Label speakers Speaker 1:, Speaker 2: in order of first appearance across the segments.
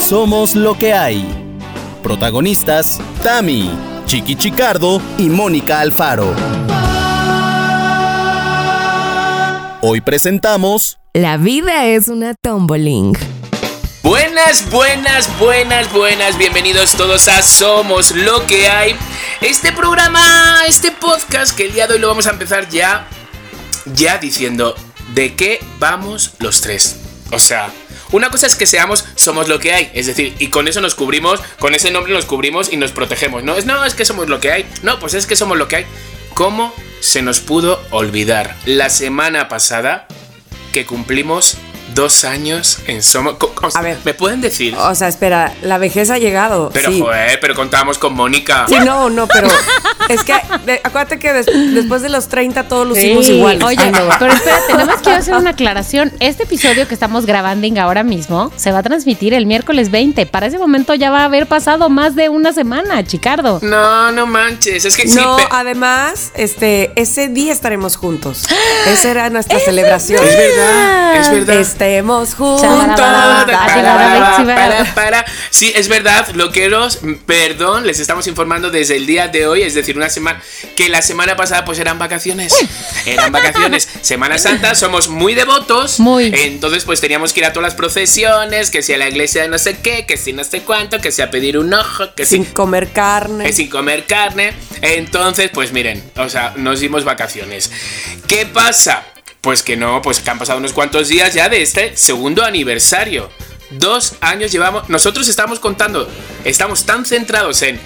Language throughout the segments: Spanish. Speaker 1: Somos lo que hay. Protagonistas, Tami, Chiqui Chicardo y Mónica Alfaro. Hoy presentamos...
Speaker 2: La vida es una tumbling.
Speaker 3: Buenas, buenas, buenas, buenas. Bienvenidos todos a Somos lo que hay. Este programa, este podcast que el día de hoy lo vamos a empezar ya, ya diciendo de qué vamos los tres. O sea, una cosa es que seamos somos lo que hay, es decir, y con eso nos cubrimos, con ese nombre nos cubrimos y nos protegemos. No es no es que somos lo que hay. No, pues es que somos lo que hay. ¿Cómo se nos pudo olvidar la semana pasada que cumplimos dos años en Somos. O sea,
Speaker 4: A ver.
Speaker 3: ¿Me pueden decir?
Speaker 4: O sea, espera, la vejez ha llegado.
Speaker 3: Pero
Speaker 4: sí.
Speaker 3: joder, pero contábamos con Mónica.
Speaker 4: Sí, no, no, pero es que de- acuérdate que des- después de los 30 todos
Speaker 3: Pues
Speaker 5: Sí.
Speaker 4: lucimos iguales.
Speaker 5: Oye,
Speaker 4: Ay, no.
Speaker 5: pero espérate, nada más quiero hacer una aclaración. Este episodio que estamos grabando ahora mismo se va a transmitir el miércoles 20. Para ese momento ya va a haber pasado más de una semana, Chicardo.
Speaker 3: No, no manches. Es que sí.
Speaker 4: No,
Speaker 3: pe-
Speaker 4: además, este, ese día estaremos juntos. Esa era nuestra celebración.
Speaker 3: es verdad, es verdad.
Speaker 4: Estemos
Speaker 5: Chabarabara,
Speaker 4: juntos.
Speaker 5: chabarabara,
Speaker 3: Para, para. Sí, es verdad, loqueros, m- perdón, les estamos informando desde el día de hoy, es decir, una semana, que la semana pasada pues eran vacaciones, eran vacaciones, Semana Santa, somos muy devotos,
Speaker 5: Muy.
Speaker 3: entonces pues teníamos que ir a todas las procesiones, que si a la iglesia de no sé qué, que si no sé cuánto, que si a pedir un ojo, que
Speaker 4: Sin
Speaker 3: si...
Speaker 4: comer carne.
Speaker 3: eh, sin comer carne. Entonces, pues miren, o sea, nos dimos vacaciones. ¿Qué pasa? Pues que no, pues que han pasado unos cuantos días ya de este segundo aniversario. Dos años llevamos. Nosotros estamos contando, estamos tan centrados en.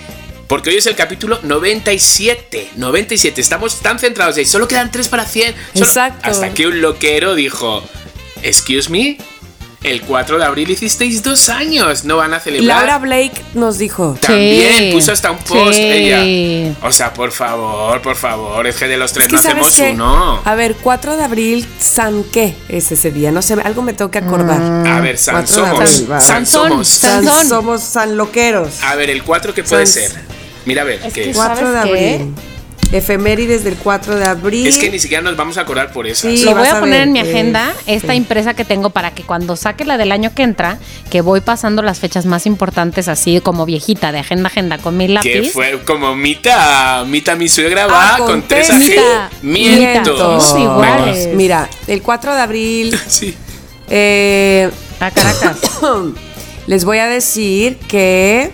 Speaker 3: Porque hoy es el capítulo 97. 97. Estamos tan centrados en. Solo quedan 3 para 100. solo-
Speaker 4: Exacto.
Speaker 3: Hasta que un loquero dijo: Excuse me. El 4 de abril hicisteis dos años. No van a celebrar.
Speaker 4: Laura Blake nos dijo.
Speaker 3: También
Speaker 5: Sí.
Speaker 3: puso hasta un post
Speaker 5: Sí.
Speaker 3: ella. O sea, por favor, por favor, es que de los tres
Speaker 4: Es que
Speaker 3: no hacemos
Speaker 4: sabes que,
Speaker 3: uno.
Speaker 4: a ver, 4 de abril, San qué es ese día, no sé, algo me tengo que acordar.
Speaker 3: A ver, San
Speaker 4: 4 de
Speaker 3: somos.
Speaker 4: abril, va.
Speaker 3: San somos.
Speaker 5: Mm. San- Sansón.
Speaker 4: somos San Loqueros.
Speaker 3: A ver, el 4 que puede
Speaker 4: Sans.
Speaker 3: ser. Mira a ver,
Speaker 5: Es
Speaker 3: ¿qué
Speaker 5: que
Speaker 3: es?
Speaker 5: Juan-
Speaker 4: 4 de
Speaker 5: ¿Sabes qué?
Speaker 4: abril. Efemérides del 4 de abril.
Speaker 3: Es que ni siquiera nos vamos a acordar por eso.
Speaker 4: Sí.
Speaker 5: Lo voy
Speaker 4: vas
Speaker 5: a
Speaker 4: a
Speaker 5: poner
Speaker 4: ver,
Speaker 5: en mi
Speaker 4: eh,
Speaker 5: agenda, esta impresa que tengo, para que cuando saque la del año que entra, que voy pasando las fechas más importantes así como viejita, de agenda a agenda, con mi lápiz.
Speaker 3: Que fue como Mita, Mita mi suegra va
Speaker 4: Ah,
Speaker 3: con,
Speaker 4: con
Speaker 3: tres
Speaker 4: tres.
Speaker 5: Mita,
Speaker 3: mientos.
Speaker 5: mientos.
Speaker 3: Venga.
Speaker 5: iguales.
Speaker 4: Mira, el 4 de abril
Speaker 3: Sí.
Speaker 4: eh,
Speaker 5: A Ah, Caracas.
Speaker 4: les voy a decir que...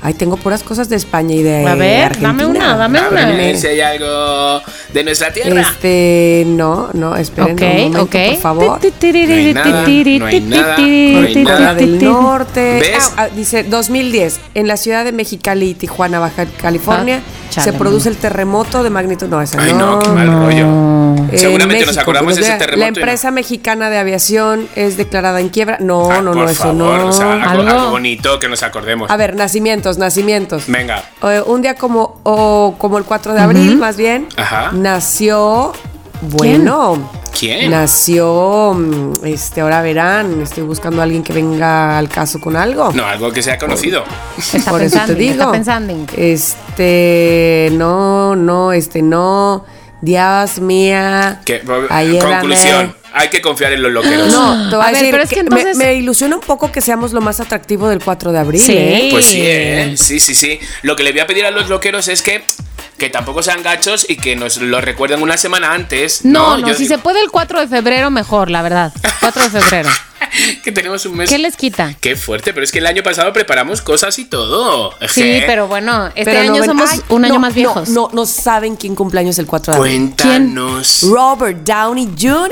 Speaker 4: Ay, tengo puras cosas de España y de
Speaker 5: A ver,
Speaker 4: Argentina.
Speaker 5: dame una, dame
Speaker 3: A
Speaker 5: una.
Speaker 3: ver si hay algo de nuestra tierra.
Speaker 4: Este, no, no, esperen
Speaker 5: Ok,
Speaker 4: un momento,
Speaker 5: ok.
Speaker 4: por favor.
Speaker 3: nada, no hay nada, no hay
Speaker 4: Corea
Speaker 3: nada.
Speaker 4: del Norte.
Speaker 3: ¿Ves?
Speaker 4: Ah, ah, dice 2010, en la ciudad de Mexicali y Tijuana, Baja California,
Speaker 5: Ah,
Speaker 4: se
Speaker 5: chale,
Speaker 4: produce
Speaker 5: no.
Speaker 4: el terremoto de magnitud. No, esa
Speaker 3: Ay, no,
Speaker 4: no.
Speaker 3: qué mal rollo.
Speaker 4: Eh,
Speaker 3: Seguramente nos
Speaker 4: México,
Speaker 3: acordamos de
Speaker 4: pues,
Speaker 3: ese
Speaker 4: la-
Speaker 3: terremoto.
Speaker 4: La
Speaker 3: y no.
Speaker 4: empresa mexicana de aviación es declarada en quiebra. No,
Speaker 3: Ah,
Speaker 4: no,
Speaker 3: por
Speaker 4: no, eso
Speaker 3: favor,
Speaker 4: no.
Speaker 3: o sea, algo,
Speaker 5: Algo-
Speaker 3: algo bonito que nos acordemos.
Speaker 4: A ver, nacimientos, nacimientos.
Speaker 3: Venga.
Speaker 4: Eh, un día como, o como el 4 de abril, más bien,
Speaker 3: Ajá.
Speaker 4: nació. Bueno,
Speaker 3: ¿Quién?
Speaker 4: nació. mm, Este, ahora verán, estoy buscando a alguien que venga al caso con algo.
Speaker 3: No, algo que sea conocido.
Speaker 5: Está
Speaker 4: Por eso te
Speaker 5: pensando,
Speaker 4: digo.
Speaker 5: está pensando.
Speaker 4: Este, no, no, este, no. Dios mía.
Speaker 3: Que-
Speaker 4: ayúdame.
Speaker 3: conclusión, hay que confiar en los loqueros.
Speaker 4: No, te voy a,
Speaker 5: A ver,
Speaker 4: decir
Speaker 5: pero es que
Speaker 4: que me-
Speaker 5: entonces-
Speaker 4: me, ilusiona un poco que seamos lo más atractivo del 4 de abril.
Speaker 5: Sí.
Speaker 4: ¿eh?
Speaker 3: Pues sí, ¿eh? sí, sí, sí. Lo que le voy a pedir a los loqueros es que, que tampoco sean gachos y que nos lo recuerden una semana antes.
Speaker 5: No, no,
Speaker 3: Yo
Speaker 5: si
Speaker 3: digo
Speaker 5: se puede el 4 de febrero, mejor, la verdad. 4 de febrero.
Speaker 3: Que tenemos un mes.
Speaker 5: ¿Qué les quita?
Speaker 3: Qué fuerte, pero es que el año pasado preparamos cosas y todo.
Speaker 5: Sí,
Speaker 3: Eje.
Speaker 5: pero bueno, este
Speaker 4: Pero
Speaker 5: año
Speaker 4: no ven-
Speaker 5: somos
Speaker 4: ay,
Speaker 5: un año
Speaker 4: no,
Speaker 5: más
Speaker 4: no,
Speaker 5: viejos.
Speaker 4: No, no, saben quién cumpleaños el 4 de abril.
Speaker 3: Cuéntanos.
Speaker 4: Robert Downey Jr.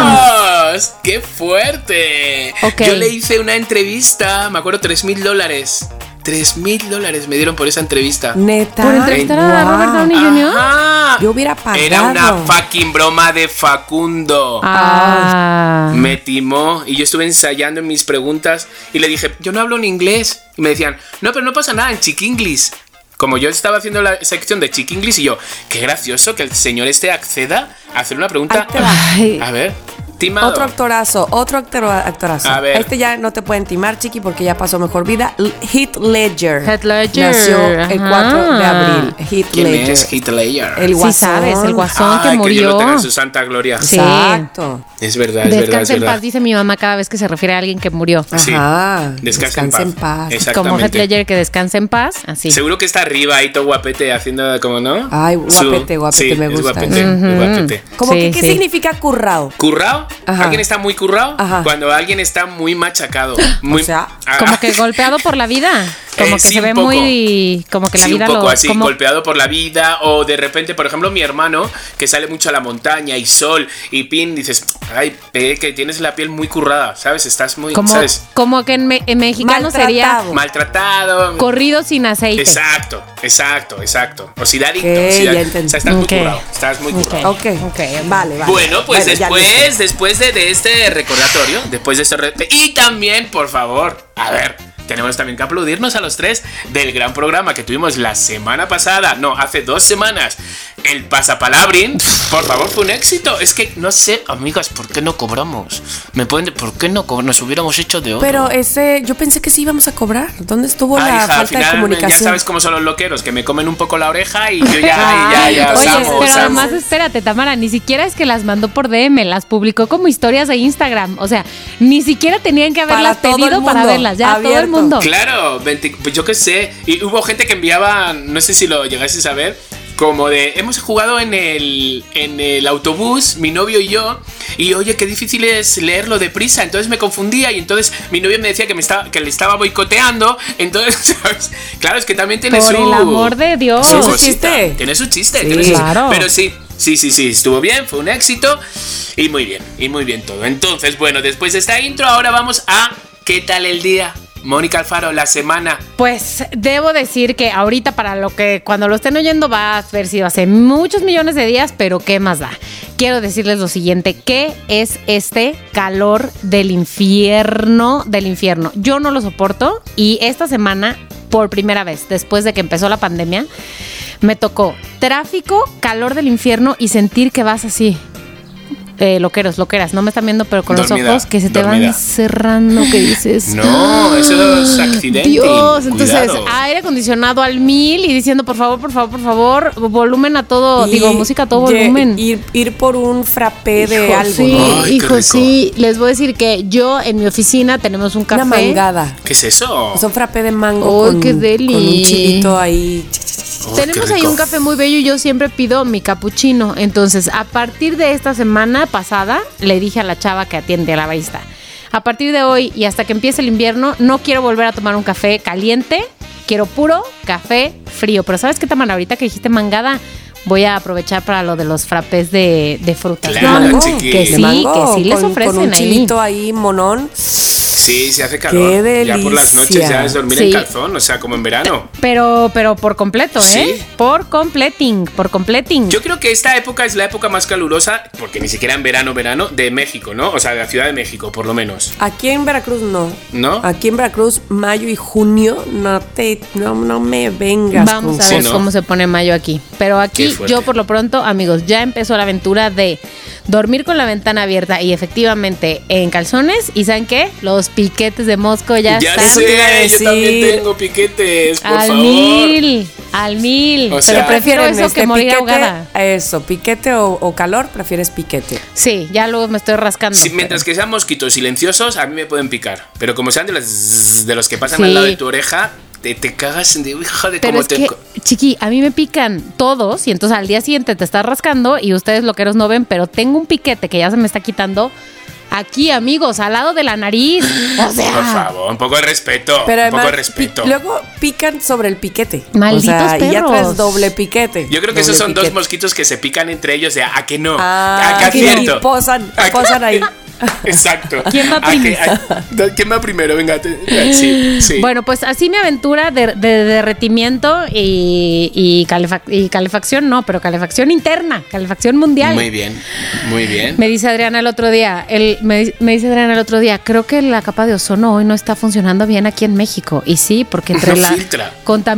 Speaker 3: ¡Dios! ¡Qué fuerte!
Speaker 5: Ok.
Speaker 3: Yo le hice una entrevista, me acuerdo, 3 mil dólares. 3 mil dólares me dieron por esa entrevista.
Speaker 4: Neta.
Speaker 5: Por entrevistar a
Speaker 4: Wow.
Speaker 5: Robert Downey Jr.
Speaker 3: Ajá.
Speaker 4: Yo hubiera pagado.
Speaker 3: Era una fucking broma de Facundo.
Speaker 5: Ah.
Speaker 3: Me timó y yo estuve ensayando en mis preguntas y le dije, yo no hablo en inglés. Y me decían, no, pero no pasa nada, en chiquinglis. Como yo estaba haciendo la sección de chiquinglis y yo, qué gracioso que el señor este acceda a hacer una pregunta.
Speaker 4: Ahí te va.
Speaker 5: Ay.
Speaker 3: A ver, Timado.
Speaker 4: Otro actorazo, otro actor, actorazo.
Speaker 3: A ver.
Speaker 4: Este ya no te pueden timar, chiqui, porque ya pasó mejor vida. L- Heath Ledger.
Speaker 5: Heath Ledger,
Speaker 4: Nació el
Speaker 5: ajá.
Speaker 4: 4 de abril. Heath
Speaker 3: ¿Quién
Speaker 4: Ledger.
Speaker 3: es Hitler?
Speaker 4: El guasón.
Speaker 5: Sí sabes, el
Speaker 3: ah,
Speaker 5: guasón que
Speaker 3: Que Dios
Speaker 5: murió.
Speaker 3: lo tenga en su santa gloria.
Speaker 5: Sí.
Speaker 4: Exacto.
Speaker 3: Es verdad, es verdad, es
Speaker 5: Descansa en
Speaker 3: verdad.
Speaker 5: paz, dice mi mamá cada vez que se refiere a alguien que murió.
Speaker 3: Sí.
Speaker 4: Ajá.
Speaker 3: Descansa en paz. Exactamente.
Speaker 5: Como Heath Ledger que descansa en paz, así.
Speaker 3: Seguro que está arriba ahí todo guapete haciendo como, ¿no?
Speaker 4: Ay, guapete, guapete,
Speaker 3: sí,
Speaker 4: me
Speaker 3: es
Speaker 4: gusta
Speaker 5: ¿eh?
Speaker 3: guapete,
Speaker 4: eso.
Speaker 3: es guapete.
Speaker 4: Como
Speaker 5: Sí,
Speaker 4: que, ¿qué
Speaker 5: sí.
Speaker 4: significa currado?
Speaker 3: ¿Currao?
Speaker 4: Ajá.
Speaker 3: ¿Alguien está muy currao?
Speaker 4: Ajá.
Speaker 3: Cuando alguien está muy machacado. Muy,
Speaker 4: sea,
Speaker 3: Ah,
Speaker 5: Como que golpeado por la vida. Como
Speaker 3: Eh,
Speaker 5: que
Speaker 3: sí,
Speaker 5: se
Speaker 3: un
Speaker 5: ve
Speaker 3: poco.
Speaker 5: muy. Como que la
Speaker 3: sí,
Speaker 5: vida
Speaker 3: un poco
Speaker 5: lo.
Speaker 3: así,
Speaker 5: como-
Speaker 3: golpeado por la vida o de repente, por ejemplo, mi hermano que sale mucho a la montaña y sol y pin, dices, ay, ve que tienes la piel muy currada, ¿sabes? Estás muy,
Speaker 5: como,
Speaker 3: ¿sabes?
Speaker 5: como que en, me- en mexicano sería
Speaker 4: Maltratado.
Speaker 3: Maltratado.
Speaker 5: corrido sin aceite.
Speaker 3: Exacto, exacto, exacto. O si da adicto,
Speaker 4: Ok,
Speaker 3: si da-
Speaker 4: ya
Speaker 3: o sea,
Speaker 4: entendí.
Speaker 3: estás muy
Speaker 5: Ok.
Speaker 3: currado, estás muy currado.
Speaker 4: Ok. Ok.
Speaker 5: ok.
Speaker 4: Vale, vale.
Speaker 3: Bueno, pues
Speaker 4: Bueno, ya listo.
Speaker 3: después, después de, de este recordatorio, después de este re- y también, por favor, a ver, tenemos también que aplaudirnos a los tres del gran programa que tuvimos la semana pasada, no, hace dos semanas, el pasapalabrín. Por favor, fue un éxito. Es que no sé, amigas, ¿por qué no cobramos? Me pueden, ¿por qué no co- nos hubiéramos hecho de oro?
Speaker 4: Pero ese, yo pensé que sí íbamos a cobrar. ¿Dónde estuvo
Speaker 3: Ah,
Speaker 4: la
Speaker 3: hija, al
Speaker 4: falta de
Speaker 3: final,
Speaker 4: comunicación?
Speaker 3: ya sabes cómo son los loqueros, que me comen un poco la oreja y yo ya, y ya,
Speaker 5: Ay,
Speaker 3: ya, os
Speaker 5: oye,
Speaker 3: amo, os
Speaker 5: pero
Speaker 3: amo.
Speaker 5: además espérate, Tamara, ni siquiera es que las mandó por DM, las publicó como historias de Instagram. O sea, ni siquiera tenían que haberlas
Speaker 4: Para todo el
Speaker 5: pedido para
Speaker 4: mundo,
Speaker 5: verlas, ya todo el
Speaker 4: abierto.
Speaker 5: mundo.
Speaker 3: Claro, 20 pues yo qué sé. Y hubo gente que enviaba, no sé si lo llegasteis a ver, como de, hemos jugado en el, en el autobús, mi novio y yo, y oye, qué difícil es leerlo deprisa, entonces me confundía y entonces mi novio me decía que, me estaba, que le estaba boicoteando, entonces, ¿sabes? claro, es que también tiene
Speaker 5: Por
Speaker 3: su...
Speaker 5: el amor de Dios.
Speaker 3: su
Speaker 4: Tiene su
Speaker 3: cosita,
Speaker 4: chiste.
Speaker 3: Tiene su chiste,
Speaker 4: Sí,
Speaker 3: tiene su-
Speaker 5: claro.
Speaker 3: Pero sí, sí, sí, sí, estuvo bien, fue un éxito y muy bien, y muy bien todo. Entonces, bueno, después de esta intro, ahora vamos a ¿Qué tal el día? Mónica Alfaro, la semana.
Speaker 5: Pues debo decir que ahorita para lo que cuando lo estén oyendo va a haber sido hace muchos millones de días, pero ¿qué más da? Quiero decirles lo siguiente, ¿qué es este calor del infierno del infierno? Yo no lo soporto y esta semana, por primera vez, después de que empezó la pandemia, me tocó tráfico, calor del infierno y sentir que vas así. Eh, loqueros, loqueras, no me están viendo, pero con los
Speaker 3: Dormida,
Speaker 5: ojos que se te
Speaker 3: dormida.
Speaker 5: van cerrando, que dices.
Speaker 3: No, eso es accidente.
Speaker 5: Ah, Dios, entonces
Speaker 3: Cuidado.
Speaker 5: aire acondicionado al mil y diciendo por favor, por favor, por favor, volumen a todo,
Speaker 4: Y-
Speaker 5: digo, música a todo
Speaker 4: ye-
Speaker 5: volumen.
Speaker 4: Ir, ir por un frappé de
Speaker 5: Hijo,
Speaker 4: algo.
Speaker 5: sí,
Speaker 3: Ay,
Speaker 4: ¿no?
Speaker 3: qué
Speaker 5: hijo,
Speaker 3: rico.
Speaker 5: sí, les voy a decir que yo en mi oficina tenemos un café.
Speaker 4: Una mangada.
Speaker 3: ¿Qué es eso?
Speaker 4: Son frappé de mango.
Speaker 5: Ay,
Speaker 4: con,
Speaker 5: qué deli.
Speaker 4: con un chilito ahí.
Speaker 3: Oh, qué
Speaker 5: Tenemos ahí
Speaker 3: rico.
Speaker 5: un café muy bello y yo siempre pido mi capuchino. Entonces, a partir de esta semana pasada, le dije a la chava que atiende a la barista, a partir de hoy y hasta que empiece el invierno, no quiero volver a tomar un café caliente, quiero puro café frío. Pero ¿sabes qué, Tamara? Ahorita que dijiste mangada, voy a aprovechar para lo de los frapés de, de frutas.
Speaker 3: Claro,
Speaker 5: ¿no?
Speaker 3: chiqui.
Speaker 5: Que
Speaker 4: de
Speaker 5: sí, que sí les
Speaker 4: con-
Speaker 5: ofrecen
Speaker 4: Con un
Speaker 5: ahí.
Speaker 4: chilito ahí, monón.
Speaker 3: Sí, se hace calor.
Speaker 4: Qué
Speaker 3: ya por las noches
Speaker 4: delicia.
Speaker 3: ya es dormir en
Speaker 5: Sí.
Speaker 3: calzón, o sea, como en verano.
Speaker 5: Pero, pero por completo, ¿eh?
Speaker 3: Sí.
Speaker 5: Por completing, por completing.
Speaker 3: Yo creo que esta época es la época más calurosa, porque ni siquiera en verano, verano, de México, ¿no? O sea, de la Ciudad de México, por lo menos.
Speaker 4: Aquí en Veracruz no.
Speaker 3: ¿No?
Speaker 4: Aquí en Veracruz, mayo y junio, no te, no, no me vengas.
Speaker 5: Vamos
Speaker 4: con-
Speaker 5: a
Speaker 3: Sí,
Speaker 5: ver
Speaker 3: ¿no?
Speaker 5: cómo se pone mayo aquí. Pero
Speaker 3: Qué
Speaker 5: aquí
Speaker 3: fuerte.
Speaker 5: yo por lo pronto, amigos, ya empezó la aventura de dormir con la ventana abierta y efectivamente en calzones. ¿Y saben qué? Los piquetes de mosco ya, están
Speaker 4: Eso te iba a
Speaker 3: sé, yo
Speaker 4: decir.
Speaker 3: también tengo piquetes, por
Speaker 5: al
Speaker 3: favor.
Speaker 5: mil, al mil.
Speaker 3: O sea-
Speaker 5: Pero prefiero
Speaker 4: ¿Prefieren
Speaker 5: eso
Speaker 4: este
Speaker 5: que morir
Speaker 4: piquete
Speaker 5: ahogada.
Speaker 4: a Eso, piquete o, o calor, prefieres piquete.
Speaker 5: Sí, ya luego me estoy rascando.
Speaker 3: Sí, mientras que sean mosquitos silenciosos, a mí me pueden picar. Pero como sean de los, de los que pasan al
Speaker 5: Sí.
Speaker 3: lado de tu oreja, te, te cagas en de hija de
Speaker 5: Pero
Speaker 3: cómo
Speaker 5: es
Speaker 3: te.
Speaker 5: que,
Speaker 3: co-
Speaker 5: chiqui, a mí me pican todos y entonces al día siguiente te estás rascando y ustedes loqueros no ven, pero tengo un piquete que ya se me está quitando aquí, amigos, al lado de la nariz. O sea,
Speaker 3: Por favor, un poco de respeto.
Speaker 4: Pero
Speaker 3: un poco
Speaker 4: además,
Speaker 3: de respeto.
Speaker 4: pi- luego pican sobre el piquete.
Speaker 5: Malditos
Speaker 4: o sea, Y ya
Speaker 5: perros.
Speaker 4: traes doble piquete.
Speaker 3: Yo creo que esos
Speaker 4: doble
Speaker 3: son dos
Speaker 4: piquete.
Speaker 3: mosquitos que se pican entre ellos de a, a que no.
Speaker 4: Ah,
Speaker 3: a que
Speaker 4: y-
Speaker 3: acierto.
Speaker 4: y posan,
Speaker 3: A que-
Speaker 4: posan ahí.
Speaker 3: Exacto.
Speaker 5: ¿Quién va
Speaker 3: A que- a- ¿Quién va primero? Venga, te- sí, sí.
Speaker 5: Bueno, pues así mi aventura de, de derretimiento y, y calefac- y calefacción, no, pero calefacción interna, calefacción mundial.
Speaker 3: Muy bien, muy bien.
Speaker 5: Me dice Adriana el otro día, el, me, di- me dice Adriana el otro día, creo que la capa de ozono hoy no está funcionando bien aquí en México. Y sí, porque entre
Speaker 3: No
Speaker 5: la
Speaker 3: filtra.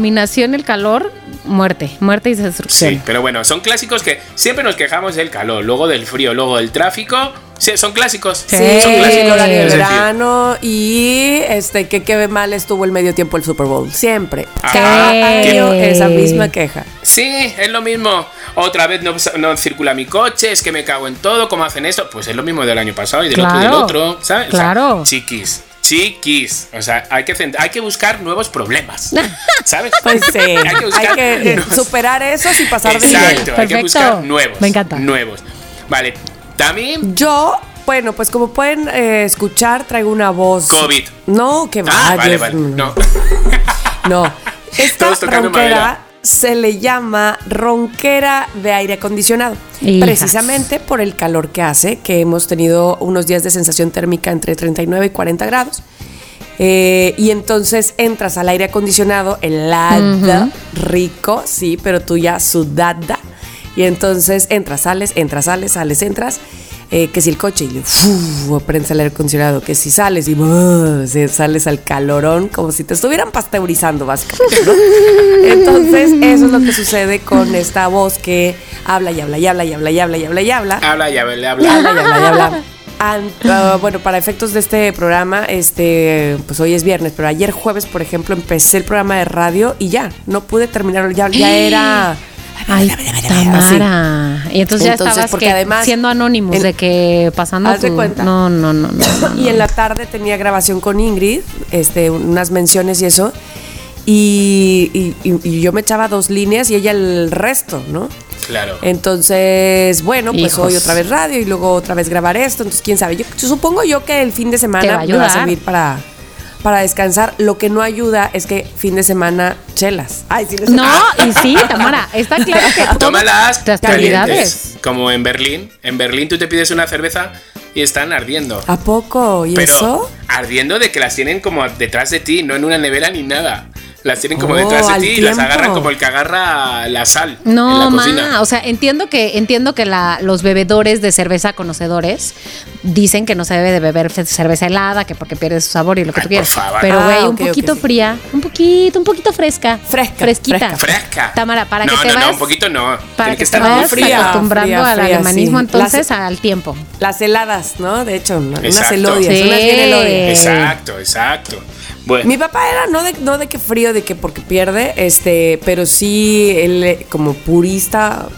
Speaker 5: contaminación, el calor, muerte, muerte y destrucción.
Speaker 3: Sí, pero bueno, son clásicos que siempre nos quejamos del calor, luego del frío, luego del tráfico Sí, son clásicos.
Speaker 4: Sí,
Speaker 5: Sí.
Speaker 3: son
Speaker 4: el
Speaker 3: clásicos.
Speaker 4: horario de
Speaker 3: Es decir,
Speaker 4: verano y este que quede mal estuvo el medio tiempo el Super Bowl. Siempre.
Speaker 3: Ajá.
Speaker 4: Cada
Speaker 5: Sí.
Speaker 4: año Ah, esa misma queja.
Speaker 3: Sí, es lo mismo. Otra vez no, no circula mi coche, es que me cago en todo, ¿cómo hacen esto? Pues es lo mismo del año pasado y del otro y del
Speaker 5: Claro.
Speaker 3: otro, ¿sabes? O sea,
Speaker 5: Claro.
Speaker 3: chiquis, chiquis. O sea, hay que, cent- hay que buscar nuevos problemas, ¿sabes?
Speaker 4: Pues sí, hay que, eh,
Speaker 3: nuevos-
Speaker 4: superar esos y pasar de
Speaker 3: Exacto,
Speaker 4: nivel.
Speaker 3: hay que
Speaker 5: Perfecto.
Speaker 3: buscar nuevos.
Speaker 5: Me encanta.
Speaker 3: Nuevos. Vale, también
Speaker 4: Yo, bueno, pues como pueden eh, escuchar, traigo una voz.
Speaker 3: COVID.
Speaker 4: No, que va.
Speaker 3: Ah, vale,
Speaker 4: Dios,
Speaker 3: vale.
Speaker 4: mm,
Speaker 3: No.
Speaker 4: No. Esta
Speaker 3: Todos tocando madera.
Speaker 4: ronquera se le llama ronquera de aire acondicionado.
Speaker 5: Hijas.
Speaker 4: Precisamente por el calor que hace, que hemos tenido unos días de sensación térmica entre 39 y 40 grados. Eh, y entonces entras al aire acondicionado helada, rico, sí, pero tú ya sudada. Y entonces entras, sales, entras, sales, sales, entras. Eh, que si el coche y le uf, prensa el aire acondicionado, que si sales y buh, se- sales al calorón, como si te estuvieran pasteurizando, básicamente. ¿no? Entonces, eso es lo que sucede con esta voz que habla y habla y habla y habla y habla y habla y habla
Speaker 3: Habla, ya, le
Speaker 4: habla
Speaker 3: habla.
Speaker 4: y habla y habla. An- ah, bueno, para efectos de este programa, este, pues hoy es viernes, pero ayer jueves, por ejemplo, empecé el programa de radio y ya, no pude terminarlo, ya, ya era...
Speaker 5: Ay,
Speaker 4: Así.
Speaker 5: Tamara. Y entonces
Speaker 4: Entonces,
Speaker 5: ya estabas
Speaker 4: porque
Speaker 5: que
Speaker 4: además-
Speaker 5: siendo anónimos
Speaker 4: en-
Speaker 5: de que pasando
Speaker 4: Haz de
Speaker 5: tu-
Speaker 4: cuenta.
Speaker 5: No, no, no, no. no,
Speaker 4: Y en
Speaker 5: no.
Speaker 4: la tarde tenía grabación con Ingrid, este, unas menciones y eso. Y, y- y- y yo me echaba dos líneas y ella el resto, ¿no?
Speaker 3: Claro.
Speaker 4: Entonces, bueno, pues
Speaker 5: Hijos.
Speaker 4: hoy otra vez radio y luego otra vez grabar esto. Entonces, quién sabe. Yo, yo supongo yo que el fin de
Speaker 5: Te va
Speaker 4: semana
Speaker 5: a
Speaker 4: me va a
Speaker 5: ayudar.
Speaker 4: servir para, para descansar. Lo que no ayuda es que fin de semana chelas. Ay, sí les
Speaker 5: No, y sí, Tamara, está claro que todas
Speaker 3: Toma las
Speaker 5: las
Speaker 3: calientes.
Speaker 5: calidades.
Speaker 3: Como en Berlín. En Berlín tú te pides una cerveza y están ardiendo.
Speaker 5: Ah,
Speaker 4: ¿A poco? ¿Y
Speaker 3: Pero
Speaker 4: eso?
Speaker 3: ardiendo de que las tienen como detrás de ti, no en una nevera ni nada. Las tienen como
Speaker 4: Oh,
Speaker 3: detrás de
Speaker 4: al
Speaker 3: ti y las
Speaker 4: tiempo.
Speaker 3: agarran como el que agarra la sal
Speaker 5: No,
Speaker 3: en la cocina.
Speaker 5: ma, o sea, entiendo que entiendo que la- los bebedores de cerveza conocedores dicen que no se debe de beber fe- cerveza helada, que porque pierde su sabor y lo que
Speaker 3: Ay,
Speaker 5: tú quieras.
Speaker 3: por favor.
Speaker 5: Pero
Speaker 4: Ah,
Speaker 5: güey, un
Speaker 4: ok, ok,
Speaker 5: poquito
Speaker 4: sí.
Speaker 5: fría, un poquito, un poquito fresca,
Speaker 4: Fresca,
Speaker 5: fresquita,
Speaker 4: fresca,
Speaker 3: Fresca.
Speaker 5: Tamara, para
Speaker 3: No,
Speaker 5: que te
Speaker 3: no,
Speaker 5: vas,
Speaker 3: no, un poquito no.
Speaker 5: para
Speaker 3: Tiene
Speaker 5: que,
Speaker 3: que
Speaker 5: te
Speaker 3: estar muy
Speaker 5: vayas
Speaker 3: fría.
Speaker 5: acostumbrando
Speaker 4: fría,
Speaker 5: al
Speaker 4: fría, sí.
Speaker 5: alemanismo
Speaker 4: Las-
Speaker 5: entonces al tiempo.
Speaker 4: Las heladas, ¿no? De hecho, ¿no? unas
Speaker 3: Exacto.
Speaker 4: elodias,
Speaker 5: Sí.
Speaker 4: unas bien elodias.
Speaker 3: Exacto, exacto. Bueno,
Speaker 4: Mi papá era no de, no de que frío, de que porque pierde, este, pero sí él eh, como purista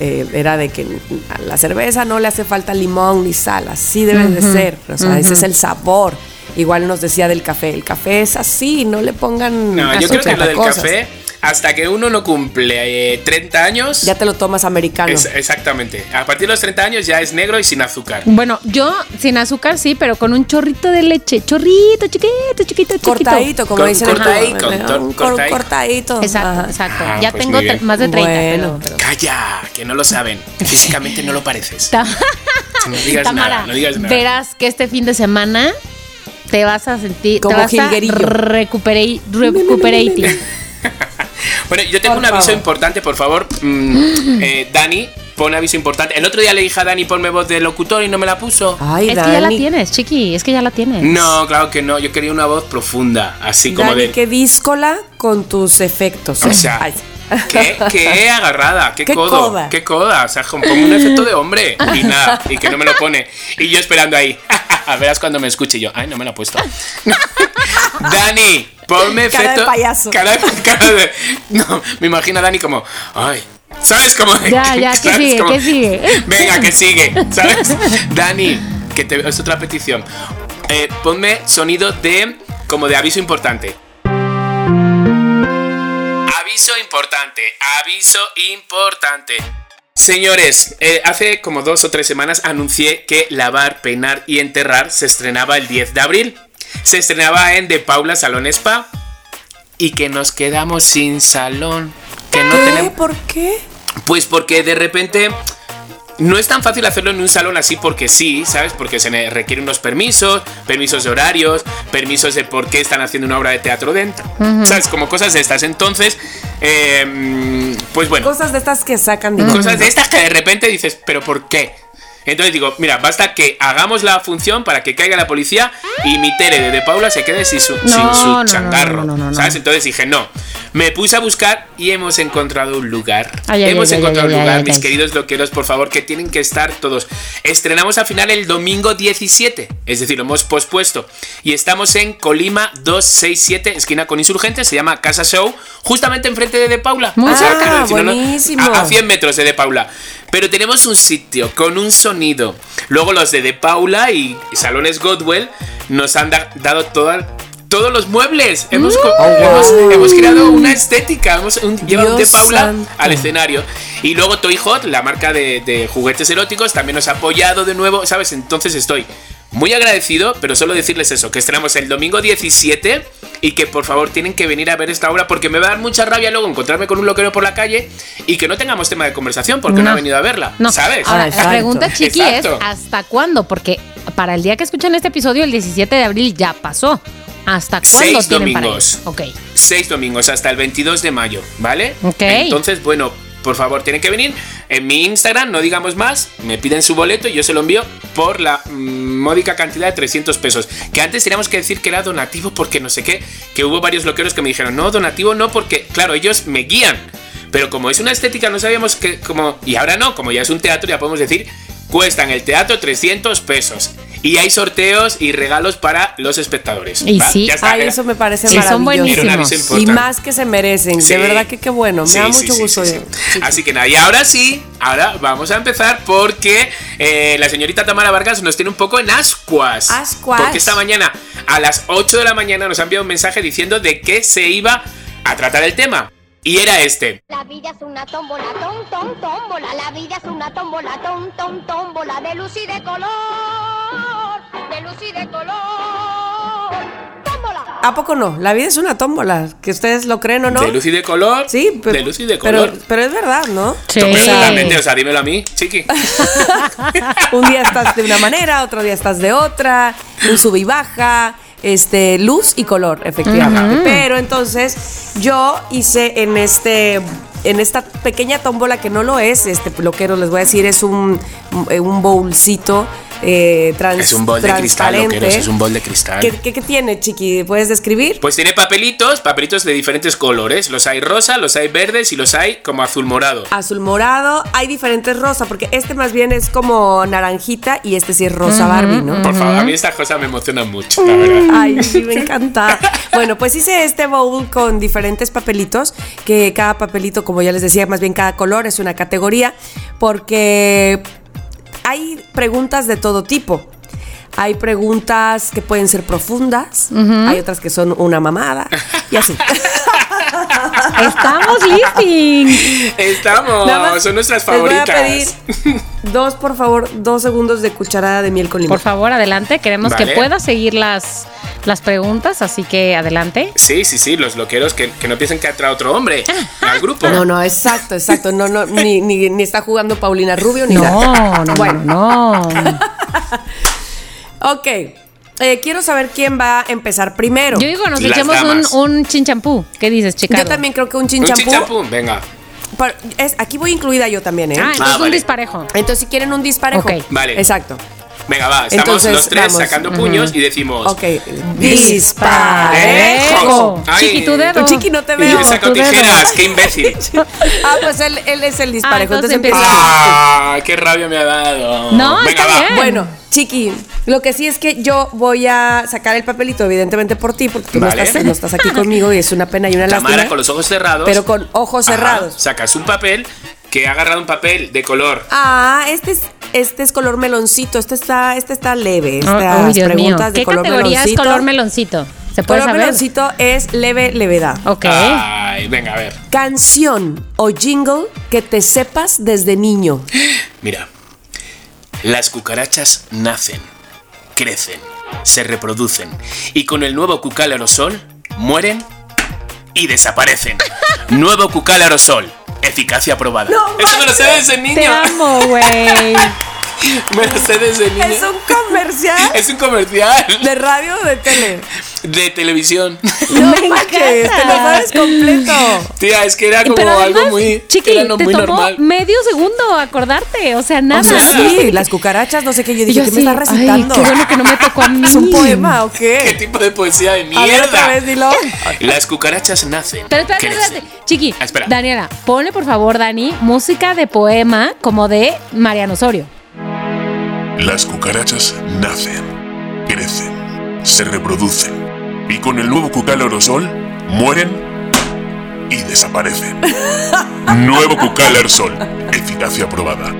Speaker 4: eh, era de que a la cerveza no le hace falta limón ni sal, así debe de ser, o sea, ese es el sabor. Igual nos decía del café, el café es así, no le pongan
Speaker 3: no, yo creo que
Speaker 4: azúcar,
Speaker 3: lo del
Speaker 4: cosas.
Speaker 3: café, hasta que uno no cumple eh, 30 años.
Speaker 4: ya te lo tomas americano.
Speaker 3: es- exactamente. A partir de los 30 años ya es negro y sin azúcar.
Speaker 5: Bueno, yo sin azúcar sí, pero con un chorrito de leche, chorrito, chiquito, chiquito, chiquito.
Speaker 4: cortadito, como
Speaker 3: Con-
Speaker 4: dicen en
Speaker 3: cortadito,
Speaker 4: Cuba,
Speaker 3: con-
Speaker 4: un cor-
Speaker 3: cortadito.
Speaker 4: cortadito.
Speaker 5: Exacto,
Speaker 4: Ajá.
Speaker 5: exacto.
Speaker 3: Ah,
Speaker 5: ya
Speaker 3: pues
Speaker 5: tengo
Speaker 3: muy bien.
Speaker 5: tre- más de 30,
Speaker 4: Bueno.
Speaker 5: pero-
Speaker 3: Calla, que no lo saben. Físicamente no lo pareces.
Speaker 5: Ta-
Speaker 3: No digas
Speaker 5: Tamara,
Speaker 3: nada, no digas nada.
Speaker 5: verás que este fin de semana te vas a sentir
Speaker 4: Como
Speaker 5: te vas a
Speaker 4: jilguerillo.
Speaker 5: recuperate- recuperating.
Speaker 3: Bueno, yo tengo
Speaker 4: Por
Speaker 3: un aviso
Speaker 4: favor.
Speaker 3: importante, por favor. Mm, eh, Dani, pon aviso importante. El otro día le dije a Dani, ponme voz de locutor y no me la puso.
Speaker 4: Ay,
Speaker 5: Es que ya la
Speaker 4: Dani,
Speaker 5: tienes, chiqui, es que ya la tienes.
Speaker 4: pues.
Speaker 3: No, claro que no. Yo quería una voz profunda, así como
Speaker 4: Dani,
Speaker 3: de.
Speaker 4: que díscola con tus efectos.
Speaker 3: O sea,
Speaker 4: Ay, sí.
Speaker 3: qué, qué agarrada, qué,
Speaker 4: Qué
Speaker 3: codo,
Speaker 4: coda.
Speaker 3: qué coda. O sea, como un efecto de hombre y nada, y que no me lo pone. Y yo esperando ahí. A verás cuando me escuche y yo. Ay, no me lo ha puesto. Dani, ponme
Speaker 4: Cara de
Speaker 3: efecto.
Speaker 4: payaso.
Speaker 3: Cara de, cara de- No, me imagino a Dani como. Ay. ¿Sabes cómo?
Speaker 5: Ya, ya, ¿qué
Speaker 3: ¿sabes
Speaker 5: sigue?
Speaker 3: cómo?
Speaker 5: ¿Qué sigue?
Speaker 3: Venga, que sigue. ¿Sabes? Dani, que te, es otra petición. Eh, ponme sonido de. como de aviso importante. Aviso importante, aviso importante. Señores, eh, hace como dos o tres semanas anuncié que Lavar, Peinar y Enterrar se estrenaba el 10 de abril. Se estrenaba en De Paula Salón Spa y que nos quedamos sin salón. Que no
Speaker 4: ¿Qué?
Speaker 3: tenemos.
Speaker 4: ¿Por qué?
Speaker 3: Pues porque de repente no es tan fácil hacerlo en un salón así porque sí, ¿sabes? Porque se ne- requieren unos permisos, permisos de horarios, permisos de por qué están haciendo una obra de teatro dentro. ¿Sabes? Como cosas de estas. Entonces, eh, pues bueno,
Speaker 4: Cosas de estas que sacan de
Speaker 3: Mm. cosas de estas que de repente dices, ¿pero por qué? Entonces digo, mira, basta que hagamos la función para que caiga la policía y mi Tere de, De Paula se quede sin su, sin su
Speaker 5: no, no,
Speaker 3: changarro.
Speaker 5: no, no, no, no.
Speaker 3: ¿Sabes? Entonces dije, no. Me puse a buscar y hemos encontrado un lugar.
Speaker 5: Ay, ay,
Speaker 3: hemos
Speaker 5: ay, ay,
Speaker 3: encontrado
Speaker 5: ay,
Speaker 3: un
Speaker 5: ay,
Speaker 3: lugar,
Speaker 5: ay,
Speaker 3: mis
Speaker 5: ay.
Speaker 3: queridos loqueros, por favor, que tienen que estar todos. Estrenamos al final el domingo 17, es decir, lo hemos pospuesto. Y estamos en Colima 267, esquina con insurgentes, se llama Casa Show, justamente enfrente de De Paula.
Speaker 5: Muy
Speaker 3: Ah,
Speaker 5: cerca.
Speaker 3: quiero decir, no, no,
Speaker 4: buenísimo.
Speaker 3: a- a 100 100 metros de De Paula. Pero tenemos un sitio con un sonido. Luego los de De Paula y Salones Godwell nos han da- dado toda- todos los muebles.
Speaker 4: Mm.
Speaker 3: Hemos, co- hemos, hemos creado una estética. Hemos un- llevado un De
Speaker 4: Oh, Dios
Speaker 3: Paula
Speaker 4: santo.
Speaker 3: al escenario. Y luego Toy Hot, la marca de, de juguetes eróticos, también nos ha apoyado de nuevo. ¿Sabes? Entonces estoy muy agradecido, pero solo decirles eso, que estrenamos el domingo 17 y que por favor tienen que venir a ver esta obra porque me va a dar mucha rabia luego encontrarme con un loquero por la calle y que no tengamos tema de conversación porque no,
Speaker 5: No.
Speaker 3: ha venido a verla,
Speaker 5: No.
Speaker 3: ¿sabes?
Speaker 5: Ahora, la
Speaker 4: Exacto.
Speaker 5: pregunta chiqui
Speaker 3: Exacto.
Speaker 5: es ¿hasta cuándo? Porque para el día que escuchan este episodio, el 17 de abril ya pasó. ¿Hasta cuándo
Speaker 3: Seis
Speaker 5: tienen para ir?
Speaker 3: domingos.
Speaker 5: Ok.
Speaker 3: Seis domingos hasta el 22 de mayo, ¿vale?
Speaker 5: Ok.
Speaker 3: Entonces, bueno, por favor, tienen que venir en mi Instagram, no digamos más, me piden su boleto y yo se lo envío por la mm, módica cantidad de 300 pesos. Que antes teníamos que decir que era donativo porque no sé qué, que hubo varios loqueros que me dijeron, no, donativo no, porque, claro, ellos me guían. Pero como es una estética, no sabíamos que, como, y ahora no, como ya es un teatro, ya podemos decir, cuestan el teatro 300 pesos. Y hay sorteos y regalos para los espectadores.
Speaker 5: Y
Speaker 3: ¿va?
Speaker 5: sí.
Speaker 3: Ya está,
Speaker 4: Ay,
Speaker 3: era-
Speaker 4: eso me parece
Speaker 5: Sí, son
Speaker 4: maravilloso.
Speaker 5: buenísimos.
Speaker 4: Y
Speaker 3: importante.
Speaker 4: más que se merecen.
Speaker 3: Sí.
Speaker 4: De verdad que qué bueno. Me
Speaker 3: Sí,
Speaker 4: da
Speaker 3: sí,
Speaker 4: mucho
Speaker 3: sí,
Speaker 4: gusto.
Speaker 3: sí,
Speaker 4: de-
Speaker 3: sí. Así que nada, y ahora sí, ahora vamos a empezar porque eh, la señorita Tamara Vargas nos tiene un poco en ascuas.
Speaker 4: Ascuas.
Speaker 3: Porque esta mañana, a las 8 de la mañana, nos ha enviado un mensaje diciendo de que se iba a tratar el tema. Y era este.
Speaker 6: La vida es una tómbola, tom, tom, tómbola. La vida es una tómbola, tom, tom, tómbola. De luz y de color, de luz y de color. Tómbola.
Speaker 4: ¿A poco no? La vida es una tómbola. Que ustedes lo creen o no.
Speaker 3: De luz y de color.
Speaker 4: sí,
Speaker 3: de luz y de color.
Speaker 4: Pero, pero es verdad, ¿no?
Speaker 5: Sí.
Speaker 3: Completamente, o sea, dímelo a mí, chiqui.
Speaker 4: Un día estás de una manera, otro día estás de otra, un sub y baja, este, luz y color, efectivamente. Pero entonces yo hice en este en esta pequeña tómbola que no lo es, este loquero les voy a decir, es un, un bolsito eh, trans-
Speaker 3: Es un bol de cristal,
Speaker 4: transparente.
Speaker 3: loqueros, es un bol de cristal.
Speaker 4: ¿Qué, qué- qué tiene, Chiqui? ¿Puedes describir?
Speaker 3: Pues tiene papelitos, papelitos de diferentes colores. Los hay rosa, los hay verdes y los hay como azul morado.
Speaker 4: Azul morado, hay diferentes rosa, porque este más bien es como naranjita y este sí es rosa Barbie, ¿no?
Speaker 3: Por favor, a mí estas cosas me emocionan mucho, la verdad.
Speaker 4: Ay, sí, me encanta. Bueno, pues hice este bowl con diferentes papelitos, que cada papelito, como ya les decía, más bien cada color es una categoría, porque hay preguntas de todo tipo. Hay preguntas que pueden ser profundas, hay otras que son una mamada, y así.
Speaker 5: Estamos listing.
Speaker 3: Estamos,
Speaker 4: Nada más
Speaker 3: Oh, son nuestras
Speaker 4: les voy a
Speaker 3: favoritas.
Speaker 4: pedir dos, por favor, dos segundos de cucharada de miel con limón.
Speaker 5: Por favor, adelante. Queremos
Speaker 3: Vale.
Speaker 5: que puedas seguir las, las preguntas, así que adelante.
Speaker 3: Sí, sí, sí, los loqueros que, que no piensen que atrae otro hombre al grupo.
Speaker 4: No, no, exacto, exacto. No, no, ni, ni, ni está jugando Paulina Rubio ni nada.
Speaker 5: No, no,
Speaker 4: Bueno.
Speaker 5: no, no.
Speaker 4: Ok. eh, quiero saber quién va a empezar primero.
Speaker 5: Yo digo, que nos
Speaker 3: Las
Speaker 5: echemos
Speaker 3: damas.
Speaker 5: un, un chinchampú. ¿Qué dices, chica?
Speaker 4: Yo también creo que un
Speaker 3: Un
Speaker 4: chinchampú.
Speaker 3: chinchampú, venga.
Speaker 4: pero es- aquí voy incluida yo también, ¿eh?
Speaker 5: Ah, entonces
Speaker 3: Ah,
Speaker 5: un
Speaker 3: vale.
Speaker 5: disparejo.
Speaker 4: Entonces, si quieren un disparejo.
Speaker 5: Ok.
Speaker 3: Vale.
Speaker 4: Exacto.
Speaker 3: Venga, va, estamos
Speaker 4: Entonces,
Speaker 3: los tres
Speaker 4: vamos.
Speaker 3: sacando puños y decimos.
Speaker 4: Ok. Disparejo.
Speaker 5: Parejo.
Speaker 3: Ay.
Speaker 5: Chiqui, tu dedo.
Speaker 4: Tu chiqui no te
Speaker 3: Y
Speaker 4: veo.
Speaker 3: yo saco
Speaker 5: tu dedo.
Speaker 3: tijeras, qué imbécil.
Speaker 4: Ah, pues él, él es el disparejo.
Speaker 5: Ah, entonces
Speaker 4: entonces empieza.
Speaker 5: empieza.
Speaker 3: ¡Ah! ¡Qué rabia me ha dado!
Speaker 5: No,
Speaker 3: venga,
Speaker 5: está
Speaker 3: va.
Speaker 5: bien.
Speaker 4: Bueno, Chiqui, lo que sí es que yo voy a sacar el papelito, evidentemente por ti, porque tú
Speaker 3: Vale.
Speaker 4: no, estás, no estás aquí conmigo y es una pena y una
Speaker 3: Tamara
Speaker 4: lástima.
Speaker 3: con los ojos cerrados.
Speaker 4: Pero con ojos
Speaker 3: Ajá,
Speaker 4: cerrados.
Speaker 3: Sacas un papel que ha agarrado un papel de color.
Speaker 4: Ah, este es, este es color meloncito. Este está, este está leve.
Speaker 5: Oh,
Speaker 4: Estas
Speaker 5: uy, Dios mío.
Speaker 4: preguntas de
Speaker 5: ¿Qué
Speaker 4: color
Speaker 5: categoría
Speaker 4: meloncito.
Speaker 5: es color meloncito? ¿Se puede
Speaker 4: Color
Speaker 5: saber?
Speaker 4: meloncito es leve levedad.
Speaker 5: Ok.
Speaker 3: Ay, venga, a ver.
Speaker 4: Canción o jingle que te sepas desde niño.
Speaker 3: Mira, las cucarachas nacen, crecen, se reproducen y con el nuevo cucal aerosol mueren y desaparecen. nuevo cucal aerosol, eficacia probada. Eso me lo sé desde
Speaker 5: Te
Speaker 3: niño.
Speaker 5: amo, güey.
Speaker 3: Me lo sé desde niño.
Speaker 4: Es un comercial
Speaker 3: Es un comercial.
Speaker 4: de radio o de tele.
Speaker 3: de televisión.
Speaker 4: No manches, te lo sabes completo.
Speaker 3: Tía, es que era como
Speaker 5: Pero
Speaker 3: algo
Speaker 5: además,
Speaker 3: muy,
Speaker 5: chiqui,
Speaker 3: era no
Speaker 5: te
Speaker 3: muy
Speaker 5: tomó
Speaker 3: normal.
Speaker 5: medio segundo acordarte, o sea, nada.
Speaker 4: O sea, sí, las cucarachas, no sé qué. Yo
Speaker 5: Y
Speaker 4: dije,
Speaker 5: yo
Speaker 4: ¿qué
Speaker 5: así,
Speaker 4: me estás recitando?
Speaker 5: Ay, qué bueno que no me tocó a mí.
Speaker 4: ¿Es un poema o
Speaker 3: ¿Qué
Speaker 4: qué?
Speaker 3: tipo de poesía de
Speaker 4: A ver, otra vez,
Speaker 3: mierda?
Speaker 4: dilo.
Speaker 3: Las cucarachas nacen.
Speaker 5: Pero espérate,
Speaker 3: crecen.
Speaker 5: espérate. Chiqui,
Speaker 3: Ah, espera.
Speaker 5: Daniela, ponle por favor, Dani, música de poema como de Mariano Osorio.
Speaker 7: Las cucarachas nacen, crecen, se reproducen y con el nuevo cucalorosol mueren y desaparecen. nuevo cucalorsol, eficacia aprobada.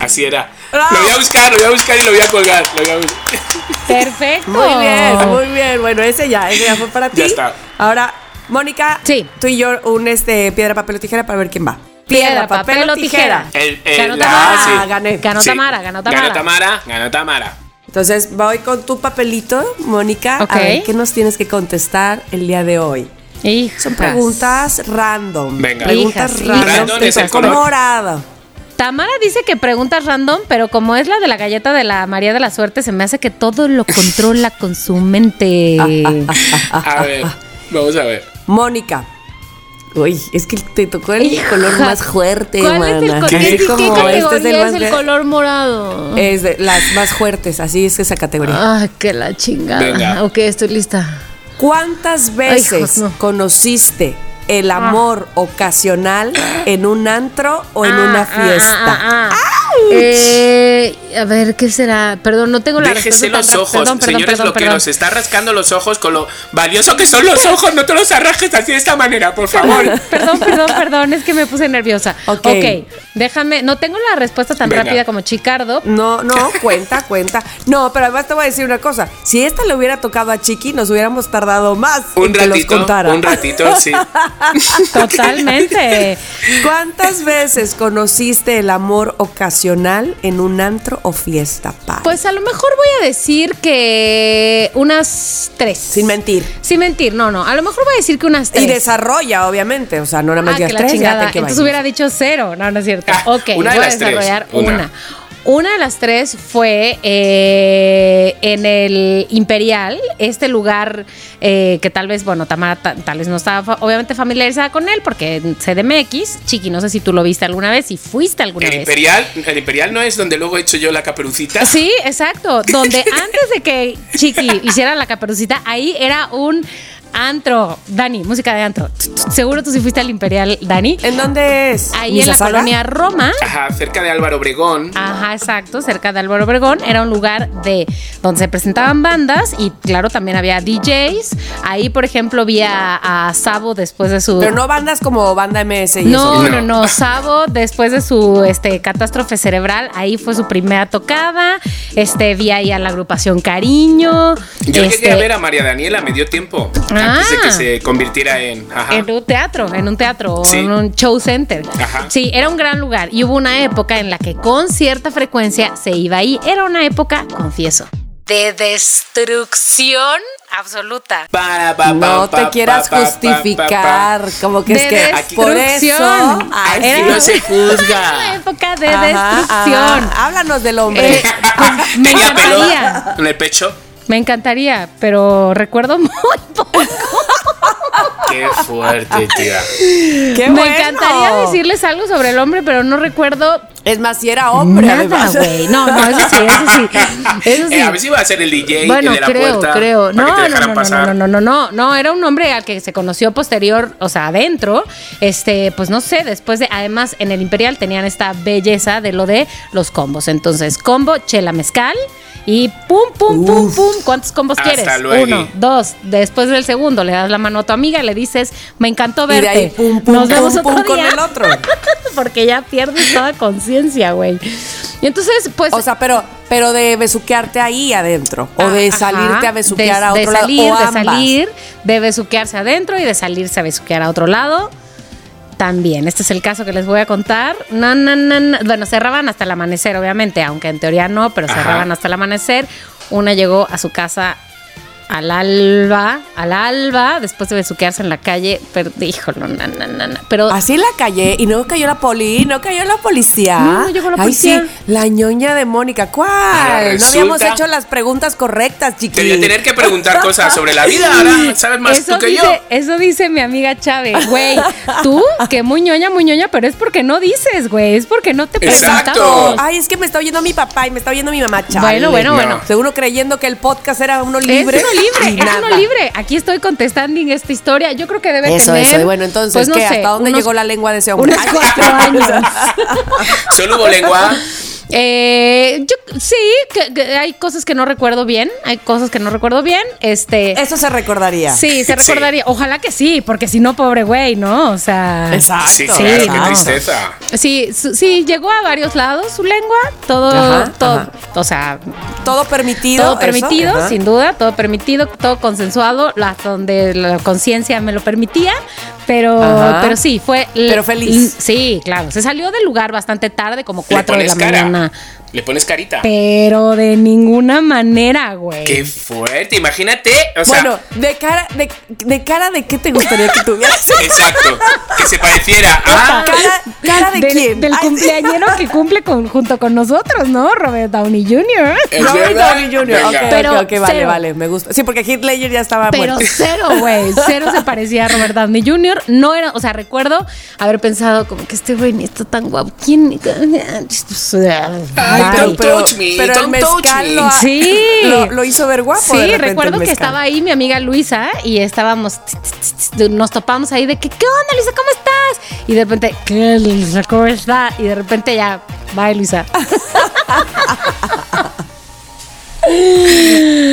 Speaker 3: Así era.
Speaker 4: Bravo.
Speaker 3: Lo voy a buscar, lo voy a buscar y lo voy a colgar. Lo voy a buscar.
Speaker 5: Perfecto.
Speaker 4: Muy bien, muy bien. Bueno, ese ya, ese ya fue para ti.
Speaker 3: Ya está.
Speaker 4: Ahora, Mónica,
Speaker 5: Sí.
Speaker 4: tú y yo un este piedra, papel o tijera para ver quién va.
Speaker 5: Piedra, papel o tijera.
Speaker 3: El- el-
Speaker 5: ganó
Speaker 3: la-
Speaker 5: Tamara.
Speaker 3: sí.
Speaker 4: Ah, gané.
Speaker 5: Ganó
Speaker 3: Sí.
Speaker 5: Tamara, ganó Tamara.
Speaker 3: Ganó Tamara, ganó Tamara.
Speaker 4: Entonces, voy con tu papelito, Mónica.
Speaker 5: Ok.
Speaker 4: A ver, ¿qué nos tienes que contestar el día de hoy?
Speaker 5: Hijas.
Speaker 4: Son preguntas random.
Speaker 3: Venga.
Speaker 4: Preguntas
Speaker 5: Hijas,
Speaker 4: random.
Speaker 5: hijas.
Speaker 3: Random es el
Speaker 4: Con
Speaker 3: color.
Speaker 4: morado.
Speaker 5: Tamara dice que preguntas random, pero como es la de la galleta de la María de la Suerte, se me hace que todo lo controla con su mente.
Speaker 4: Ah,
Speaker 5: Ah,
Speaker 3: A ver, vamos a ver.
Speaker 4: Mónica. Uy, es que te tocó el
Speaker 5: Hija,
Speaker 4: color más fuerte,
Speaker 5: ¿Cuál es el
Speaker 4: mana.
Speaker 5: color? ¿Qué,
Speaker 4: Es
Speaker 5: qué
Speaker 4: como,
Speaker 5: categoría
Speaker 4: este
Speaker 5: es
Speaker 4: el
Speaker 5: el,
Speaker 4: más de-
Speaker 5: color
Speaker 3: Eh.
Speaker 5: morado?
Speaker 4: Es de las más fuertes, así es esa categoría.
Speaker 5: Ay, que la chingada.
Speaker 3: Venga.
Speaker 5: Ok, estoy lista.
Speaker 4: ¿Cuántas veces
Speaker 5: hijos, no. Ah.
Speaker 4: conociste el amor ocasional en un antro o en
Speaker 5: Ah,
Speaker 4: una
Speaker 5: ah,
Speaker 4: fiesta?
Speaker 5: ah, ah, ah. Eh, a ver, ¿qué será? Perdón, no tengo la
Speaker 3: Déjese
Speaker 5: respuesta.
Speaker 3: los
Speaker 5: tan rápido.
Speaker 3: ojos,
Speaker 5: Perdón, perdón,
Speaker 3: señores,
Speaker 5: perdón,
Speaker 3: lo que
Speaker 5: perdón.
Speaker 3: nos está rascando los ojos con lo valioso que son los ojos. No te los arrajes así de esta manera, por favor.
Speaker 5: Perdón, perdón, perdón, es que me puse nerviosa.
Speaker 4: Ok.
Speaker 5: ok, déjame, no tengo la respuesta tan
Speaker 3: Venga.
Speaker 5: rápida como Chicardo,
Speaker 4: No, no, cuenta, cuenta. No, pero además te voy a decir una cosa. Si esta le hubiera tocado a Chiqui, nos hubiéramos tardado más
Speaker 3: Un
Speaker 4: en que los
Speaker 3: ratito,
Speaker 4: contara.
Speaker 3: un ratito, sí.
Speaker 5: totalmente.
Speaker 4: ¿Cuántas veces conociste el amor ocasional en un antro o fiesta? Pai?
Speaker 5: Pues a lo mejor voy a decir que unas tres.
Speaker 4: Sin mentir.
Speaker 5: Sin mentir, no, no. A lo mejor voy a decir que unas tres.
Speaker 4: Y desarrolla, obviamente. O sea, no nada más
Speaker 5: Ah,
Speaker 4: ya
Speaker 5: que la
Speaker 4: tres, ya
Speaker 5: chingada.
Speaker 4: te que
Speaker 5: Entonces
Speaker 4: vayas.
Speaker 5: hubiera dicho cero. No, no es cierto.
Speaker 3: Ah,
Speaker 5: ok,
Speaker 3: una de
Speaker 5: voy a
Speaker 3: las tres,
Speaker 5: desarrollar
Speaker 3: una.
Speaker 5: una. una. de las tres fue eh, en el Imperial, este lugar eh, que tal vez, bueno, Tamara ta- tal vez no estaba fa- obviamente familiarizada con él porque en CDMX, Chiqui, no sé si tú lo viste alguna vez, si fuiste alguna
Speaker 3: El
Speaker 5: vez.
Speaker 3: imperial, el imperial no es donde luego he hecho yo la caperucita.
Speaker 5: Sí, exacto. Donde antes de que Chiqui hiciera la caperucita, ahí era un antro. Dani, música de antro. Seguro tú sí fuiste al Imperial, Dani.
Speaker 4: ¿En dónde es?
Speaker 5: Ahí en la
Speaker 4: ¿Mississauga?
Speaker 5: colonia Roma.
Speaker 3: Ajá, cerca de Álvaro Obregón.
Speaker 5: Ajá, exacto, cerca de Álvaro Obregón era un lugar de donde se presentaban bandas y claro, también había DJs. Ahí, por ejemplo, vi a, a Sabo después de su
Speaker 4: Pero no bandas como Banda MS y eso.
Speaker 5: no,
Speaker 3: No.
Speaker 5: no, no. Sabo, después de su este, catástrofe cerebral, ahí fue su primera tocada. Este, vi ahí a la agrupación Cariño.
Speaker 3: Yo
Speaker 5: este,
Speaker 3: llegué a ver a María Daniela, me dio tiempo. Antes de
Speaker 5: Ah.
Speaker 3: que se convirtiera en. Ajá.
Speaker 5: En un teatro, en un teatro, o
Speaker 3: Sí.
Speaker 5: en un show center.
Speaker 3: Ajá.
Speaker 5: Sí, era un gran lugar. Y hubo una época en la que con cierta frecuencia se iba ahí. Era una época, confieso, de destrucción absoluta.
Speaker 3: Para, pa, pa,
Speaker 4: No
Speaker 3: pa,
Speaker 4: te
Speaker 3: pa,
Speaker 4: quieras
Speaker 3: pa, pa, pa,
Speaker 4: justificar, como que
Speaker 5: De
Speaker 4: es que
Speaker 5: destrucción.
Speaker 4: por eso. Ay,
Speaker 3: Aquí
Speaker 5: Era-
Speaker 4: sí.
Speaker 3: no se
Speaker 5: Una
Speaker 3: juzga.
Speaker 5: época de
Speaker 4: Ajá,
Speaker 5: destrucción.
Speaker 4: ajá. Háblanos del hombre.
Speaker 5: Eh, pues, me
Speaker 3: Tenía pelo
Speaker 5: encantaría.
Speaker 3: en el pecho.
Speaker 5: Me encantaría, pero recuerdo muy poco.
Speaker 3: Qué fuerte, tía.
Speaker 4: Qué
Speaker 5: Eh, Me
Speaker 4: bueno.
Speaker 5: encantaría decirles algo sobre el hombre, pero no recuerdo
Speaker 4: Es más, si era hombre,
Speaker 5: nada,
Speaker 4: además.
Speaker 5: güey. No, no, eso sí, eso sí. Eso sí.
Speaker 3: Eh, a ver si va a ser el DJ,
Speaker 5: bueno,
Speaker 3: el de la
Speaker 5: creo,
Speaker 3: puerta. para
Speaker 5: creo.
Speaker 3: que te
Speaker 5: No, no,
Speaker 3: dejaran
Speaker 5: no, no,
Speaker 3: pasar.
Speaker 5: no, no, no, no, no, era un hombre al que se conoció posterior, o sea, adentro, este, pues no sé, después de, además en el Imperial tenían esta belleza de lo de los combos, entonces combo, chela mezcal y pum, pum, pum, pum, ¿cuántos combos
Speaker 3: Hasta
Speaker 5: quieres?
Speaker 3: luego.
Speaker 5: Uno, dos, después del segundo le das la mano a tu amiga, le dices, me encantó
Speaker 4: Y
Speaker 5: verte,
Speaker 4: de ahí pum, pum,
Speaker 5: nos vemos
Speaker 4: pum,
Speaker 5: otro
Speaker 4: pum con
Speaker 5: día".
Speaker 4: el otro.
Speaker 5: Porque ya pierdes toda conciencia, güey. Y entonces, pues...
Speaker 4: O sea, pero, pero de besuquearte ahí adentro. O de
Speaker 5: Ah, Ajá,
Speaker 4: salirte a besuquear
Speaker 5: de-
Speaker 4: a otro
Speaker 5: de
Speaker 4: lado.
Speaker 5: salir,
Speaker 4: o
Speaker 5: de
Speaker 4: ambas.
Speaker 5: salir, de besuquearse adentro y de salirse a besuquear a otro lado. También, este es el caso que les voy a contar. No, no, no, no. Bueno, cerraban hasta el amanecer, obviamente, aunque en teoría no, pero
Speaker 3: Ajá.
Speaker 5: cerraban hasta el amanecer. Una llegó a su casa al alba, al alba, después de besuquearse en la calle, pero híjole, na, na, na, na. Pero
Speaker 4: Así en la calle y no cayó la poli, no cayó la policía.
Speaker 5: No, no llegó la policía.
Speaker 4: Ay, sí, la ñoña de Mónica.
Speaker 3: Ahora
Speaker 4: ¿Cuál? no
Speaker 3: Ah, resulta-
Speaker 4: habíamos hecho las preguntas correctas, chiqui.
Speaker 3: Te voy a tener que preguntar cosas sobre la vida. Ahora sabes más
Speaker 5: eso
Speaker 3: tú que
Speaker 5: dice,
Speaker 3: yo.
Speaker 5: Eso dice mi amiga Chávez, güey. Tú, que muy ñoña, muy ñoña, pero es porque no dices, güey. Es porque no te
Speaker 3: Exacto.
Speaker 5: presentamos.
Speaker 4: Ay, es que me está oyendo mi papá y me está oyendo mi mamá. Chale.
Speaker 5: Bueno, bueno,
Speaker 3: No.
Speaker 5: bueno.
Speaker 4: Seguro creyendo que el podcast era uno libre.
Speaker 5: Es uno
Speaker 4: y
Speaker 5: libre, es
Speaker 4: nada.
Speaker 5: uno libre. Aquí estoy contestando en esta historia. Yo creo que debe
Speaker 4: Eso,
Speaker 5: tener.
Speaker 4: eso. Y bueno, entonces,
Speaker 5: pues, no
Speaker 4: ¿qué?
Speaker 5: sé,
Speaker 4: ¿hasta dónde
Speaker 5: unos-
Speaker 4: llegó la lengua de ese hombre?
Speaker 5: Unos cuatro años.
Speaker 3: Solo hubo lengua.
Speaker 5: Eh, yo sí, que- que hay cosas que no recuerdo bien, hay cosas que no recuerdo bien. Este,
Speaker 4: Eso se recordaría.
Speaker 5: sí, se
Speaker 3: Sí.
Speaker 5: recordaría. Ojalá que sí, porque si no, pobre güey, ¿no? O sea,
Speaker 4: Exacto.
Speaker 3: Sí, claro,
Speaker 5: Sí,
Speaker 3: qué
Speaker 5: no.
Speaker 3: tristeza.
Speaker 5: sí, su- sí llegó a varios lados su lengua, todo,
Speaker 4: Ajá,
Speaker 5: todo,
Speaker 4: ajá.
Speaker 5: o sea,
Speaker 4: Todo permitido.
Speaker 5: todo permitido,
Speaker 4: eso. Ajá.
Speaker 5: sin duda, todo permitido, todo consensuado, hasta donde la conciencia me lo permitía, pero,
Speaker 4: Ajá.
Speaker 5: pero sí, fue.
Speaker 4: Pero feliz.
Speaker 5: Sí, claro. Se salió del lugar bastante tarde, como
Speaker 3: Le
Speaker 5: 4 de
Speaker 3: pones
Speaker 5: la
Speaker 3: cara.
Speaker 5: mañana.
Speaker 3: Le pones carita.
Speaker 5: Pero de ninguna manera, güey.
Speaker 3: Qué fuerte. Imagínate. O sea,
Speaker 4: Bueno, de cara, de, de cara de qué te gustaría que tuvieras.
Speaker 3: exacto. Que se pareciera a.
Speaker 4: cara, cara de
Speaker 5: Ah, Del-
Speaker 4: quién.
Speaker 5: Del
Speaker 4: Ay, sí.
Speaker 5: cumpleañero que cumple con, junto con nosotros, ¿no? Robert Downey Jr.
Speaker 3: ¿Es
Speaker 4: Robert
Speaker 3: verdad?
Speaker 4: Downey Jr.
Speaker 3: Venga.
Speaker 4: Ok,
Speaker 5: Pero
Speaker 4: ok, ok, vale,
Speaker 5: cero.
Speaker 4: vale, me gusta. Sí, porque Heath Ledger ya estaba
Speaker 5: Pero
Speaker 4: Ah, muerto.
Speaker 5: cero, güey. Cero se parecía a Robert Downey Jr. No era, o sea, recuerdo haber pensado como que este güey ni está tan guapo. ¿Quién?
Speaker 3: Ay,
Speaker 5: Bye.
Speaker 3: don't touch me,
Speaker 4: pero el
Speaker 3: don't touch
Speaker 4: mezcal
Speaker 3: me.
Speaker 4: lo, ha-
Speaker 5: Sí.
Speaker 4: lo, lo hizo ver guapo. de
Speaker 5: Sí,
Speaker 4: repente
Speaker 5: recuerdo
Speaker 4: el
Speaker 5: que
Speaker 4: mezcal.
Speaker 5: estaba ahí mi amiga Luisa y estábamos, tss, tss, tss, tss, nos topamos ahí de que, ¿qué onda Luisa? ¿Cómo estás? Y de repente, ¿qué Luisa? ¿Cómo está? Y de repente ya, bye Luisa.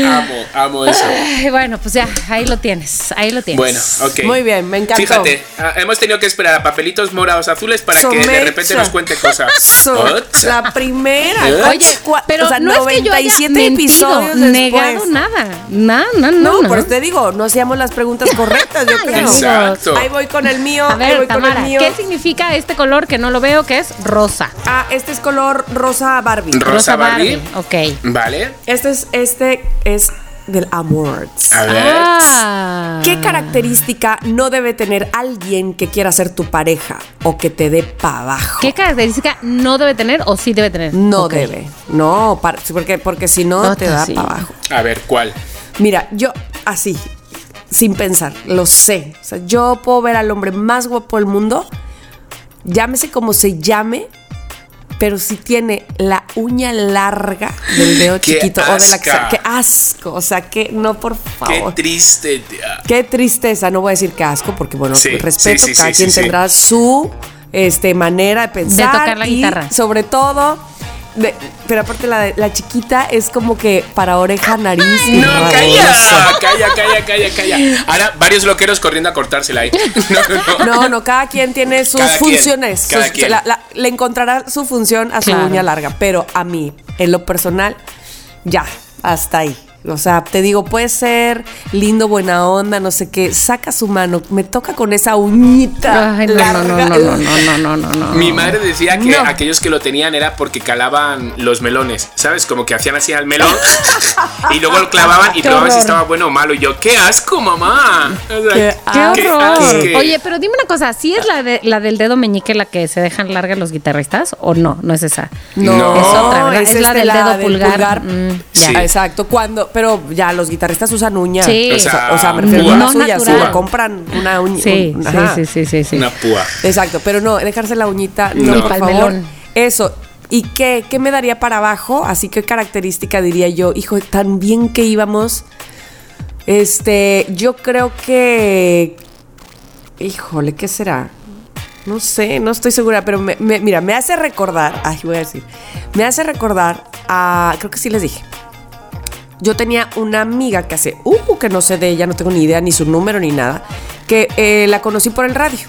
Speaker 3: Amo, amo eso.
Speaker 5: Ay, bueno, pues ya, ahí lo tienes, ahí lo tienes.
Speaker 3: Bueno, ok.
Speaker 4: Muy bien, me encantó.
Speaker 3: Fíjate, ah, hemos tenido que esperar a papelitos morados azules para que de
Speaker 4: Somecha.
Speaker 3: repente nos cuente cosas.
Speaker 4: So-
Speaker 3: Ocha.
Speaker 4: la primera.
Speaker 3: Oye,
Speaker 4: ¿cuántos cua-
Speaker 5: Pero
Speaker 4: o sea,
Speaker 5: no es que yo haya
Speaker 4: 97
Speaker 5: mentido,
Speaker 4: episodios después.
Speaker 5: negado nada. No, no, no.
Speaker 4: No,
Speaker 5: no.
Speaker 4: por eso te digo, no hacíamos las preguntas correctas, yo creo.
Speaker 5: amigos.
Speaker 3: Exacto.
Speaker 4: Ahí voy con el mío,
Speaker 5: A
Speaker 4: ahí
Speaker 5: ver,
Speaker 4: voy con
Speaker 5: Tamara,
Speaker 4: el mío.
Speaker 5: ¿qué significa este color que no lo veo, que es rosa?
Speaker 4: Ah, este es color rosa Barbie.
Speaker 3: Rosa Barbie.
Speaker 5: Ok.
Speaker 3: Vale.
Speaker 4: Este es, este es del Awards.
Speaker 3: A ver.
Speaker 5: Ah.
Speaker 4: ¿Qué característica no debe tener alguien que quiera ser tu pareja o que te dé para abajo?
Speaker 5: ¿Qué característica no debe tener o sí debe tener?
Speaker 4: No
Speaker 5: Ok.
Speaker 4: debe. No, para- sí, porque, porque si no,
Speaker 5: No,
Speaker 4: te
Speaker 5: tú
Speaker 4: da
Speaker 5: sí.
Speaker 4: para abajo.
Speaker 3: A ver, ¿cuál?
Speaker 4: Mira, yo así, sin pensar, lo sé. O sea, yo puedo ver al hombre más guapo del mundo, llámese como se llame, pero si tiene la uña larga del dedo
Speaker 3: ¡Qué
Speaker 4: chiquito o de la que sea,
Speaker 3: asca!
Speaker 4: ¡Qué asco! O sea, que no, por
Speaker 3: Qué
Speaker 4: favor.
Speaker 3: triste. tía.
Speaker 4: Qué tristeza, no voy a decir que asco, porque bueno,
Speaker 3: Sí,
Speaker 4: respeto,
Speaker 3: sí, sí,
Speaker 4: cada
Speaker 3: sí,
Speaker 4: quien
Speaker 3: sí, sí.
Speaker 4: tendrá su este, manera de pensar.
Speaker 5: tocar la
Speaker 4: y
Speaker 5: guitarra.
Speaker 4: Sobre todo, de- pero aparte la, de- la chiquita es como que para oreja, nariz. y
Speaker 3: No,
Speaker 4: para oreja.
Speaker 3: calla, calla, calla, calla, calla. Ahora varios loqueros corriendo a cortársela ahí. No, no, no.
Speaker 4: No, no, cada quien tiene sus
Speaker 3: Cada quien,
Speaker 4: funciones.
Speaker 3: cada
Speaker 4: sus-
Speaker 3: quien.
Speaker 4: la- la- le encontrará su función a su
Speaker 5: Claro.
Speaker 4: uña larga, pero a mí, en lo personal, ya, hasta ahí. O sea, te digo, puede ser lindo, buena onda, no sé qué. Saca su mano, me toca con esa uñita.
Speaker 5: Ay, no, no, no,
Speaker 4: larga.
Speaker 5: no, no, no, no, no, no.
Speaker 3: Mi madre decía que
Speaker 4: No.
Speaker 3: aquellos que lo tenían era porque calaban los melones, ¿sabes? Como que hacían así al melón y luego lo clavaban y
Speaker 5: Qué
Speaker 3: probaban si
Speaker 5: horror.
Speaker 3: estaba bueno o malo. Y yo, ¡qué asco, mamá! O sea,
Speaker 4: Qué
Speaker 5: ¡Qué horror!
Speaker 3: asque.
Speaker 5: Oye, pero dime una cosa, ¿sí es la, de, la del dedo meñique la que se dejan larga los guitarristas o no? No es esa.
Speaker 4: No, este,
Speaker 3: No.
Speaker 5: Es otra, ¿verdad?
Speaker 4: esa
Speaker 5: Es la del dedo pulgar. Mm,
Speaker 3: ya.
Speaker 4: Sí. Exacto, cuando, pero ya los guitarristas usan uña.
Speaker 5: Sí.
Speaker 4: O sea, o sea,
Speaker 3: O sea,
Speaker 4: me refiero
Speaker 3: púa.
Speaker 4: a
Speaker 3: No
Speaker 4: las suyas,
Speaker 5: natural.
Speaker 4: o compran una uña.
Speaker 5: Sí,
Speaker 4: un-
Speaker 5: sí,
Speaker 4: ajá.
Speaker 5: sí, sí, sí, sí.
Speaker 3: Una púa.
Speaker 4: Exacto, pero no, dejarse la uñita, no,
Speaker 3: No.
Speaker 4: por favor.
Speaker 5: Palmelón.
Speaker 4: Eso. ¿Y qué, qué me daría para abajo? Así que característica diría yo, hijo, tan bien que íbamos. Este, yo creo que. Híjole, ¿qué será? No sé, no estoy segura, pero me- me- mira, me hace recordar. Ay, voy a decir. Me hace recordar a. Creo que sí les dije. Yo tenía una amiga que hace, uh, que no sé de ella, no tengo ni idea, ni su número, ni nada, que eh, la conocí por el radio.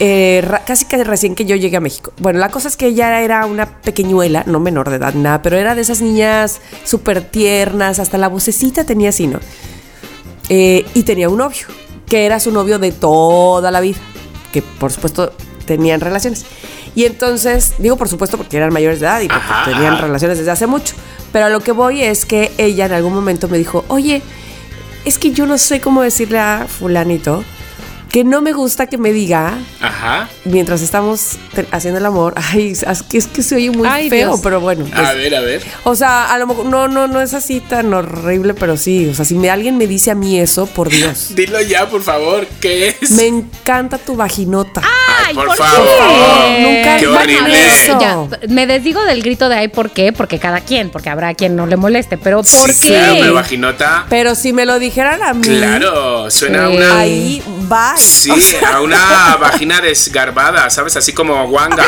Speaker 4: Eh, ra- casi que recién que yo llegué a México. Bueno, la cosa es que ella era una pequeñuela, no menor de edad, nada, pero era de esas niñas súper tiernas, hasta la vocecita tenía así, ¿no? Eh, y tenía un novio, que era su novio de toda la vida, que por supuesto tenían relaciones. Y entonces, digo por supuesto porque eran mayores de edad y porque
Speaker 3: Ajá.
Speaker 4: tenían relaciones desde hace mucho, pero a lo que voy es que ella en algún momento me dijo, oye, es que yo no sé cómo decirle a fulanito que no me gusta que me diga
Speaker 3: Ajá.
Speaker 4: mientras estamos te- haciendo el amor, ay, es que, es que se oye muy
Speaker 5: Ay,
Speaker 4: feo,
Speaker 5: Dios.
Speaker 4: pero bueno.
Speaker 3: A
Speaker 4: es-
Speaker 3: ver, a ver.
Speaker 4: o sea, a lo mejor no, no, no es así tan horrible, pero sí. O sea, si me, alguien me dice a mí eso, por Dios.
Speaker 3: Dilo ya, por favor. ¿Qué es?
Speaker 4: me encanta tu vaginota.
Speaker 3: Ay, por,
Speaker 5: ¿por qué?
Speaker 3: favor.
Speaker 4: Nunca
Speaker 3: qué
Speaker 4: digan
Speaker 3: horrible.
Speaker 4: eso.
Speaker 5: Ya, me desdigo del grito de ay, ¿por qué? Porque cada quien, porque habrá quien no le moleste, pero
Speaker 3: Sí,
Speaker 5: ¿por qué?
Speaker 3: Claro, pero vaginota.
Speaker 4: Pero si me lo dijeran a mí,
Speaker 3: Claro, suena a
Speaker 5: Sí.
Speaker 3: una.
Speaker 4: ahí va. O
Speaker 3: Sí,
Speaker 4: sea,
Speaker 3: a una vagina desgarbada, ¿sabes? Así como guanga.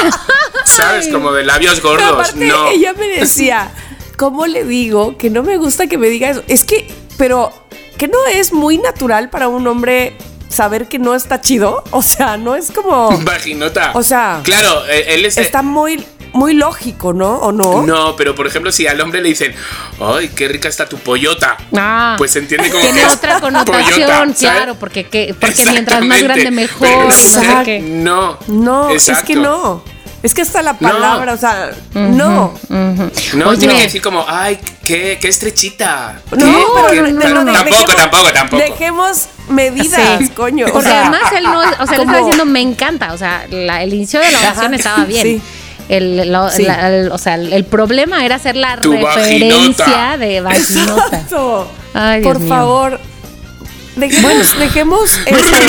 Speaker 3: ¿Sabes? Como de labios
Speaker 4: pero
Speaker 3: gordos.
Speaker 4: aparte,
Speaker 3: No.
Speaker 4: ella me decía, ¿cómo le digo que no me gusta que me diga eso? Es que, pero, que no es muy natural para un hombre saber que no está chido. O sea, no es como.
Speaker 3: Vaginota.
Speaker 4: O sea,
Speaker 3: Claro, eh, él es.
Speaker 4: Está muy, muy lógico, ¿no? ¿O no?
Speaker 3: No, pero por ejemplo, si al hombre le dicen, ¡ay, qué rica está tu pollota!
Speaker 5: Ah.
Speaker 3: Pues se entiende como
Speaker 5: Tiene
Speaker 3: que es
Speaker 5: otra connotación,
Speaker 3: pollota, ¿sabes?
Speaker 5: claro, porque, que- porque mientras más
Speaker 3: Exactamente.
Speaker 5: grande mejor.
Speaker 3: Pero
Speaker 5: no
Speaker 3: usted
Speaker 5: sé qué.
Speaker 3: no,
Speaker 4: No, es
Speaker 3: Exacto.
Speaker 4: que no. Es que hasta la palabra, o sea, no.
Speaker 3: No,
Speaker 5: Oye.
Speaker 3: tiene que decir como, ay, qué, qué estrechita.
Speaker 4: No,
Speaker 3: ¿Qué- qué-
Speaker 4: pero no, no, no,
Speaker 3: tampoco,
Speaker 4: dejemos-
Speaker 3: tampoco, tampoco.
Speaker 4: Dejemos medidas,
Speaker 5: Sí.
Speaker 4: coño. o
Speaker 5: Porque
Speaker 4: sea,
Speaker 5: además él no, o sea, le está
Speaker 4: como-
Speaker 5: diciendo me encanta, o sea, la- el inicio de la
Speaker 4: Ajá.
Speaker 5: oración estaba bien.
Speaker 4: Sí.
Speaker 5: El, lo-
Speaker 4: Sí.
Speaker 5: la- el- o sea, el, el problema era hacer la
Speaker 3: Tu
Speaker 5: referencia
Speaker 3: vaginota.
Speaker 5: de vaginota.
Speaker 4: Exacto.
Speaker 5: Ay, Dios
Speaker 4: Por
Speaker 5: mío.
Speaker 4: favor, dejemos, dejemos esas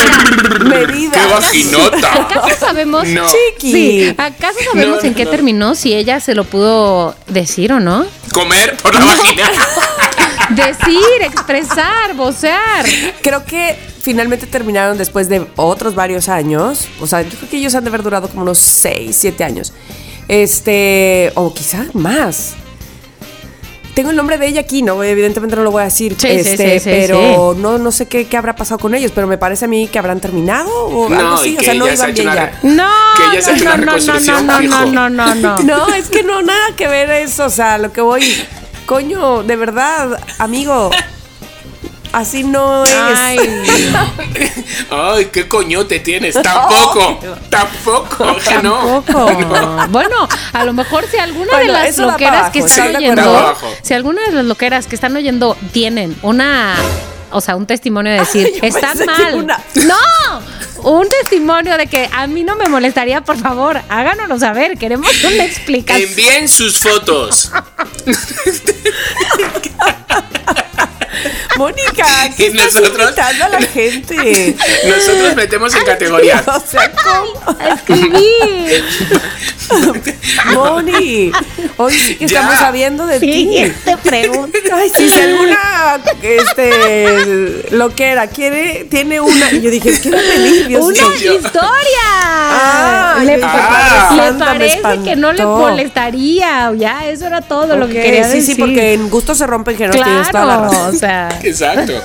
Speaker 4: medidas.
Speaker 3: ¡Qué vaginota!
Speaker 5: ¿Acaso sabemos?
Speaker 3: No.
Speaker 4: Chiqui.
Speaker 5: Sí, ¿acaso sabemos
Speaker 3: No,
Speaker 5: en qué
Speaker 3: no.
Speaker 5: terminó? Si ella se lo pudo decir o no.
Speaker 3: Comer por la vagina.
Speaker 5: Decir, expresar, vocear.
Speaker 4: Creo que finalmente terminaron después de otros varios años. O sea, yo creo que ellos han de haber durado como unos 6, 7 años. Este, o quizá más. Tengo el nombre de ella aquí, no, evidentemente no lo voy a decir,
Speaker 5: Sí, sí,
Speaker 4: este,
Speaker 5: sí, sí,
Speaker 4: pero no, no sé qué, qué habrá pasado con ellos, pero me parece a mí que habrán terminado o algo
Speaker 3: No, y
Speaker 4: así, o
Speaker 3: que
Speaker 4: sea, no
Speaker 3: ella se ha
Speaker 4: iban
Speaker 3: hecho
Speaker 4: bien
Speaker 3: una-
Speaker 4: ya.
Speaker 5: No,
Speaker 3: Que ella se ha hecho una
Speaker 5: no, no, no, no,
Speaker 3: reconstrucción,
Speaker 5: no,
Speaker 3: fijo.
Speaker 5: no, no, no, no.
Speaker 4: No, es que no, nada que ver eso, o sea, lo que voy, coño, de verdad, amigo, así no es.
Speaker 5: Ay,
Speaker 3: ¡Ay, qué coñote tienes! ¡Tampoco! ¡Tampoco! que no!
Speaker 5: Tampoco. Bueno, a lo mejor si alguna
Speaker 4: Bueno,
Speaker 5: de las
Speaker 4: eso da
Speaker 5: loqueras
Speaker 4: para
Speaker 5: que
Speaker 4: abajo,
Speaker 5: están
Speaker 4: estoy de
Speaker 5: oyendo,
Speaker 3: acuerdo. Da para abajo.
Speaker 5: si alguna de las loqueras que están oyendo tienen una, o sea, un testimonio de decir,
Speaker 4: Ay, Ah, yo
Speaker 5: están
Speaker 4: pensé que
Speaker 5: mal.
Speaker 4: una-
Speaker 5: No, un testimonio de que a mí no me molestaría, por favor, háganoslo saber, queremos una explicación.
Speaker 3: Envíen sus fotos.
Speaker 4: Mónica, ¿qué
Speaker 3: Y
Speaker 4: estás
Speaker 3: nosotros-
Speaker 4: invitando a la gente?
Speaker 3: Nosotros metemos en categorías.
Speaker 4: O sea, ¿cómo?
Speaker 5: Escribir.
Speaker 4: Moni, hoy sí que
Speaker 3: Ya.
Speaker 4: estamos sabiendo de ti.
Speaker 5: Siguiente pregunta.
Speaker 4: Ay, sí, si alguna este, loquera quiere, tiene una. Y yo dije, quiero venir, Dios
Speaker 5: ¡Una
Speaker 4: mío.
Speaker 3: yo-
Speaker 5: historia!
Speaker 4: Ah,
Speaker 5: le,
Speaker 4: yo-
Speaker 3: Ah.
Speaker 5: le
Speaker 4: Santa, me
Speaker 5: parece que no le
Speaker 4: espantó.
Speaker 5: molestaría. Ya, eso era todo lo que
Speaker 4: Ok,
Speaker 5: quería
Speaker 4: sí,
Speaker 5: decir.
Speaker 4: sí, porque en gusto se rompen géneros, tienes toda la
Speaker 5: Claro,
Speaker 4: razón.
Speaker 5: o sea.
Speaker 3: Exacto.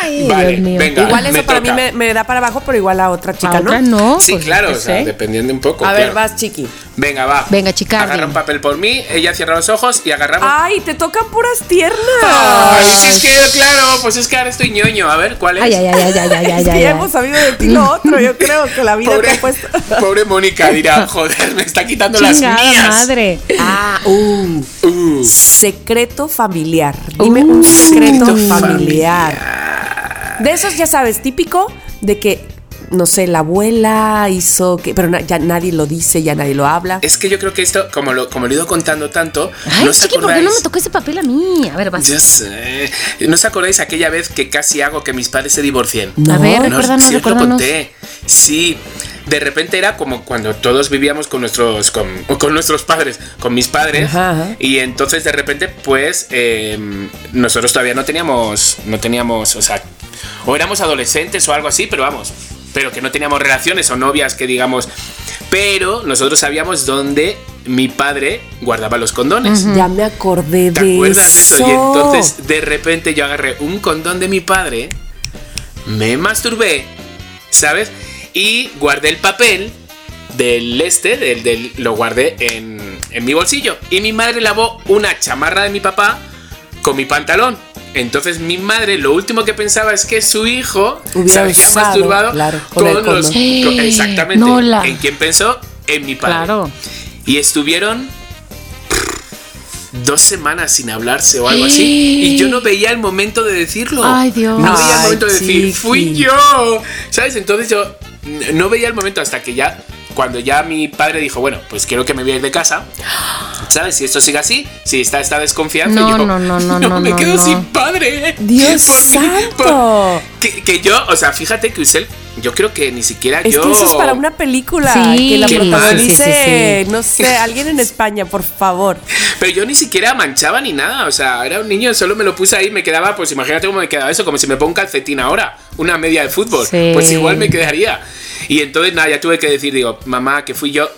Speaker 5: Ay,
Speaker 3: vale,
Speaker 5: Dios mío.
Speaker 3: venga.
Speaker 4: Igual eso
Speaker 3: me
Speaker 4: para
Speaker 3: toca.
Speaker 4: mí me, me da para abajo, pero igual a otra
Speaker 5: A
Speaker 4: chica, ¿no?
Speaker 5: otra no.
Speaker 3: Sí,
Speaker 5: pues,
Speaker 3: claro,
Speaker 5: yo
Speaker 3: o
Speaker 5: qué
Speaker 3: sea,
Speaker 5: sé.
Speaker 3: dependiendo un poco.
Speaker 4: A ver,
Speaker 3: claro.
Speaker 4: vas, chiqui.
Speaker 3: Venga, va.
Speaker 5: Venga, Ah. Chicardi.
Speaker 3: Agarra un papel por mí, ella cierra los ojos y agarramos.
Speaker 4: Ay, te tocan puras tiernas.
Speaker 3: Ay, sí, es que, claro, pues es que ahora estoy ñoño. A ver, ¿cuál es?
Speaker 5: Ay, ay, ay, ay, ay, ay,
Speaker 4: Es
Speaker 5: ay,
Speaker 4: que
Speaker 5: ay,
Speaker 4: ya
Speaker 5: ay.
Speaker 4: hemos sabido de ti lo otro. Yo creo que la vida
Speaker 3: Pobre,
Speaker 4: te ha puesto.
Speaker 3: pobre Mónica dirá, joder, me está quitando
Speaker 5: Chingada
Speaker 3: las mías.
Speaker 5: madre.
Speaker 4: Ah, uh.
Speaker 3: Uh,
Speaker 4: Secreto familiar. Dime un secreto
Speaker 3: secreto
Speaker 4: familiar. De esos, ya sabes, típico de que, no sé, la abuela hizo que. Pero na- ya nadie lo dice, ya nadie lo habla.
Speaker 3: es que yo creo que esto, como lo, como lo he ido contando tanto,
Speaker 5: Ay,
Speaker 3: no os
Speaker 5: chiqui, ¿por qué
Speaker 3: acordáis-
Speaker 5: no me tocó ese papel a mí? A ver, vas.
Speaker 3: Ya sé. ¿No os acordáis aquella vez que casi hago que mis padres se divorcien?
Speaker 5: A ver,
Speaker 3: No,
Speaker 5: recuérdanos,
Speaker 3: sí os lo
Speaker 5: recuérdanos.
Speaker 3: conté. Sí, de repente era como cuando todos vivíamos con nuestros con, con nuestros padres, con mis padres,
Speaker 4: Ajá, ajá.
Speaker 3: y entonces de repente pues eh, nosotros todavía no teníamos no teníamos, o sea, o éramos adolescentes o algo así, pero vamos, pero que no teníamos relaciones o novias que digamos, pero nosotros sabíamos dónde mi padre guardaba los condones.
Speaker 4: Ya me acordé de.
Speaker 3: ¿Te acuerdas de
Speaker 4: eso?
Speaker 3: eso? Y entonces de repente yo agarré un condón de mi padre, me masturbé, ¿sabes? Y guardé el papel del este, del, del- lo guardé en, en mi bolsillo. Y mi madre lavó una chamarra de mi papá con mi pantalón. Entonces mi madre lo último que pensaba es que su hijo
Speaker 4: Hubiera
Speaker 3: se había
Speaker 4: usado,
Speaker 3: masturbado
Speaker 4: claro, con
Speaker 3: con,
Speaker 4: el
Speaker 3: los...
Speaker 4: condón.
Speaker 3: con- exactamente.
Speaker 5: Nola.
Speaker 3: ¿En quién pensó? en mi padre.
Speaker 5: Claro.
Speaker 3: Y estuvieron dos semanas sin hablarse o algo así. Y yo no veía el momento de decirlo.
Speaker 5: Ay, Dios.
Speaker 3: No veía el
Speaker 4: Ay,
Speaker 3: momento de decir,
Speaker 4: chiqui.
Speaker 3: fui yo. ¿Sabes? Entonces yo n- no veía el momento hasta que ya, cuando ya mi padre dijo, bueno, pues quiero que me voy a ir de casa. ¿Sabes? Si esto sigue así, si está esta desconfianza,
Speaker 5: No,
Speaker 3: yo
Speaker 5: no, no, no, no,
Speaker 3: me
Speaker 5: no,
Speaker 3: quedo
Speaker 5: no.
Speaker 3: sin padre.
Speaker 4: Dios santo.
Speaker 3: que, que yo, o sea, fíjate que Usel, yo creo que ni siquiera
Speaker 4: Es
Speaker 3: yo.
Speaker 4: que eso es para una película
Speaker 5: Sí.
Speaker 4: que la
Speaker 3: Qué
Speaker 4: protagonice,
Speaker 5: mal.
Speaker 4: no sé, alguien en España, por favor.
Speaker 3: Pero yo ni siquiera manchaba ni nada, o sea, era un niño, solo me lo puse ahí, me quedaba, pues imagínate cómo me quedaba eso, como si me pongo un calcetín ahora, una media de fútbol,
Speaker 5: Sí.
Speaker 3: pues igual me quedaría. Y entonces nada, ya tuve que decir, digo, mamá, que fui yo,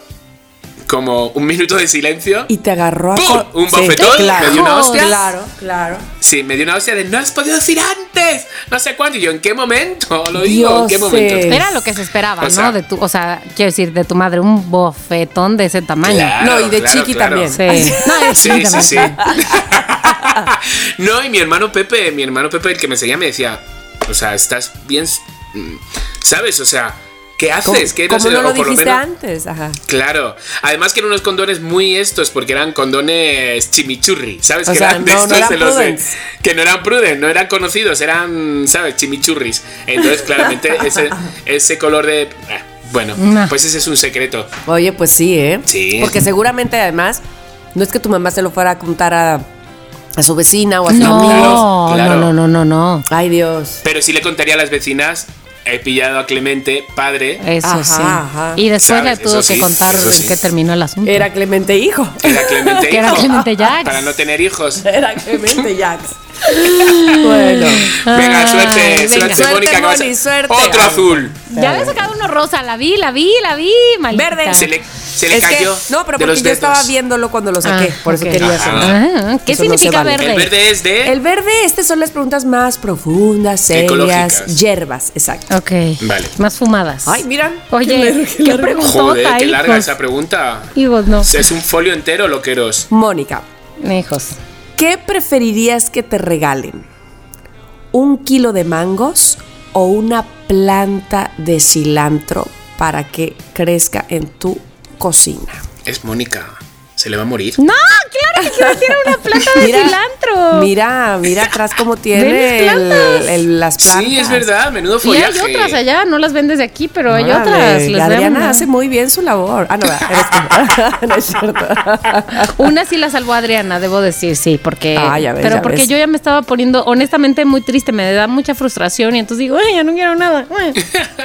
Speaker 3: como un minuto de silencio.
Speaker 4: Y te agarró a
Speaker 3: ¡Pum!
Speaker 4: cor-
Speaker 3: Un bofetón,
Speaker 4: claro,
Speaker 3: me dio una hostia.
Speaker 4: claro, claro.
Speaker 3: Sí, me dio una hostia de, no has podido decir antes, no sé cuándo, y yo, ¿en qué momento? Lo digo, ¿en qué momento?
Speaker 4: Dioses.
Speaker 5: Era lo que se esperaba,
Speaker 3: O
Speaker 5: ¿no?
Speaker 3: sea-
Speaker 5: de tu, o sea, quiero decir, de tu madre, un bofetón de ese tamaño.
Speaker 3: Claro,
Speaker 4: no, y de
Speaker 3: claro,
Speaker 4: chiqui
Speaker 3: claro.
Speaker 4: también.
Speaker 5: Sí. No, es
Speaker 3: Sí, sí, sí. no, y mi hermano Pepe, mi hermano Pepe, el que me seguía, me decía, o sea, estás bien, mm, ¿sabes? O sea, ¿qué
Speaker 4: ¿Cómo,
Speaker 3: haces? ¿Qué
Speaker 4: cómo
Speaker 3: sé,
Speaker 4: no
Speaker 3: o
Speaker 4: lo
Speaker 3: por
Speaker 4: dijiste
Speaker 3: menos-
Speaker 4: antes? Ajá.
Speaker 3: Claro, además que eran unos condones muy estos, porque eran condones chimichurri, ¿sabes?
Speaker 4: O
Speaker 3: que
Speaker 4: sea,
Speaker 3: eran de
Speaker 4: no- no
Speaker 3: estos
Speaker 4: eran
Speaker 3: de los de-
Speaker 4: prudence.
Speaker 3: que no eran prudentes, no eran conocidos, eran, ¿sabes? Chimichurris. Entonces, claramente, ese, ese color de. ah, Bueno,
Speaker 5: Nah.
Speaker 3: pues ese es un secreto.
Speaker 4: Oye, pues sí, ¿eh?
Speaker 3: Sí.
Speaker 4: Porque seguramente además, no es que tu mamá se lo fuera a contar a, a su vecina o a su
Speaker 5: No,
Speaker 4: amigo.
Speaker 3: Claro, claro.
Speaker 5: no, no, no, no, no.
Speaker 4: Ay, Dios.
Speaker 3: Pero sí le contaría a las vecinas, he pillado a Clemente, padre,
Speaker 5: Eso
Speaker 4: Ajá,
Speaker 5: sí.
Speaker 4: ajá.
Speaker 5: Y después
Speaker 3: ¿Sabes?
Speaker 5: le tuvo
Speaker 3: Eso
Speaker 5: que
Speaker 3: sí,
Speaker 5: contar
Speaker 3: eso sí.
Speaker 5: en qué terminó el asunto.
Speaker 4: Era Clemente hijo.
Speaker 3: que era Clemente
Speaker 5: que era
Speaker 3: hijo,
Speaker 5: Clemente Jack.
Speaker 3: Para no tener hijos.
Speaker 4: Era Clemente Jax. bueno.
Speaker 3: Venga,
Speaker 5: Ay,
Speaker 3: suerte,
Speaker 5: Ah, venga.
Speaker 3: suerte,
Speaker 4: Suerte,
Speaker 3: Mónica. que vas a-
Speaker 4: Moni, suerte. Ah.
Speaker 3: Otro azul.
Speaker 5: Ya había sacado uno rosa, la vi, la vi, la vi, maldita.
Speaker 4: Verde.
Speaker 3: Se le, se le
Speaker 4: Es que-
Speaker 3: cayó.
Speaker 4: no, pero
Speaker 3: de
Speaker 4: porque
Speaker 3: los
Speaker 4: yo estaba
Speaker 3: dedos.
Speaker 4: viéndolo cuando lo saqué.
Speaker 5: Ah,
Speaker 4: por eso
Speaker 5: ok.
Speaker 4: quería
Speaker 3: Ajá.
Speaker 4: saber.
Speaker 5: Ah, ¿Qué
Speaker 4: Eso no
Speaker 5: significa
Speaker 4: se vale.
Speaker 5: verde?
Speaker 3: El verde es de.
Speaker 4: El verde, estas son las preguntas más profundas, serias,
Speaker 3: Ecológicas.
Speaker 4: hierbas, exacto.
Speaker 5: Ok.
Speaker 3: Vale.
Speaker 5: Más fumadas.
Speaker 4: Ay, mira.
Speaker 5: Oye, qué,
Speaker 3: Joder,
Speaker 5: preguntota,
Speaker 3: qué larga
Speaker 5: hijos.
Speaker 3: esa pregunta.
Speaker 5: Hijos, no.
Speaker 3: Es un folio entero, loqueros.
Speaker 4: Mónica,
Speaker 5: Hijos.
Speaker 4: ¿qué preferirías que te regalen? ¿Un kilo de mangos o una planta de cilantro para que crezca en tu cocina?
Speaker 3: Es Mónica. Se le va a morir.
Speaker 5: No, claro que quiero quiero una planta de cilantro.
Speaker 4: Mira, mira atrás cómo tiene
Speaker 5: Ven las
Speaker 4: el-
Speaker 5: plantas.
Speaker 4: el- las plantas.
Speaker 3: Sí, es verdad. Menudo
Speaker 5: Y
Speaker 3: follaje.
Speaker 5: hay otras allá, no las vendes de aquí, pero hay
Speaker 4: Órale,
Speaker 5: otras. Les
Speaker 4: la
Speaker 5: veo
Speaker 4: Adriana
Speaker 5: una.
Speaker 4: hace muy bien su labor. Ah, no, eres tú. no es cierto.
Speaker 5: Una sí la salvó Adriana, debo decir, sí, porque.
Speaker 4: Ah, ya ves,
Speaker 5: pero
Speaker 4: ya
Speaker 5: porque
Speaker 4: ves.
Speaker 5: yo ya me estaba poniendo, honestamente, muy triste, me da mucha frustración y entonces digo, "Ay, ya no quiero nada. ay".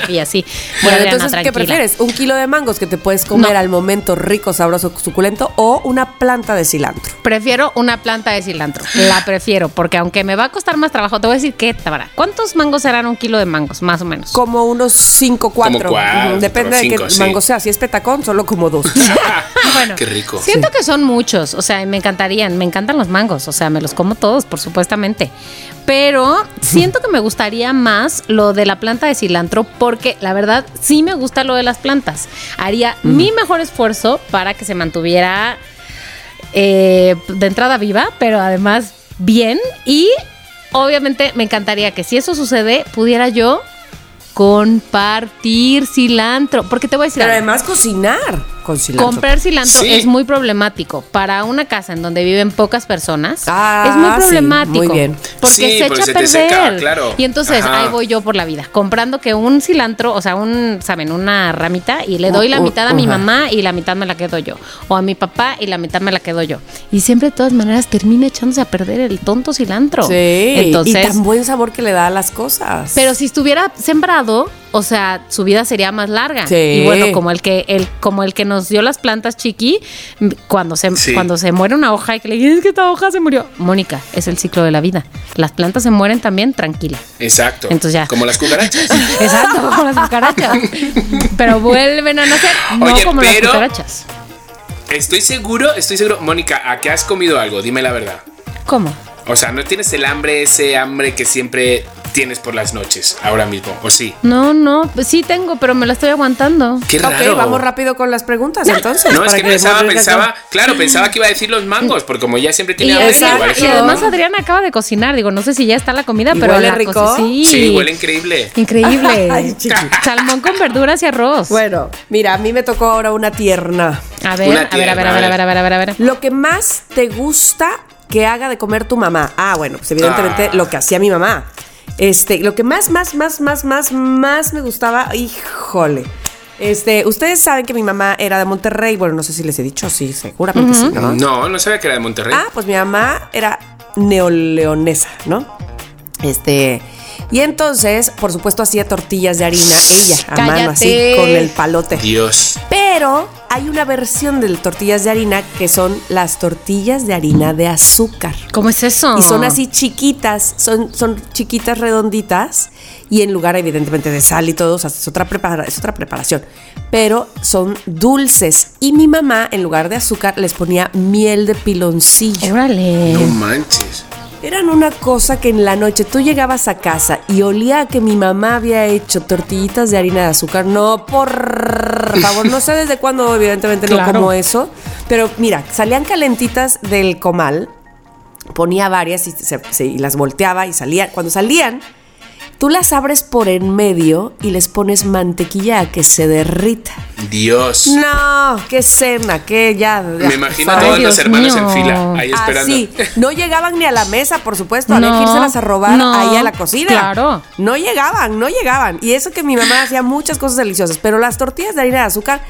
Speaker 5: Y así.
Speaker 4: Bueno,
Speaker 5: Adriana,
Speaker 4: entonces, ¿qué
Speaker 5: tranquila.
Speaker 4: prefieres? ¿Un kilo de mangos que te puedes comer
Speaker 5: No.
Speaker 4: al momento rico, sabroso, suculento o una planta de cilantro?
Speaker 5: Prefiero una planta de cilantro. La prefiero, porque aunque me va a costar más trabajo, te voy a decir qué tabará. ¿Cuántos mangos serán un kilo de mangos, más o menos?
Speaker 4: Como unos 5, 4.
Speaker 3: cuatro,
Speaker 4: Depende de
Speaker 3: cinco,
Speaker 4: qué
Speaker 3: sí.
Speaker 4: mango sea. Si es petacón, solo como dos.
Speaker 5: Bueno,
Speaker 3: Qué rico.
Speaker 5: Siento que son muchos, o sea, y me encantarían, me encantan los mangos, o sea, me los como todos, por supuestamente. Pero siento que me gustaría más lo de la planta de cilantro porque la verdad sí me gusta lo de las plantas. Haría mi mejor esfuerzo para que se mantuviera eh, de entrada viva, pero además bien. Y obviamente me encantaría que si eso sucede, pudiera yo compartir cilantro. Porque te voy a decir...
Speaker 4: Pero
Speaker 5: algo.
Speaker 4: además cocinar con cilantro.
Speaker 5: Comprar cilantro
Speaker 3: Sí.
Speaker 5: es muy problemático para una casa en donde viven pocas personas.
Speaker 4: Ah,
Speaker 5: es muy
Speaker 4: sí,
Speaker 5: problemático.
Speaker 4: muy bien.
Speaker 5: Porque
Speaker 3: Sí,
Speaker 5: se
Speaker 3: porque
Speaker 5: echa a
Speaker 3: se te
Speaker 5: perder.
Speaker 3: seca, claro.
Speaker 5: Y entonces
Speaker 3: Ajá.
Speaker 5: ahí voy yo por la vida, comprando que un cilantro, o sea, un, saben, una ramita y le doy la
Speaker 4: U- u-
Speaker 5: mitad a mi
Speaker 4: ajá.
Speaker 5: mamá y la mitad me la quedo yo. O a mi papá y la mitad me la quedo yo. Y siempre de todas maneras termina echándose a perder el tonto cilantro.
Speaker 4: Sí.
Speaker 5: Entonces,
Speaker 4: y tan buen sabor que le da a las cosas.
Speaker 5: pero si estuviera sembrado, o sea, su vida sería más larga.
Speaker 4: Sí.
Speaker 5: Y bueno, como el que el, como el que nos dio las plantas chiqui, m- cuando se,
Speaker 3: Sí.
Speaker 5: cuando se muere una hoja y que le dices "Es que esta hoja se murió. Mónica, es el ciclo de la vida. Las plantas se mueren también tranquila.
Speaker 3: Exacto.
Speaker 5: Entonces ya.
Speaker 3: Como las cucarachas.
Speaker 5: Exacto, como las cucarachas. Pero vuelven a nacer, no
Speaker 3: Oye,
Speaker 5: como
Speaker 3: pero-
Speaker 5: las cucarachas.
Speaker 3: Estoy seguro, estoy seguro. Mónica, ¿a qué has comido algo? Dime la verdad.
Speaker 5: ¿Cómo?
Speaker 3: O sea, ¿no tienes el hambre, ese hambre que siempre tienes por las noches ahora mismo, ¿o sí?
Speaker 5: No, no, pues sí tengo, pero me la estoy aguantando.
Speaker 3: Qué raro.
Speaker 4: Ok, vamos rápido con las preguntas entonces.
Speaker 3: No, es
Speaker 4: para
Speaker 3: que pensaba,
Speaker 4: Monrique
Speaker 3: pensaba,
Speaker 4: acabe.
Speaker 3: claro, pensaba que iba a decir los mangos, porque como ya siempre
Speaker 5: Y,
Speaker 3: tiene hambre,
Speaker 4: exacto.
Speaker 3: igual es
Speaker 5: y
Speaker 3: que-
Speaker 5: además Adriana acaba de cocinar, digo, no sé si ya está la comida,
Speaker 4: ¿Y
Speaker 5: pero
Speaker 4: huele
Speaker 5: la
Speaker 4: rico?
Speaker 5: cosa- sí.
Speaker 3: Sí, huele increíble.
Speaker 5: Increíble.
Speaker 4: Ay, chiqui.
Speaker 5: Salmón con verduras y arroz.
Speaker 4: Bueno, mira, a mí me tocó ahora una tierna.
Speaker 5: a, ver,
Speaker 3: Una
Speaker 5: a ver, a ver,
Speaker 3: tierna,
Speaker 5: a ver, a ver, a ver, a ver, a ver.
Speaker 4: Lo que más te gusta que haga de comer tu mamá. Ah, bueno, pues evidentemente
Speaker 3: Ah.
Speaker 4: lo que hacía mi mamá. Este, lo que más, más, más, más, más, más me gustaba, híjole. Este, ustedes saben que mi mamá era de Monterrey. Bueno, no sé si les he dicho, sí, seguramente sí, ¿no?
Speaker 3: No, no sabía que era de Monterrey.
Speaker 4: Ah, pues mi mamá era neoleonesa, ¿no? Este. Y entonces, por supuesto, hacía tortillas de harina ella, a mano, así,
Speaker 5: Cállate.
Speaker 4: con el palote.
Speaker 3: Dios.
Speaker 4: Pero hay una versión de tortillas de harina que son las tortillas de harina de azúcar.
Speaker 5: ¿Cómo es eso?
Speaker 4: Y son así chiquitas, son, son chiquitas redonditas y en lugar evidentemente de sal y todo, o sea, es otra, prepara- es otra preparación. Pero son dulces y mi mamá en lugar de azúcar les ponía miel de piloncillo.
Speaker 5: Órale.
Speaker 3: No manches.
Speaker 4: Eran una cosa que en la noche tú llegabas a casa y olía a que mi mamá había hecho tortillitas de harina de azúcar. No, por favor, no sé desde cuándo, evidentemente no
Speaker 5: Claro.
Speaker 4: como eso. Pero mira, salían calentitas del comal, ponía varias y, se- se- y las volteaba y salían. Cuando salían, tú las abres por en medio y les pones mantequilla a que se derrita.
Speaker 3: Dios.
Speaker 4: No, qué cena, qué ya.
Speaker 3: Me imagino a
Speaker 5: Ay,
Speaker 3: todos
Speaker 5: Dios
Speaker 3: los hermanos en
Speaker 5: mío.
Speaker 3: fila,
Speaker 4: Ah,
Speaker 3: ahí esperando.
Speaker 4: Así. No llegaban ni a la mesa, por supuesto. Había que
Speaker 5: No,
Speaker 4: irselas a robar
Speaker 5: no,
Speaker 4: ahí a la cocina.
Speaker 5: claro.
Speaker 4: No llegaban, no llegaban. Y eso que mi mamá hacía muchas cosas deliciosas. Pero las tortillas de harina de azúcar,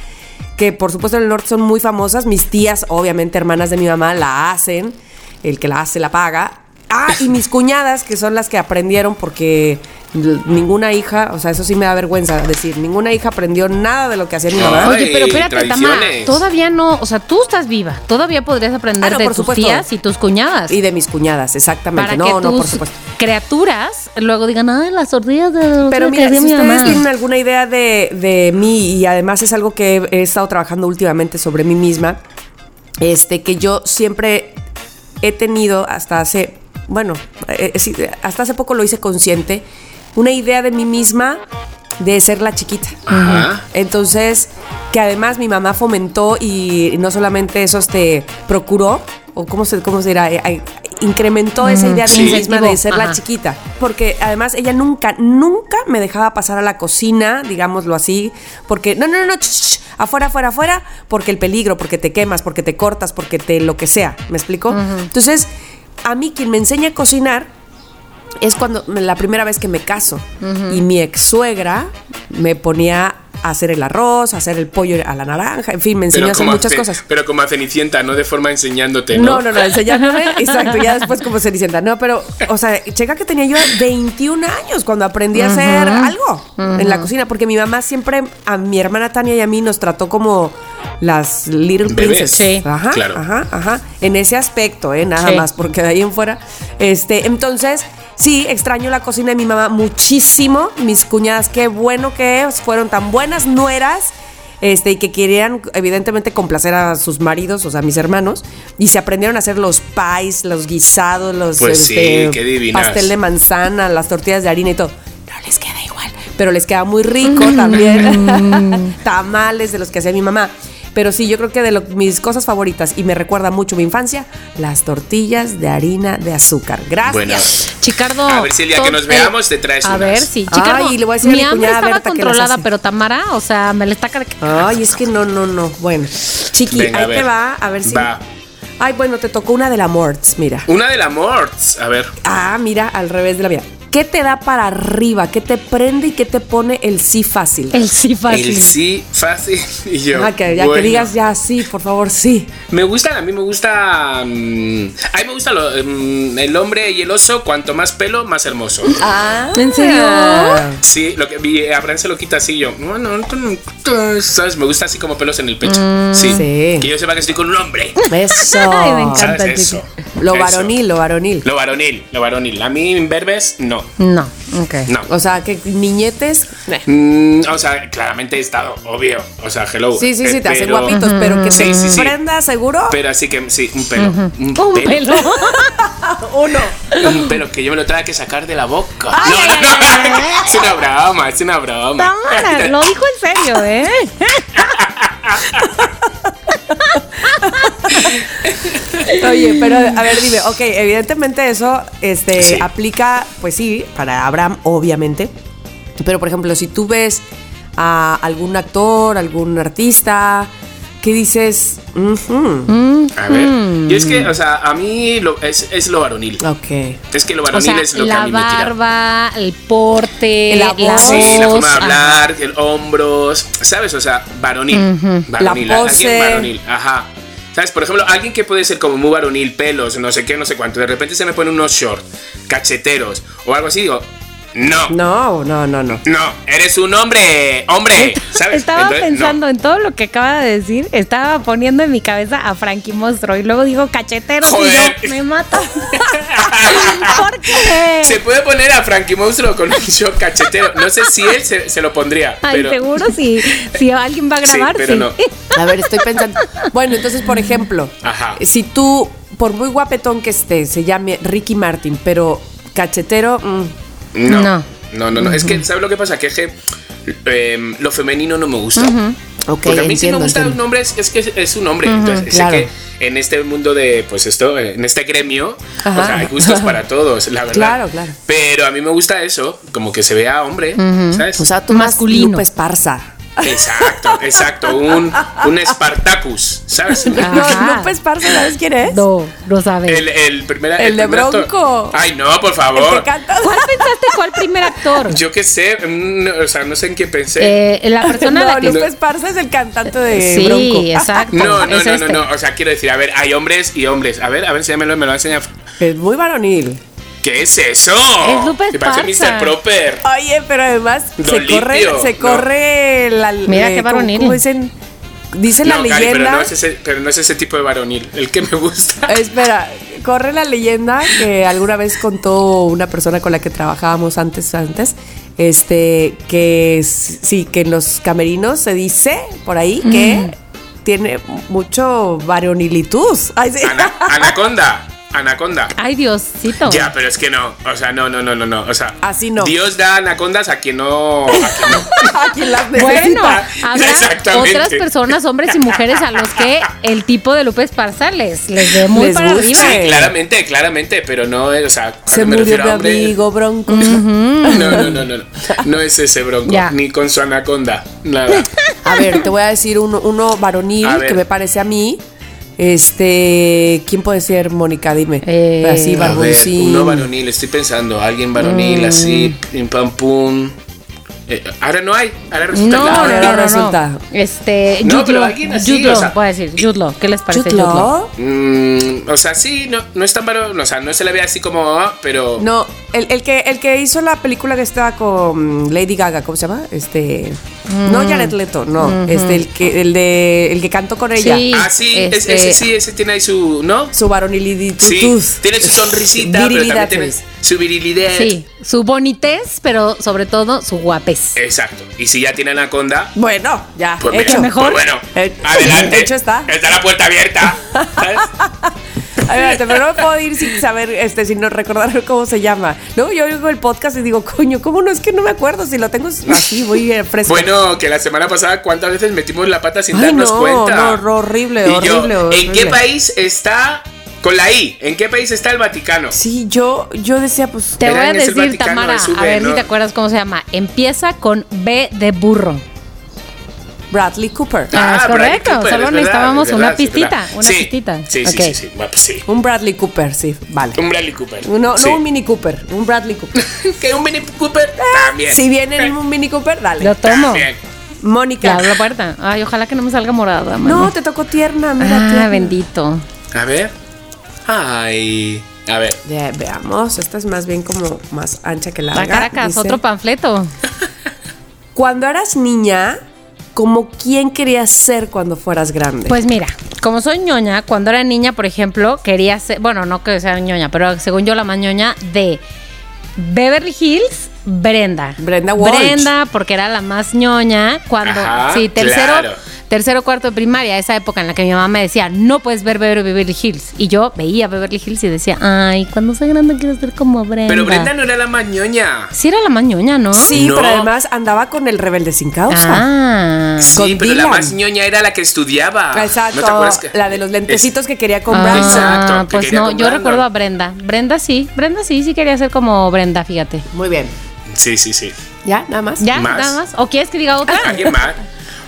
Speaker 4: que por supuesto en el norte son muy famosas, mis tías, obviamente hermanas de mi mamá, la hacen. El que la hace la paga. Ah, y mis cuñadas, que son las que aprendieron porque l- ninguna hija, o sea, eso sí me da vergüenza decir, ninguna hija aprendió nada de lo que hacía mi mamá.
Speaker 3: Ay,
Speaker 5: Oye, pero espérate, Tamara,
Speaker 3: tradiciones.
Speaker 5: todavía no, o sea, tú estás viva, todavía podrías aprender
Speaker 4: Ah, no,
Speaker 5: de
Speaker 4: por
Speaker 5: tus
Speaker 4: supuesto.
Speaker 5: tías y tus cuñadas.
Speaker 4: Y de mis cuñadas, exactamente.
Speaker 5: para
Speaker 4: no,
Speaker 5: que
Speaker 4: no,
Speaker 5: tus
Speaker 4: por supuesto.
Speaker 5: criaturas luego digan, ay, las tortillas de
Speaker 4: Pero
Speaker 5: que
Speaker 4: mira, si
Speaker 5: hacía mi
Speaker 4: ustedes
Speaker 5: mamá".
Speaker 4: tienen alguna idea de, de mí, y además es algo que he estado trabajando últimamente sobre mí misma, este, que yo siempre he tenido hasta hace, bueno, eh, sí, hasta hace poco lo hice consciente, una idea de mí misma de ser la chiquita.
Speaker 3: Ajá.
Speaker 4: Entonces, que además mi mamá fomentó y no solamente eso, este, procuró, o cómo se, cómo se dirá, Eh, eh, incrementó esa idea de
Speaker 3: sí.
Speaker 4: mí misma de ser la
Speaker 5: Ajá.
Speaker 4: chiquita. Porque además ella nunca, nunca me dejaba pasar a la cocina, digámoslo así, porque, no, no, no, ch, ch, ch, afuera, afuera, afuera, porque el peligro, porque te quemas, porque te cortas, porque te lo que sea, ¿me explico? Entonces, a mí quien me enseña a cocinar es cuando me- la primera vez que me caso y mi ex suegra me ponía a hacer el arroz, a hacer el pollo a la naranja, en fin, me enseñó a hacer
Speaker 3: como a
Speaker 4: muchas
Speaker 3: Ce-
Speaker 4: cosas.
Speaker 3: Pero como a Cenicienta, no de forma enseñándote,
Speaker 4: No,
Speaker 3: ¿no?
Speaker 4: no, no, enseñándome, exacto, ya después como Cenicienta. No, pero, o sea, checa que tenía yo 21 años cuando aprendí a hacer algo en la cocina, porque mi mamá siempre, a mi hermana Tania y a mí nos trató como las Little
Speaker 3: Bebés.
Speaker 4: Princess.
Speaker 5: Sí.
Speaker 4: Ajá,
Speaker 3: Claro.
Speaker 4: ajá, ajá. En ese aspecto, ¿eh? Nada
Speaker 5: Sí.
Speaker 4: más, porque de ahí en fuera. Este, entonces, sí, extraño la cocina de mi mamá muchísimo. Mis cuñadas, qué bueno que fueron tan buenas nueras. Este, y que querían, evidentemente, complacer a sus maridos, o sea, a mis hermanos, y se aprendieron a hacer los pies, los guisados, los
Speaker 3: Pues sí,
Speaker 4: este,
Speaker 3: qué divinas.
Speaker 4: pastel de manzana, las tortillas de harina y todo. No les queda igual, pero les queda muy rico también. Tamales de los que hacía mi mamá. Pero sí, yo creo que de lo- mis cosas favoritas y me recuerda mucho mi infancia, las tortillas de harina de azúcar. Gracias.
Speaker 3: Bueno,
Speaker 5: Chicardo.
Speaker 3: A ver si el día que
Speaker 5: todo-
Speaker 3: nos veamos te traes
Speaker 5: A
Speaker 3: unas.
Speaker 5: ver, sí. Chicardo,
Speaker 4: Ay, le voy a decir a
Speaker 5: mi
Speaker 4: mi
Speaker 5: hambre
Speaker 4: cuñada
Speaker 5: estaba
Speaker 4: Berta que las
Speaker 5: controlada,
Speaker 4: hace.
Speaker 5: pero Tamara, o sea, me le está car-
Speaker 4: Ay, es que no, no, no. Bueno, chiqui,
Speaker 3: Venga, a
Speaker 4: ahí
Speaker 3: ver.
Speaker 4: te va, a ver si.
Speaker 3: Va.
Speaker 4: Ay, bueno, te tocó una de la Morts, mira.
Speaker 3: una del amor. A ver.
Speaker 4: Ah, mira, al revés de la vida. ¿Qué te da para arriba? ¿Qué te prende y qué te pone el sí fácil?
Speaker 5: El sí fácil.
Speaker 3: El sí fácil y yo.
Speaker 4: Ah, que ya que
Speaker 3: bueno.
Speaker 4: digas ya sí, por favor, sí.
Speaker 3: Me gusta, a mí me gusta. mm, a mí me gusta lo- mm, el hombre y el oso. Cuanto más pelo, más hermoso.
Speaker 4: Ah,
Speaker 5: ¿En serio?
Speaker 3: Sí, lo que vi, Abraham se lo quita así y yo. Bueno, ¿sabes? Me gusta así como pelos en el pecho. sí.
Speaker 4: Mm, Sí.
Speaker 3: Que yo sepa que estoy con un hombre.
Speaker 4: Eso.
Speaker 5: Ay, me encanta.
Speaker 3: ¿Sabes?
Speaker 5: chico.
Speaker 3: Eso.
Speaker 4: Lo
Speaker 3: Eso.
Speaker 4: varonil, lo varonil.
Speaker 3: Lo varonil, lo varonil. A mí, en verbes, no.
Speaker 5: No. Ok.
Speaker 3: No.
Speaker 4: O sea, que niñetes. meh.
Speaker 3: Mm, o sea, claramente he estado, obvio. O sea, hello.
Speaker 4: Sí, sí,
Speaker 3: eh,
Speaker 4: sí, te hacen
Speaker 3: pero-
Speaker 4: guapitos, pero que
Speaker 3: Sí,
Speaker 4: te
Speaker 3: sí, sí.
Speaker 4: prenda seguro.
Speaker 3: Pero así que sí, un pelo. Un,
Speaker 5: Un
Speaker 3: pelo.
Speaker 5: pelo.
Speaker 4: Uno.
Speaker 3: Un pelo que yo me lo tenga que sacar de la boca. no, no, no. es una broma, es una broma.
Speaker 5: Tómala, lo dijo en serio, ¿eh?
Speaker 4: Oye, pero a ver, dime, ok, evidentemente eso este,
Speaker 3: Sí.
Speaker 4: aplica, pues sí, para Abraham, obviamente. Pero, por ejemplo, si tú ves a algún actor, algún artista, que dices, "Ujú,
Speaker 3: A ver.
Speaker 5: Mm.
Speaker 3: Y es que, o sea, a mí lo- es, es lo varonil.
Speaker 4: ok.
Speaker 3: Es que lo
Speaker 5: O
Speaker 3: varonil
Speaker 5: sea,
Speaker 3: es lo que a
Speaker 5: la
Speaker 3: mí me tira.
Speaker 5: barba, el porte,
Speaker 4: La voz.
Speaker 5: la voz.
Speaker 3: Sí, la forma de
Speaker 5: ajá.
Speaker 3: hablar, el hombros, ¿sabes? O sea, varonil. Varonil,
Speaker 4: La
Speaker 3: alguien
Speaker 4: pose.
Speaker 3: varonil, ajá. ¿Sabes? Por ejemplo, alguien que puede ser como muy varonil, pelos, no sé qué, no sé cuánto, de repente se me ponen unos shorts, cacheteros o algo así, digo, no, no,
Speaker 4: No, no, no, no.
Speaker 3: eres un hombre, hombre, ¿sabes?
Speaker 5: Eh, Estaba
Speaker 3: Entonces, no.
Speaker 5: pensando en todo lo que acaba de decir, estaba poniendo en mi cabeza a Frankie Monstro y luego digo cachetero
Speaker 3: Joder.
Speaker 5: y yo me mata. ¿Por qué?
Speaker 3: Se puede poner a Frankie Monstruo con un short cachetero. No sé si él se, se lo pondría,
Speaker 5: Ay,
Speaker 3: pero.
Speaker 5: seguro si, si alguien va a
Speaker 3: Sí,
Speaker 5: grabar, sí.
Speaker 3: pero no.
Speaker 4: A ver, estoy pensando. Bueno, entonces, por ejemplo,
Speaker 3: Ajá.
Speaker 4: si tú, por muy guapetón que esté, se llame Ricky Martin, pero cachetero, mm,
Speaker 3: No. No,
Speaker 5: No.
Speaker 3: no, no. Es que, ¿sabes lo que pasa? Que es que em, lo femenino no me gusta.
Speaker 4: ok,
Speaker 3: Porque a mí sí
Speaker 4: entiendo,
Speaker 3: me gustan los
Speaker 4: entiendo.
Speaker 3: nombres, es que es, es un hombre. Entonces,
Speaker 4: claro.
Speaker 3: sé que en este mundo de, pues esto, en este gremio,
Speaker 4: Ajá.
Speaker 3: o sea, hay gustos para todos, la verdad.
Speaker 4: Claro, claro.
Speaker 3: Pero a mí me gusta eso, como que se vea hombre, ¿sabes?
Speaker 4: Mm, O sea, tú más
Speaker 5: Masculino.
Speaker 4: Lupe Esparza.
Speaker 3: exacto, exacto. Un, un Spartacus, ¿sabes?
Speaker 4: Ah,
Speaker 5: Ajá.
Speaker 4: No, Lupe Esparza, ¿sabes quién es?
Speaker 5: No, lo sabes.
Speaker 3: El, el primer
Speaker 4: El de
Speaker 3: primer actor.
Speaker 4: Bronco.
Speaker 3: Ay, no, por
Speaker 4: El que
Speaker 3: favor.
Speaker 4: canta.
Speaker 5: ¿Cuál pensaste cuál primer actor?
Speaker 3: Yo qué sé, mm, no, o sea, no sé en qué pensé.
Speaker 5: Eh, la persona a la
Speaker 4: No,
Speaker 5: que
Speaker 4: Lupe Esparza es el cantante de
Speaker 5: Sí,
Speaker 4: Bronco.
Speaker 5: exacto.
Speaker 3: no, no,
Speaker 5: es
Speaker 3: no,
Speaker 5: este.
Speaker 3: no, no. O sea, quiero decir, a ver, hay hombres y hombres. A ver, a ver, enséñamelo, me lo enseña.
Speaker 4: Es muy varonil.
Speaker 3: ¿Qué es eso?
Speaker 5: Es Lupe
Speaker 3: Me parece
Speaker 5: Esparza.
Speaker 3: Mr. Proper.
Speaker 4: Oye, pero además se
Speaker 3: Dolimpio,
Speaker 4: corre, se
Speaker 3: no.
Speaker 4: corre la
Speaker 5: Mira
Speaker 4: eh,
Speaker 5: qué varonil.
Speaker 4: ¿cómo dicen? Dice la
Speaker 3: no, Cari, pero
Speaker 4: leyenda.
Speaker 3: no, es ese, pero no es ese tipo de varonil, el que me gusta.
Speaker 4: Espera, corre la leyenda que alguna vez contó una persona con la que trabajábamos antes, antes, este, que s- sí, que en los camerinos se dice por ahí que tiene mucho varonilitud. Ay, sí.
Speaker 3: Ana- anaconda, anaconda.
Speaker 5: Ay, Diosito.
Speaker 3: Ya, pero es que no, o sea, no, no, no, no, no, o sea,
Speaker 4: Así no.
Speaker 3: Dios da anacondas a quien no, a quien no.
Speaker 4: A quien las
Speaker 5: Bueno,
Speaker 4: necesita.
Speaker 5: habrá
Speaker 3: Exactamente.
Speaker 5: otras personas, hombres y mujeres, a los que el tipo de Lupe Esparza les, les ve muy
Speaker 4: Les
Speaker 5: para
Speaker 4: gusta.
Speaker 5: arriba.
Speaker 3: Sí, claramente, claramente, pero no, eh, o sea, cuando
Speaker 4: Se
Speaker 3: me
Speaker 4: murió
Speaker 3: refiero
Speaker 4: mi
Speaker 3: a hombre-
Speaker 4: amigo Bronco.
Speaker 5: Mm.
Speaker 3: No, no, no, no, no, no es ese bronco,
Speaker 5: Ya.
Speaker 3: ni con su anaconda, nada.
Speaker 4: A ver, te voy a decir uno, uno varonil
Speaker 3: A ver.
Speaker 4: que me parece a mí. Este, ¿quién puede ser Mónica? Dime.
Speaker 5: Eh,
Speaker 4: Así,
Speaker 3: A ver,
Speaker 4: barboncín.
Speaker 3: uno varonil, estoy pensando, alguien
Speaker 5: Mm.
Speaker 3: varonil así, pim pam pum. Eh, ahora no hay, ahora resulta
Speaker 5: No,
Speaker 3: que
Speaker 5: no,
Speaker 4: Ahora
Speaker 5: no,
Speaker 4: ya
Speaker 5: no, no.
Speaker 4: resulta.
Speaker 5: Este,
Speaker 3: No,
Speaker 5: Jude
Speaker 3: pero
Speaker 5: Law,
Speaker 3: alguien así,
Speaker 5: Jude Law,
Speaker 3: o sea,
Speaker 5: voy a decir, Jude Law, ¿qué les parece
Speaker 4: Jude
Speaker 5: Jude Law?
Speaker 4: Law.
Speaker 3: Mm, o sea, sí, no, no es tan varón, o sea, no se le ve así como, ah, pero...
Speaker 4: No, el, el que, el que hizo la película que estaba con Lady Gaga, ¿cómo se llama? Este.
Speaker 5: Mm.
Speaker 4: No Janet Leto, no. Este, el que, el de. El que cantó con ella.
Speaker 5: Sí.
Speaker 3: ah, sí, es-
Speaker 5: este-
Speaker 3: ese sí, ese tiene ahí su, ¿no?
Speaker 4: Su varonilitud.
Speaker 3: Sí, tiene su sonrisita, pero también
Speaker 4: Virilidad,
Speaker 3: tiene
Speaker 4: pues.
Speaker 3: su virilidad.
Speaker 5: Sí, su bonitez, pero sobre todo su guapez.
Speaker 3: Exacto. Y si ya tiene anaconda,
Speaker 4: Bueno, ya.
Speaker 3: pues
Speaker 4: hecho.
Speaker 3: mira,
Speaker 5: mejor.
Speaker 3: pues bueno,
Speaker 4: Eh,
Speaker 3: adelante.
Speaker 4: hecho está.
Speaker 3: la puerta abierta. ¿sabes?
Speaker 4: A ver, espérate, pero no me puedo ir sin saber, este, sin no recordar cómo se llama. Luego yo oigo el podcast y digo, coño, ¿cómo no? Es que no me acuerdo si lo tengo así, voy eh, fresco.
Speaker 3: Bueno, que la semana pasada, ¿cuántas veces metimos la pata sin
Speaker 4: Ay,
Speaker 3: darnos
Speaker 4: no,
Speaker 3: cuenta?
Speaker 4: no, no, horrible,
Speaker 3: Y yo,
Speaker 4: horrible, horrible.
Speaker 3: ¿En qué país está con la I? ¿En qué país está el Vaticano?
Speaker 4: Sí, yo, yo decía, pues.
Speaker 5: Te voy
Speaker 3: Verán,
Speaker 5: a
Speaker 3: es el
Speaker 5: decir,
Speaker 3: Vaticano,
Speaker 5: Tamara,
Speaker 3: es V,
Speaker 5: a ver
Speaker 3: ¿no?
Speaker 5: si te acuerdas cómo se llama. Empieza con B de burro.
Speaker 4: Bradley Cooper.
Speaker 5: Ah, es
Speaker 3: Bradley
Speaker 5: correcto,
Speaker 3: Cooper,
Speaker 5: solo
Speaker 3: es
Speaker 5: necesitábamos
Speaker 3: es
Speaker 5: una
Speaker 3: sí, es
Speaker 5: pistita,
Speaker 3: verdad.
Speaker 5: una
Speaker 3: Sí,
Speaker 5: pistita.
Speaker 3: Sí, sí,
Speaker 5: Ok.
Speaker 3: sí, sí. Bueno, pues sí.
Speaker 4: Un Bradley Cooper, sí, vale.
Speaker 3: Un Bradley Cooper.
Speaker 4: No, no
Speaker 3: sí.
Speaker 4: un Mini Cooper, un Bradley Cooper.
Speaker 3: Que un Mini Cooper también.
Speaker 4: Ah, Si viene en
Speaker 3: Eh,
Speaker 4: un Mini Cooper,
Speaker 5: Lo
Speaker 4: dale.
Speaker 5: tomo.
Speaker 3: también.
Speaker 5: Ya
Speaker 4: Mónica.
Speaker 5: abro la puerta. Ay, ojalá que no me salga morada.
Speaker 4: No,
Speaker 5: mano.
Speaker 4: te tocó tierna, mira.
Speaker 5: Ah,
Speaker 4: tierna.
Speaker 5: bendito.
Speaker 3: A ver. Ay. A ver.
Speaker 4: Ya, veamos, esta es más bien como más ancha que larga.
Speaker 5: La Caracas,
Speaker 4: dice.
Speaker 5: otro panfleto.
Speaker 4: Cuando eras niña, ¿como quién querías ser cuando fueras grande?
Speaker 5: Pues mira, como soy ñoña, cuando era niña, por ejemplo, quería ser, bueno, no que sea ñoña, pero según yo la más ñoña de Beverly Hills, Brenda.
Speaker 4: Brenda Walsh.
Speaker 5: Brenda, porque era la más ñoña cuando.
Speaker 3: Ajá,
Speaker 5: sí, tercero.
Speaker 3: claro.
Speaker 5: Tercero, cuarto de primaria, esa época en la que mi mamá me decía, no puedes ver Beber- Beverly Hills. Y yo veía Beverly Hills y decía, ay, cuando soy grande quiero ser como Brenda.
Speaker 3: Pero Brenda no era la mañoña.
Speaker 5: Sí era la más ñoña, ¿no?
Speaker 4: Sí,
Speaker 3: No.
Speaker 4: pero además andaba con el rebelde sin causa.
Speaker 5: Ah.
Speaker 3: Sí,
Speaker 4: Con
Speaker 3: pero la
Speaker 4: Dylan.
Speaker 3: más ñoña era la que estudiaba.
Speaker 4: Exacto.
Speaker 3: Ah, ¿No te acuerdas que-
Speaker 4: La de los lentecitos
Speaker 3: Es-
Speaker 4: que quería comprar.
Speaker 5: Ah,
Speaker 3: Exacto, que
Speaker 5: pues
Speaker 3: quería
Speaker 5: no,
Speaker 3: con
Speaker 5: yo
Speaker 3: Brenda.
Speaker 5: recuerdo a Brenda. Brenda sí, Brenda sí, sí quería ser como Brenda, fíjate.
Speaker 4: Muy bien.
Speaker 3: Sí, sí, sí.
Speaker 4: ¿Ya? ¿Nada más?
Speaker 5: ¿Ya?
Speaker 3: ¿Más?
Speaker 5: ¿Nada más? ¿O quieres que diga otra?
Speaker 3: ¿Alguien más? Pues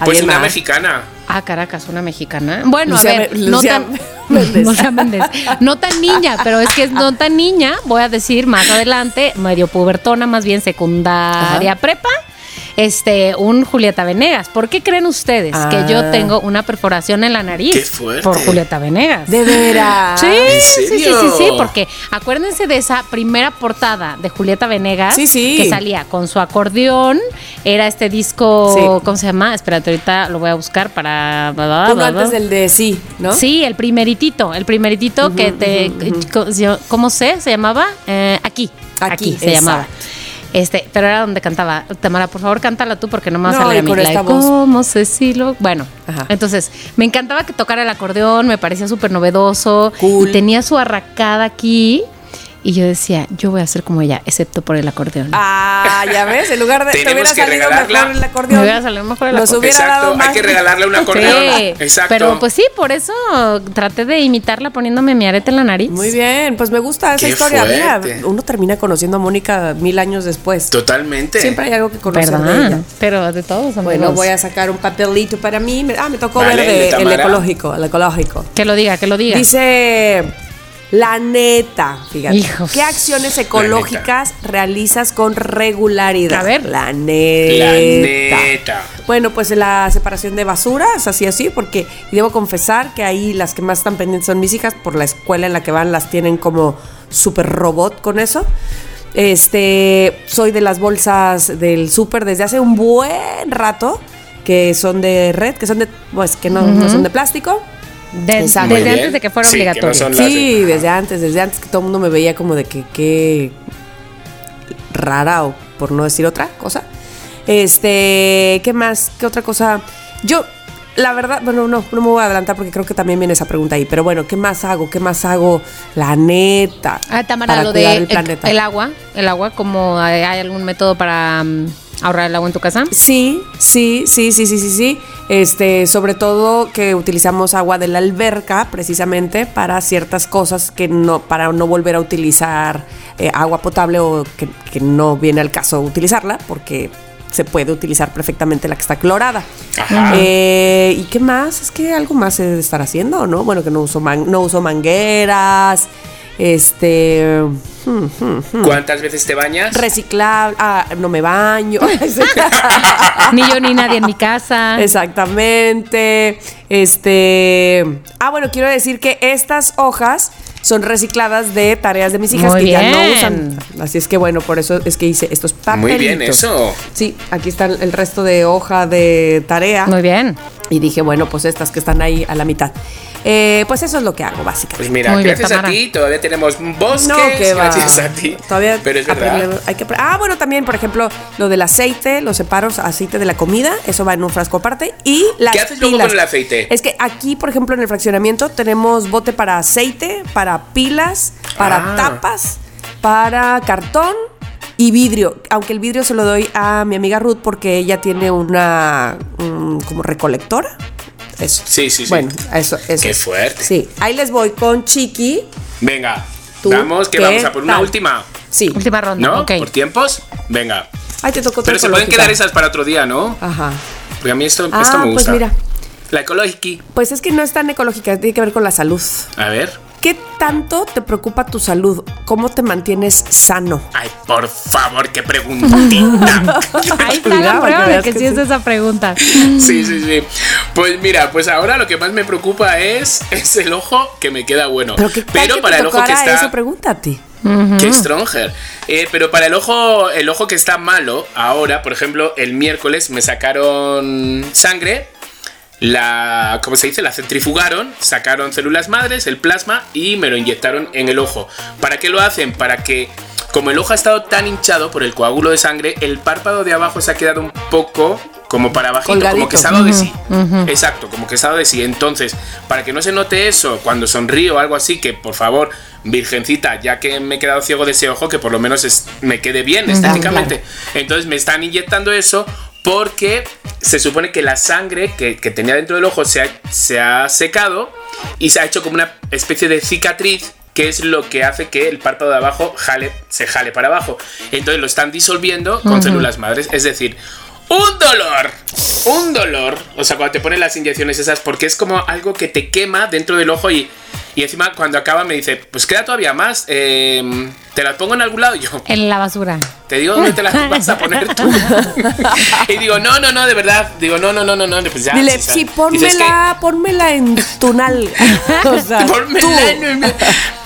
Speaker 4: ¿Alguien
Speaker 3: una
Speaker 4: más?
Speaker 3: mexicana.
Speaker 5: Ah, Caracas, una mexicana. Bueno,
Speaker 4: Lucía
Speaker 5: a ver,
Speaker 4: Be-
Speaker 5: no
Speaker 4: Lucía
Speaker 5: tan.
Speaker 4: Méndez.
Speaker 5: Lucía Méndez. No tan niña, pero es que es no tan niña, voy a decir más adelante, medio pubertona, más bien secundaria prepa. Este, un Julieta Venegas. ¿Por qué creen ustedes
Speaker 4: Ah.
Speaker 5: que yo tengo una perforación en la nariz?
Speaker 3: Qué fuerte.
Speaker 5: Por Julieta Venegas.
Speaker 4: De veras.
Speaker 5: Sí,
Speaker 3: ¿En
Speaker 5: sí, sí, sí,
Speaker 3: serio?
Speaker 5: sí, porque acuérdense de esa primera portada de Julieta Venegas
Speaker 4: Sí, sí.
Speaker 5: que salía con su acordeón, era este disco,
Speaker 4: Sí.
Speaker 5: ¿cómo se llama? Espérate, ahorita lo voy a buscar para...
Speaker 4: Uno antes del de sí, ¿no?
Speaker 5: Sí, el primeritito, el primeritito que te... eh, co- ¿Cómo sé? ¿Se llamaba? Eh, aquí,
Speaker 4: Aquí,
Speaker 5: aquí, se
Speaker 4: exacto.
Speaker 5: llamaba. Este, pero era donde cantaba. Tamara, por favor, cántala tú porque no me vas
Speaker 4: No,
Speaker 5: a
Speaker 4: y
Speaker 5: leer a mí.
Speaker 4: con
Speaker 5: La de
Speaker 4: esta voz.
Speaker 5: ¿Cómo Cecilo? Bueno,
Speaker 4: Ajá.
Speaker 5: entonces me encantaba que tocara el acordeón, me parecía súper novedoso.
Speaker 4: Cool.
Speaker 5: Y tenía su arracada aquí. Y yo decía, yo voy a ser como ella, excepto por el acordeón.
Speaker 4: Ah, ya ves, en lugar de te
Speaker 3: Tenemos
Speaker 4: hubiera
Speaker 3: que
Speaker 4: salido
Speaker 3: regalarla.
Speaker 4: mejor el
Speaker 5: me
Speaker 4: acordeón.
Speaker 5: hubiera salido mejor el
Speaker 4: Nos
Speaker 5: acordeón.
Speaker 4: hubiera dado
Speaker 3: Exacto,
Speaker 4: más.
Speaker 3: hay que regalarle una acordeón.
Speaker 5: Sí,
Speaker 3: Exacto.
Speaker 5: Pero pues sí, por eso traté de imitarla poniéndome mi arete en la nariz.
Speaker 4: Muy bien, pues me gusta esa
Speaker 3: Qué
Speaker 4: historia. Mira,
Speaker 3: fuerte.
Speaker 4: uno termina conociendo a Mónica mil años después.
Speaker 3: Totalmente.
Speaker 4: Siempre hay algo que conocer de
Speaker 5: ¿Verdad?
Speaker 4: ella.
Speaker 5: Pero de todos, amigos.
Speaker 4: Bueno, voy a sacar un papelito para mí. Me- Ah, me tocó
Speaker 3: Vale,
Speaker 4: ver
Speaker 3: el de
Speaker 4: de- el,
Speaker 3: Tamara.
Speaker 4: ecológico, el ecológico.
Speaker 5: Que lo diga, que lo diga.
Speaker 4: Dice, la neta, fíjate.
Speaker 5: Hijos.
Speaker 4: ¿Qué acciones ecológicas realizas con regularidad?
Speaker 5: A ver.
Speaker 4: La neta.
Speaker 3: La neta.
Speaker 4: Bueno, pues la separación de basuras, así así, porque debo confesar que ahí las que más están pendientes son mis hijas, por la escuela en la que van las tienen como super robot con eso. Este, soy de las bolsas del súper desde hace un buen rato, que son de red, que son de, pues que no, no son de plástico.
Speaker 5: De-
Speaker 4: Exacto.
Speaker 3: Muy
Speaker 5: desde
Speaker 3: bien.
Speaker 5: antes de que fuera
Speaker 3: Sí, que no
Speaker 5: obligatorio.
Speaker 3: son- Las
Speaker 4: pues, Sí,
Speaker 3: de-
Speaker 4: desde antes, desde antes que todo el mundo me veía como de que qué rara o por no decir otra cosa. Este, ¿qué más? ¿Qué otra cosa? Yo, la verdad, bueno, no, no me voy a adelantar porque creo que también viene esa pregunta ahí, pero bueno, ¿qué más hago? ¿Qué más hago? La neta.
Speaker 5: Ah, Tamara,
Speaker 4: para
Speaker 5: lo de
Speaker 4: cuidar
Speaker 5: el,
Speaker 4: el planeta.
Speaker 5: el agua, el agua, como hay hay algún método para mm, ahorrar el agua en tu casa.
Speaker 4: Sí, sí, sí, sí, sí, sí, sí. Este, sobre todo que utilizamos agua de la alberca precisamente para ciertas cosas que no, para no volver a utilizar eh, agua potable o que, que no viene al caso utilizarla porque se puede utilizar perfectamente la que está clorada.
Speaker 3: Ajá.
Speaker 4: Eh, ¿Y qué más? Es que algo más he de estar haciendo, ¿no? Bueno, que no uso, man- no uso mangueras, este... hmm, hmm,
Speaker 3: ¿Cuántas veces te bañas?
Speaker 4: reciclable, ah, no me baño.
Speaker 5: Ni yo ni nadie en mi casa.
Speaker 4: Exactamente. Este. Ah, bueno, quiero decir que estas hojas son recicladas de tareas de mis hijas
Speaker 5: Muy
Speaker 4: que ya no
Speaker 5: bien.
Speaker 4: usan. Así es que bueno, por eso es que hice estos papelitos.
Speaker 3: Muy bien, eso.
Speaker 4: Sí, aquí está el resto de hoja de tarea.
Speaker 5: Muy bien.
Speaker 4: Y dije, bueno, pues estas que están ahí a la mitad. Eh, pues eso es lo que hago, básicamente.
Speaker 3: Pues mira,
Speaker 5: Muy bien,
Speaker 3: gracias a
Speaker 5: Tamara.
Speaker 3: ti todavía tenemos bosques.
Speaker 4: No, que va.
Speaker 3: gracias a ti.
Speaker 4: Todavía
Speaker 3: Pero es verdad.
Speaker 4: aprendemos- hay que apre- ah, bueno, también, por ejemplo, lo del aceite, los separos, aceite de la comida, eso va en un frasco aparte. Y las
Speaker 3: haces luego
Speaker 4: pilas.
Speaker 3: con el aceite?
Speaker 4: Es que aquí, por ejemplo, en el fraccionamiento tenemos bote para aceite, para pilas, para
Speaker 3: Ah.
Speaker 4: tapas, para cartón. Y vidrio, aunque el vidrio se lo doy a mi amiga Ruth porque ella tiene una mm, como recolectora. Eso.
Speaker 3: Sí, sí, sí.
Speaker 4: Bueno, eso, eso.
Speaker 3: Qué
Speaker 4: es.
Speaker 3: fuerte.
Speaker 4: Sí, ahí les voy con Chiqui.
Speaker 3: Venga,
Speaker 4: ¿Tú
Speaker 3: vamos, que
Speaker 4: qué
Speaker 3: vamos a por una
Speaker 4: tal?
Speaker 3: última.
Speaker 4: Sí.
Speaker 5: Última ronda.
Speaker 3: ¿No?
Speaker 5: ok.
Speaker 3: ¿Por tiempos? Venga.
Speaker 4: Ay, te tocó
Speaker 3: Pero se pueden quedar esas para otro día, ¿no?
Speaker 4: Ajá.
Speaker 3: Porque a mí esto,
Speaker 4: Ah,
Speaker 3: esto me
Speaker 4: pues
Speaker 3: gusta.
Speaker 4: mira.
Speaker 3: La ecológica.
Speaker 4: Pues es que no es tan ecológica, tiene que ver con la salud.
Speaker 3: A ver.
Speaker 4: ¿Qué tanto te preocupa tu salud? ¿Cómo te mantienes sano?
Speaker 3: Ay, por favor, qué preguntita.
Speaker 5: Ahí está
Speaker 4: Cuidado,
Speaker 5: la prueba
Speaker 4: que
Speaker 5: de
Speaker 4: veas
Speaker 5: que
Speaker 4: que
Speaker 5: sí es
Speaker 4: sí.
Speaker 5: esa pregunta.
Speaker 3: sí, sí, sí. Pues mira, pues ahora lo que más me preocupa es, es el ojo que me queda bueno.
Speaker 4: Pero, que, que
Speaker 3: para
Speaker 4: te
Speaker 3: el ojo que
Speaker 4: tocara
Speaker 3: está.
Speaker 4: eso, pregúntate.
Speaker 3: Qué stronger. Eh, pero para el ojo, el ojo que está malo, ahora, por ejemplo, el miércoles me sacaron sangre. La, ¿cómo se dice? La centrifugaron, sacaron células madres, el plasma y me lo inyectaron en el ojo. ¿Para qué lo hacen? Para que Como el ojo ha estado tan hinchado por el coágulo de sangre, el párpado de abajo se ha quedado un poco como para bajito, como
Speaker 4: Colgadito.
Speaker 3: que se ha dado de sí. Exacto, como que se ha dado de sí. Entonces, para que no se note eso cuando sonrío o algo así, que por favor, virgencita, ya que me he quedado ciego de ese ojo, que por lo menos es- me quede bien estéticamente. Entonces me están inyectando eso porque se supone que la sangre que, que tenía dentro del ojo se ha, se ha secado y se ha hecho como una especie de cicatriz que es lo que hace que el párpado de abajo jale, se jale para abajo. Entonces lo están disolviendo con células madres, es decir, un dolor, un dolor. O sea, cuando te ponen las inyecciones esas, porque es como algo que te quema dentro del ojo y, y encima cuando acaba me dice, pues queda todavía más, eh, te las pongo en algún lado y yo.
Speaker 5: En la basura.
Speaker 3: Te digo dónde te las vas a poner tú. y digo, no, no, no, de verdad. Digo, no, no, no, no, no. Pues ya,
Speaker 4: Dile,
Speaker 3: o sea,
Speaker 4: sí,
Speaker 3: dices que-
Speaker 4: pónmela, pónmela en tu nalga. O sea,
Speaker 3: Pónmela
Speaker 4: tú.
Speaker 3: en el-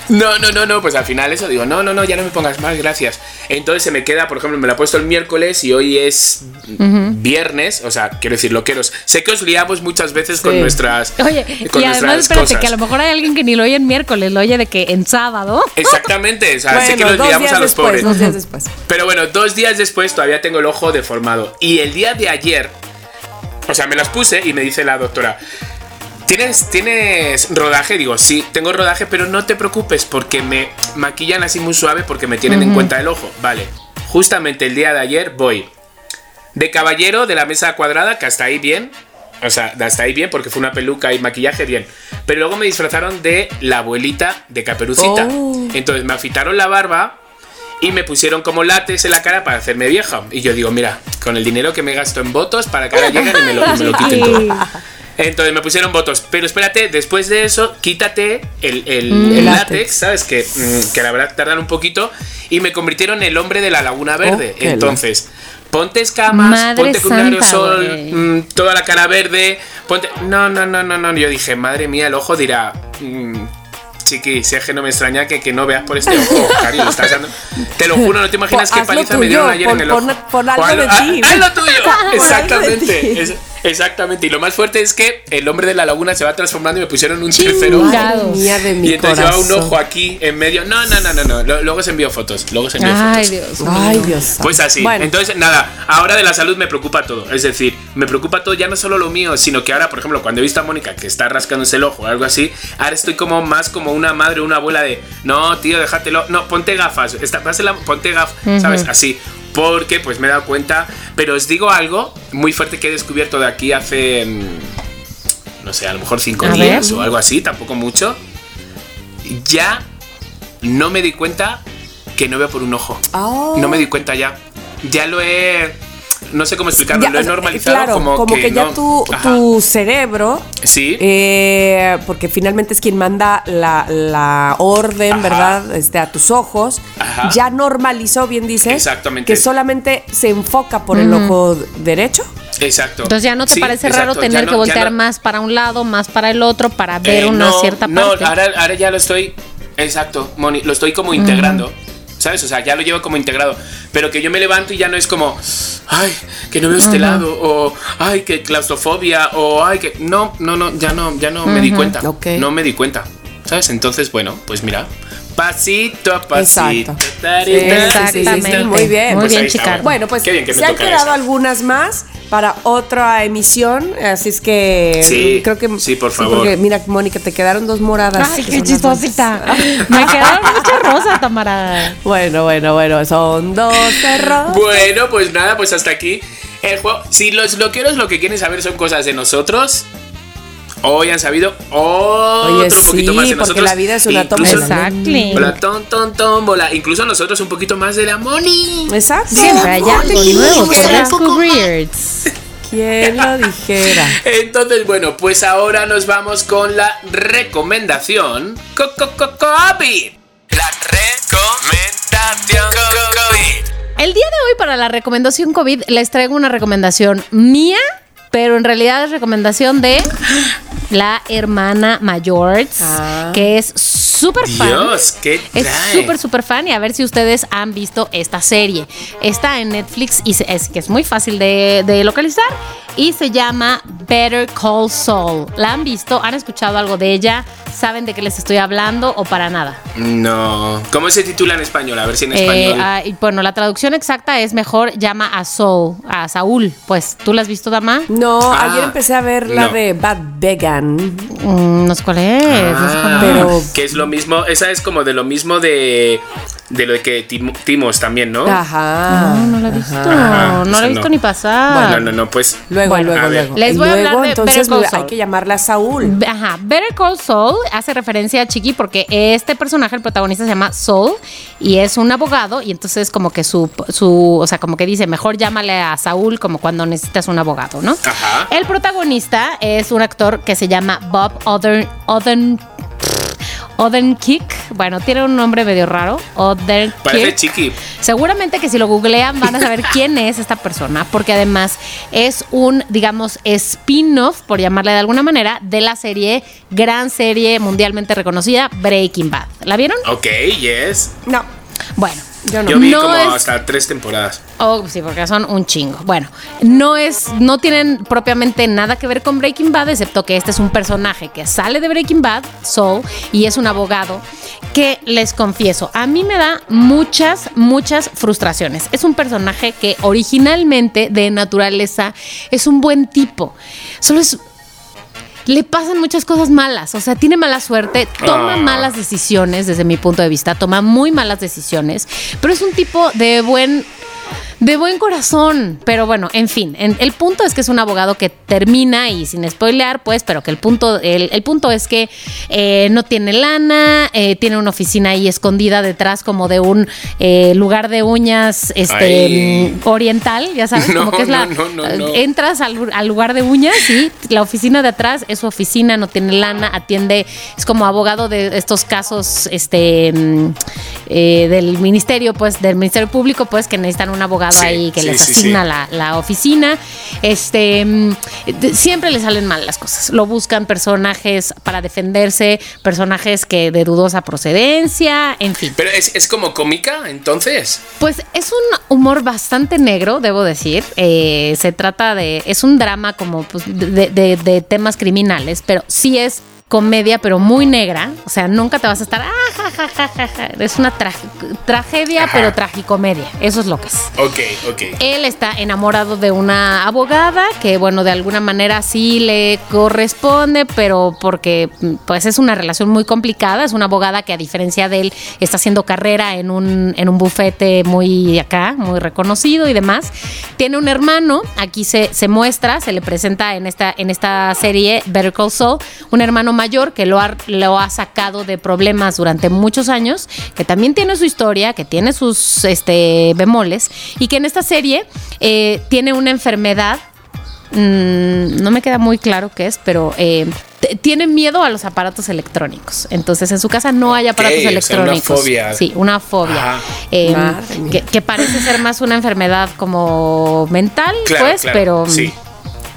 Speaker 3: No, no, no, no, pues al final eso digo, no, no, no, ya no me pongas más, gracias. Entonces se me queda, por ejemplo, me la he puesto el miércoles y hoy es viernes, o sea, quiero decir, loqueros. Sé que os liamos muchas veces con
Speaker 4: Sí.
Speaker 3: nuestras.
Speaker 5: Oye,
Speaker 3: con
Speaker 5: y además,
Speaker 3: nuestras
Speaker 5: espérate,
Speaker 3: cosas.
Speaker 5: que a lo mejor hay alguien que ni lo oye en miércoles, lo oye de que en sábado.
Speaker 3: Exactamente, o sea, sé que
Speaker 4: Bueno,
Speaker 3: nos
Speaker 4: dos
Speaker 3: liamos
Speaker 4: días
Speaker 3: a los
Speaker 4: después,
Speaker 3: pobres.
Speaker 4: dos días después.
Speaker 3: Pero bueno, dos días después todavía tengo el ojo deformado. Y el día de ayer, o sea, me las puse y me dice la doctora, ¿tienes, tienes rodaje? Digo, sí, tengo rodaje, pero no te preocupes porque me maquillan así muy suave porque me tienen en cuenta el ojo. Vale, justamente el día de ayer voy de caballero de la mesa cuadrada, que hasta ahí bien. O sea, hasta ahí bien, porque fue una peluca y maquillaje bien. Pero luego me disfrazaron de la abuelita de Caperucita.
Speaker 4: Oh.
Speaker 3: Entonces me afitaron la barba y me pusieron como látex en la cara para hacerme vieja. Y yo digo, mira, con el dinero que me gasto en votos para que ahora lleguen y me lo, y me lo quiten todo. Entonces me pusieron votos. Pero espérate, después de eso, quítate el, el-
Speaker 5: Mm.
Speaker 3: el látex, ¿sabes? Que, mm, que la verdad tardan un poquito. Y me convirtieron en el hombre de la Laguna Verde.
Speaker 4: Oh, qué
Speaker 3: Entonces, ponte escamas,
Speaker 5: Madre
Speaker 3: ponte con un
Speaker 5: santa,
Speaker 3: aerosol,
Speaker 5: güey.
Speaker 3: mm, toda la cara verde. Ponte. No, no, no, no, no. Yo dije, madre mía, el ojo dirá. mm, Chiqui, si es que no me extraña que, que no veas por este ojo, cariño, lo estás dando- Te lo juro, no te imaginas
Speaker 4: Pon-
Speaker 3: qué
Speaker 4: Pues hazlo
Speaker 3: paliza me
Speaker 4: tuyo,
Speaker 3: dieron ayer en
Speaker 4: pon-
Speaker 3: el ojo.
Speaker 4: pon- pon algo
Speaker 3: O
Speaker 4: de
Speaker 3: ha-
Speaker 4: ti.
Speaker 3: haz lo tuyo.
Speaker 4: de ti.
Speaker 3: Exactamente. es- exactamente. Y lo más fuerte es que el hombre de la laguna se va transformando y me pusieron un tercero.
Speaker 5: Chingado.
Speaker 4: Madre mía de mi
Speaker 3: Y entonces llevaba
Speaker 4: corazón.
Speaker 3: un ojo aquí en medio. No, no, no, no, no. Lo- Luego se envió fotos. Luego se envió
Speaker 5: Ay,
Speaker 3: fotos.
Speaker 5: Dios.
Speaker 4: Ay, Dios.
Speaker 3: Pues así.
Speaker 4: Bueno,
Speaker 3: Entonces, nada, ahora de la salud me preocupa todo. Es decir, me preocupa todo, ya no solo lo mío, sino que ahora, por ejemplo, cuando he visto a Mónica que está rascándose el ojo o algo así, ahora estoy como más como una madre o una abuela de, no, tío, déjatelo, no, ponte gafas, esta, dásela- ponte gafas, ¿sabes? Así. Porque, pues me he dado cuenta, pero os digo algo muy fuerte que he descubierto de aquí hace, mm, no sé, a lo mejor cinco
Speaker 5: A
Speaker 3: días
Speaker 5: ver.
Speaker 3: o algo así, tampoco mucho. Ya no me di cuenta que no veo por un ojo.
Speaker 4: Ah.
Speaker 3: No me di cuenta ya. Ya lo he. No sé cómo explicarlo,
Speaker 4: ya, eh,
Speaker 3: lo he normalizado
Speaker 4: claro,
Speaker 3: como, que,
Speaker 4: ya
Speaker 3: no.
Speaker 4: tu,
Speaker 3: Ajá.
Speaker 4: tu cerebro,
Speaker 3: Sí.
Speaker 4: eh, porque finalmente es quien manda la, la orden,
Speaker 3: Ajá.
Speaker 4: ¿verdad? Este, a tus ojos,
Speaker 3: Ajá.
Speaker 4: ya normalizó, bien dices,
Speaker 3: Exactamente.
Speaker 4: que solamente se enfoca por el ojo derecho.
Speaker 3: Exacto.
Speaker 5: Entonces ya no te
Speaker 3: Sí,
Speaker 5: parece
Speaker 3: exacto,
Speaker 5: raro
Speaker 3: ya
Speaker 5: tener
Speaker 3: no-
Speaker 5: que
Speaker 3: ya
Speaker 5: voltear
Speaker 3: no-
Speaker 5: más para un lado, más para el otro, para ver
Speaker 3: Eh,
Speaker 5: una
Speaker 3: no,
Speaker 5: cierta
Speaker 3: no,
Speaker 5: parte.
Speaker 3: ahora, ahora ya lo estoy. Exacto, Moni, lo estoy como integrando. ¿Sabes? O sea, ya lo llevo como integrado. Pero que yo me levanto y ya no es como, ay, que no veo este lado, o ay, que claustrofobia, o ay, que. No, no, no, ya no, ya no me di cuenta.
Speaker 4: Ok.
Speaker 3: No me di cuenta. ¿Sabes? Entonces, bueno, pues mira, pasito a pasito.
Speaker 4: Exacto.
Speaker 3: tari,
Speaker 4: Sí,
Speaker 3: tari,
Speaker 4: sí, sí, sí,
Speaker 5: Exactamente.
Speaker 4: sí, muy bien.
Speaker 5: Muy
Speaker 4: Pues
Speaker 5: bien,
Speaker 3: ahí está,
Speaker 5: Chicardo.
Speaker 4: Bueno, pues
Speaker 3: Qué bien que me
Speaker 4: se han
Speaker 3: toca
Speaker 4: quedado
Speaker 3: esa.
Speaker 4: algunas más para otra emisión, así es que
Speaker 3: Sí,
Speaker 4: creo que
Speaker 3: sí, por favor.
Speaker 4: porque, mira, Mónica, te quedaron dos moradas.
Speaker 5: Ay,
Speaker 4: que
Speaker 5: qué
Speaker 4: son las más-
Speaker 5: chistosita. Me quedaron muchas rosas, Tamara.
Speaker 4: Bueno, bueno, bueno, son dos cerros.
Speaker 3: Bueno, pues nada, pues hasta aquí el juego. Si los loqueros lo que quieren saber son cosas de nosotros, hoy han sabido otro
Speaker 4: Oye,
Speaker 3: poquito
Speaker 4: sí,
Speaker 3: más de
Speaker 4: porque
Speaker 3: nosotros.
Speaker 4: la vida es una
Speaker 3: Incluso-
Speaker 4: tómbola.
Speaker 5: Exactly.
Speaker 3: Bola, ton, ton, tómbola. Incluso nosotros un poquito más de la Moni.
Speaker 4: Exacto.
Speaker 5: Siempre hay algo
Speaker 4: ¿Quién lo
Speaker 5: nuevo que
Speaker 4: dijera?
Speaker 5: descubrir.
Speaker 4: ¿Quién lo dijera?
Speaker 3: Entonces, bueno, pues ahora nos vamos con la recomendación. co- co- co- COVID. La recomendación COVID.
Speaker 5: El día de hoy para la recomendación COVID les traigo una recomendación mía, pero en realidad es recomendación de la hermana mayor, que es súper fan.
Speaker 3: Ah. Dios, ¿qué
Speaker 5: Es
Speaker 3: trae?
Speaker 5: súper, súper fan y a ver si ustedes han visto esta serie. Está en Netflix y se- es que es muy fácil de, de localizar y se llama Better Call Saul. ¿La han visto? ¿Han escuchado algo de ella? ¿Saben de qué les estoy hablando o para nada?
Speaker 3: No. ¿Cómo se titula en español? A ver si en
Speaker 5: Eh,
Speaker 3: español.
Speaker 5: ah, y bueno, la traducción exacta es mejor llama a Saul, a Saúl. Pues, ¿tú la has visto, Dama?
Speaker 4: No,
Speaker 3: Ah,
Speaker 4: ayer empecé a ver la
Speaker 3: no.
Speaker 4: de Bad Vegan.
Speaker 5: Mm, no sé cuál es. no sé
Speaker 3: Ah,
Speaker 5: cuál es.
Speaker 4: pero-
Speaker 3: que es lo mismo, esa es como de lo mismo de de lo que Tim- Timos también, ¿no?
Speaker 5: Ah,
Speaker 4: Ajá.
Speaker 5: No, no la he visto.
Speaker 3: Ajá,
Speaker 5: no la
Speaker 3: no.
Speaker 5: he visto ni pasar.
Speaker 3: Bueno, no, no, pues
Speaker 4: Luego,
Speaker 5: Bueno,
Speaker 4: luego,
Speaker 3: a ver.
Speaker 4: luego.
Speaker 5: Les
Speaker 4: Y
Speaker 5: voy a
Speaker 4: luego,
Speaker 5: hablar de
Speaker 4: entonces
Speaker 5: Better Call
Speaker 4: me- hay
Speaker 5: Saul.
Speaker 4: que llamarla a Saúl.
Speaker 5: Be- Ajá, Better Call Saul hace referencia a Chiqui porque este personaje, el protagonista, se llama Saul y es un abogado y entonces como que su, su o sea, como que dice, mejor llámale a Saúl como cuando necesitas un abogado, ¿no?
Speaker 3: Ajá.
Speaker 5: El protagonista es un actor que se llama Bob Oden, Oden, Odenkirk. Bueno, tiene un nombre medio raro. Odenkirk.
Speaker 3: parece chiqui.
Speaker 5: Seguramente que si lo googlean van a saber quién es esta persona, porque además es un, digamos, spin-off, por llamarle de alguna manera, de la serie, gran serie mundialmente reconocida, Breaking Bad. ¿La vieron?
Speaker 3: Ok, yes.
Speaker 4: No,
Speaker 5: Bueno.
Speaker 4: yo no.
Speaker 3: Yo vi
Speaker 5: No
Speaker 3: como
Speaker 5: es-
Speaker 3: hasta tres temporadas.
Speaker 5: Oh, sí, porque son un chingo. Bueno, no es, no tienen propiamente nada que ver con Breaking Bad, excepto que este es un personaje que sale de Breaking Bad, Saul, y es un abogado que les confieso, a mí me da muchas, muchas frustraciones. Es un personaje que originalmente de naturaleza es un buen tipo, solo es le pasan muchas cosas malas, o sea, tiene mala suerte, toma
Speaker 3: Ah.
Speaker 5: malas decisiones desde mi punto de vista, toma muy malas decisiones, pero es un tipo de buen de buen corazón, pero bueno, en fin, en- el punto es que es un abogado que termina y sin spoilear, pues, pero que el punto, el, el punto es que eh, no tiene lana, eh, tiene una oficina ahí escondida detrás como de un eh, lugar de uñas, este,
Speaker 3: Ay.
Speaker 5: mm, oriental, ya sabes,
Speaker 3: No,
Speaker 5: como que es la,
Speaker 3: no, no, no, no.
Speaker 5: entras al, lu- al lugar de uñas y la oficina de atrás es su oficina, no tiene lana, atiende, es como abogado de estos casos, este, mm, eh, del ministerio, pues, del ministerio público, pues, que necesitan un abogado
Speaker 3: Sí,
Speaker 5: ahí que
Speaker 3: sí,
Speaker 5: les
Speaker 3: sí,
Speaker 5: asigna
Speaker 3: sí.
Speaker 5: La, la oficina. Este, mm, de- siempre le salen mal las cosas. Lo buscan personajes para defenderse, personajes que de dudosa procedencia, en fin.
Speaker 3: Pero es, es como cómica, entonces.
Speaker 5: Pues es un humor bastante negro, debo decir. Eh, se trata de. Es un drama como pues, de, de- de temas criminales, pero sí es comedia, pero muy negra. O sea, nunca te vas a estar. "Ah, ja, ja, ja, ja, ja". Es una tra- tragedia,
Speaker 3: Ajá.
Speaker 5: pero tragicomedia. Eso es lo que es.
Speaker 3: Ok, ok.
Speaker 5: Él está enamorado de una abogada que, bueno, de alguna manera sí le corresponde, pero porque mm, pues es una relación muy complicada. Es una abogada que a diferencia de él está haciendo carrera en un, en un bufete muy acá, muy reconocido y demás. Tiene un hermano, aquí se, se muestra, se le presenta en esta, en esta serie Better Call Saul, un hermano mayor que lo ha, lo ha sacado de problemas durante muchos años, que también tiene su historia, que tiene sus este, bemoles, y que en esta serie eh, tiene una enfermedad. mm, no me queda muy claro qué es, pero eh, t- tiene miedo a los aparatos electrónicos. Entonces en su casa no hay aparatos
Speaker 3: o sea, una
Speaker 5: electrónicos.
Speaker 3: fobia.
Speaker 5: Sí, una fobia.
Speaker 3: Ajá.
Speaker 5: Eh,
Speaker 4: Madre mía.
Speaker 5: que, que parece ser más una enfermedad como mental,
Speaker 3: Claro,
Speaker 5: pues,
Speaker 3: claro,
Speaker 5: pero mm,
Speaker 3: sí.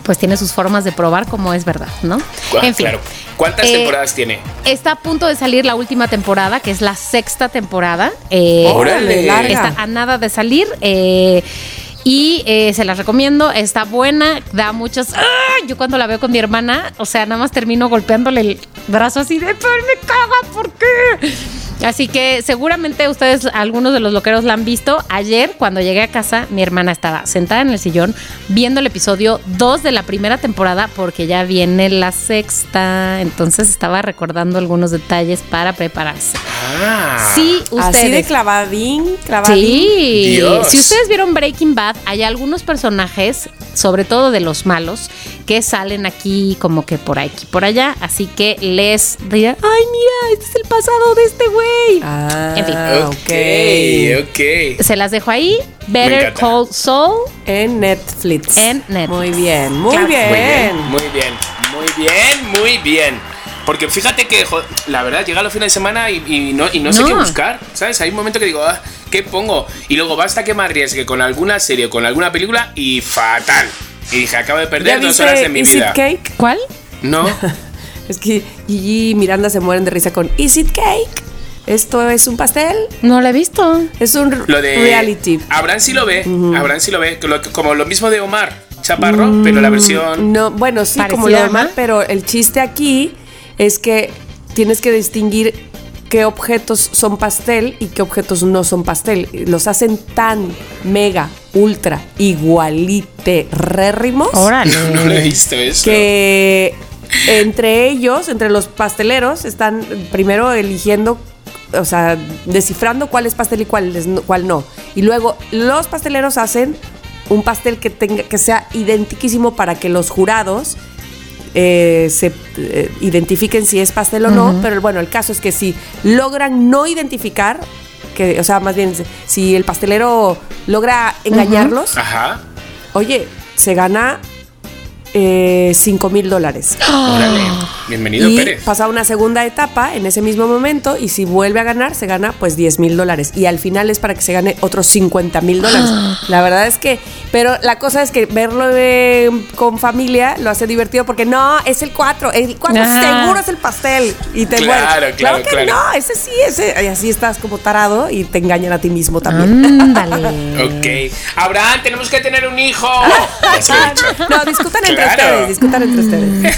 Speaker 5: pues tiene sus formas de probar como es verdad, ¿no?
Speaker 3: Cu- ah,
Speaker 5: en fin.
Speaker 3: claro. ¿Cuántas
Speaker 5: Eh,
Speaker 3: temporadas tiene?
Speaker 5: Está a punto de salir la última temporada, que es la sexta temporada. Eh,
Speaker 3: Órale.
Speaker 4: larga.
Speaker 5: está a nada de salir. eh, y eh, se las recomiendo, está buena, da muchos... ¡Ah! Yo cuando la veo con mi hermana, o sea, nada más termino golpeándole el brazo así de, "Pero me caga, ¿por qué? Así que seguramente ustedes, algunos de los loqueros la han visto. Ayer, cuando llegué a casa, mi hermana estaba sentada en el sillón viendo el episodio 2 de la primera temporada porque ya viene la sexta. Entonces estaba recordando algunos detalles para prepararse.
Speaker 3: Ah.
Speaker 5: Sí, ustedes.
Speaker 4: Así de clavadín, clavadín.
Speaker 5: Sí.
Speaker 3: Dios.
Speaker 5: Si ustedes vieron Breaking Bad, hay algunos personajes, sobre todo de los malos, que salen aquí como que por aquí, por allá. Así que les dirán, ay, mira, este es el pasado de este güey.
Speaker 4: Ah,
Speaker 5: En fin.
Speaker 4: ok.
Speaker 3: Ok, ok.
Speaker 5: Se las dejo ahí.
Speaker 3: Me
Speaker 5: Better
Speaker 3: encanta.
Speaker 5: Call Saul.
Speaker 4: En Netflix.
Speaker 5: En Netflix.
Speaker 4: Muy bien, muy
Speaker 5: Claro.
Speaker 4: bien.
Speaker 3: Muy bien, muy bien, muy bien, muy bien. Porque fíjate que, jo- la verdad, llega los fines de semana y, y no, y no sé
Speaker 5: No.
Speaker 3: qué buscar, ¿sabes? Hay un momento que digo, ah, ¿qué pongo? Y luego basta que me arriesgue con alguna serie o con alguna película y fatal. Y dije, acabo de
Speaker 4: ¿Ya
Speaker 3: perder dos
Speaker 4: viste
Speaker 3: horas de mi
Speaker 4: Is It
Speaker 3: vida.
Speaker 4: Cake?
Speaker 5: ¿Cuál?
Speaker 3: No,
Speaker 4: Es que Gigi y Miranda se mueren de risa con Is it cake? Esto es un pastel.
Speaker 5: No la he visto.
Speaker 4: Es un
Speaker 3: Lo de.
Speaker 4: reality.
Speaker 3: Abraham sí lo ve. Abraham sí lo ve. que lo- como lo mismo de Omar Chaparro, pero
Speaker 4: Mm.
Speaker 3: la versión.
Speaker 4: No, bueno, sí,
Speaker 5: Parecido,
Speaker 4: como lo demás,
Speaker 5: ajá.
Speaker 4: pero el chiste aquí es que tienes que distinguir qué objetos son pastel y qué objetos no son pastel. Los hacen tan mega, ultra, igualite, rérrimos
Speaker 3: No lo he
Speaker 5: Órale.
Speaker 3: visto eso.
Speaker 4: que entre ellos, entre los pasteleros, están primero eligiendo, o sea, descifrando cuál es pastel y cuál, es, no- cuál no. Y luego los pasteleros hacen un pastel que, tenga, que sea identiquísimo para que los jurados eh, se eh, identifiquen si es pastel o no. Pero bueno, el caso es que si logran no identificar, que, o sea, más bien, si el pastelero logra engañarlos,
Speaker 3: Ajá.
Speaker 4: Oye, se gana eh, 5 mil dólares.
Speaker 3: Órale. Bienvenido,
Speaker 4: Y
Speaker 3: Pérez.
Speaker 4: pasa una segunda etapa en ese mismo momento y si vuelve a ganar se gana pues 10 mil dólares. Y al final es para que se gane otros 50 mil dólares. La verdad es que, pero la cosa es que verlo eh, con familia lo hace divertido porque no, es el 4, el 4
Speaker 5: Ajá.
Speaker 4: seguro es el pastel. Y te
Speaker 3: Claro,
Speaker 4: engañan.
Speaker 3: claro,
Speaker 4: que
Speaker 3: claro.
Speaker 4: no, ese sí, ese. Y así estás como tarado y te engañan a ti mismo también.
Speaker 5: Ándale.
Speaker 3: Ok. Abraham, tenemos que tener un hijo. Así de hecho.
Speaker 4: No, discutan entre
Speaker 3: Claro.
Speaker 4: ustedes, discutan entre ustedes.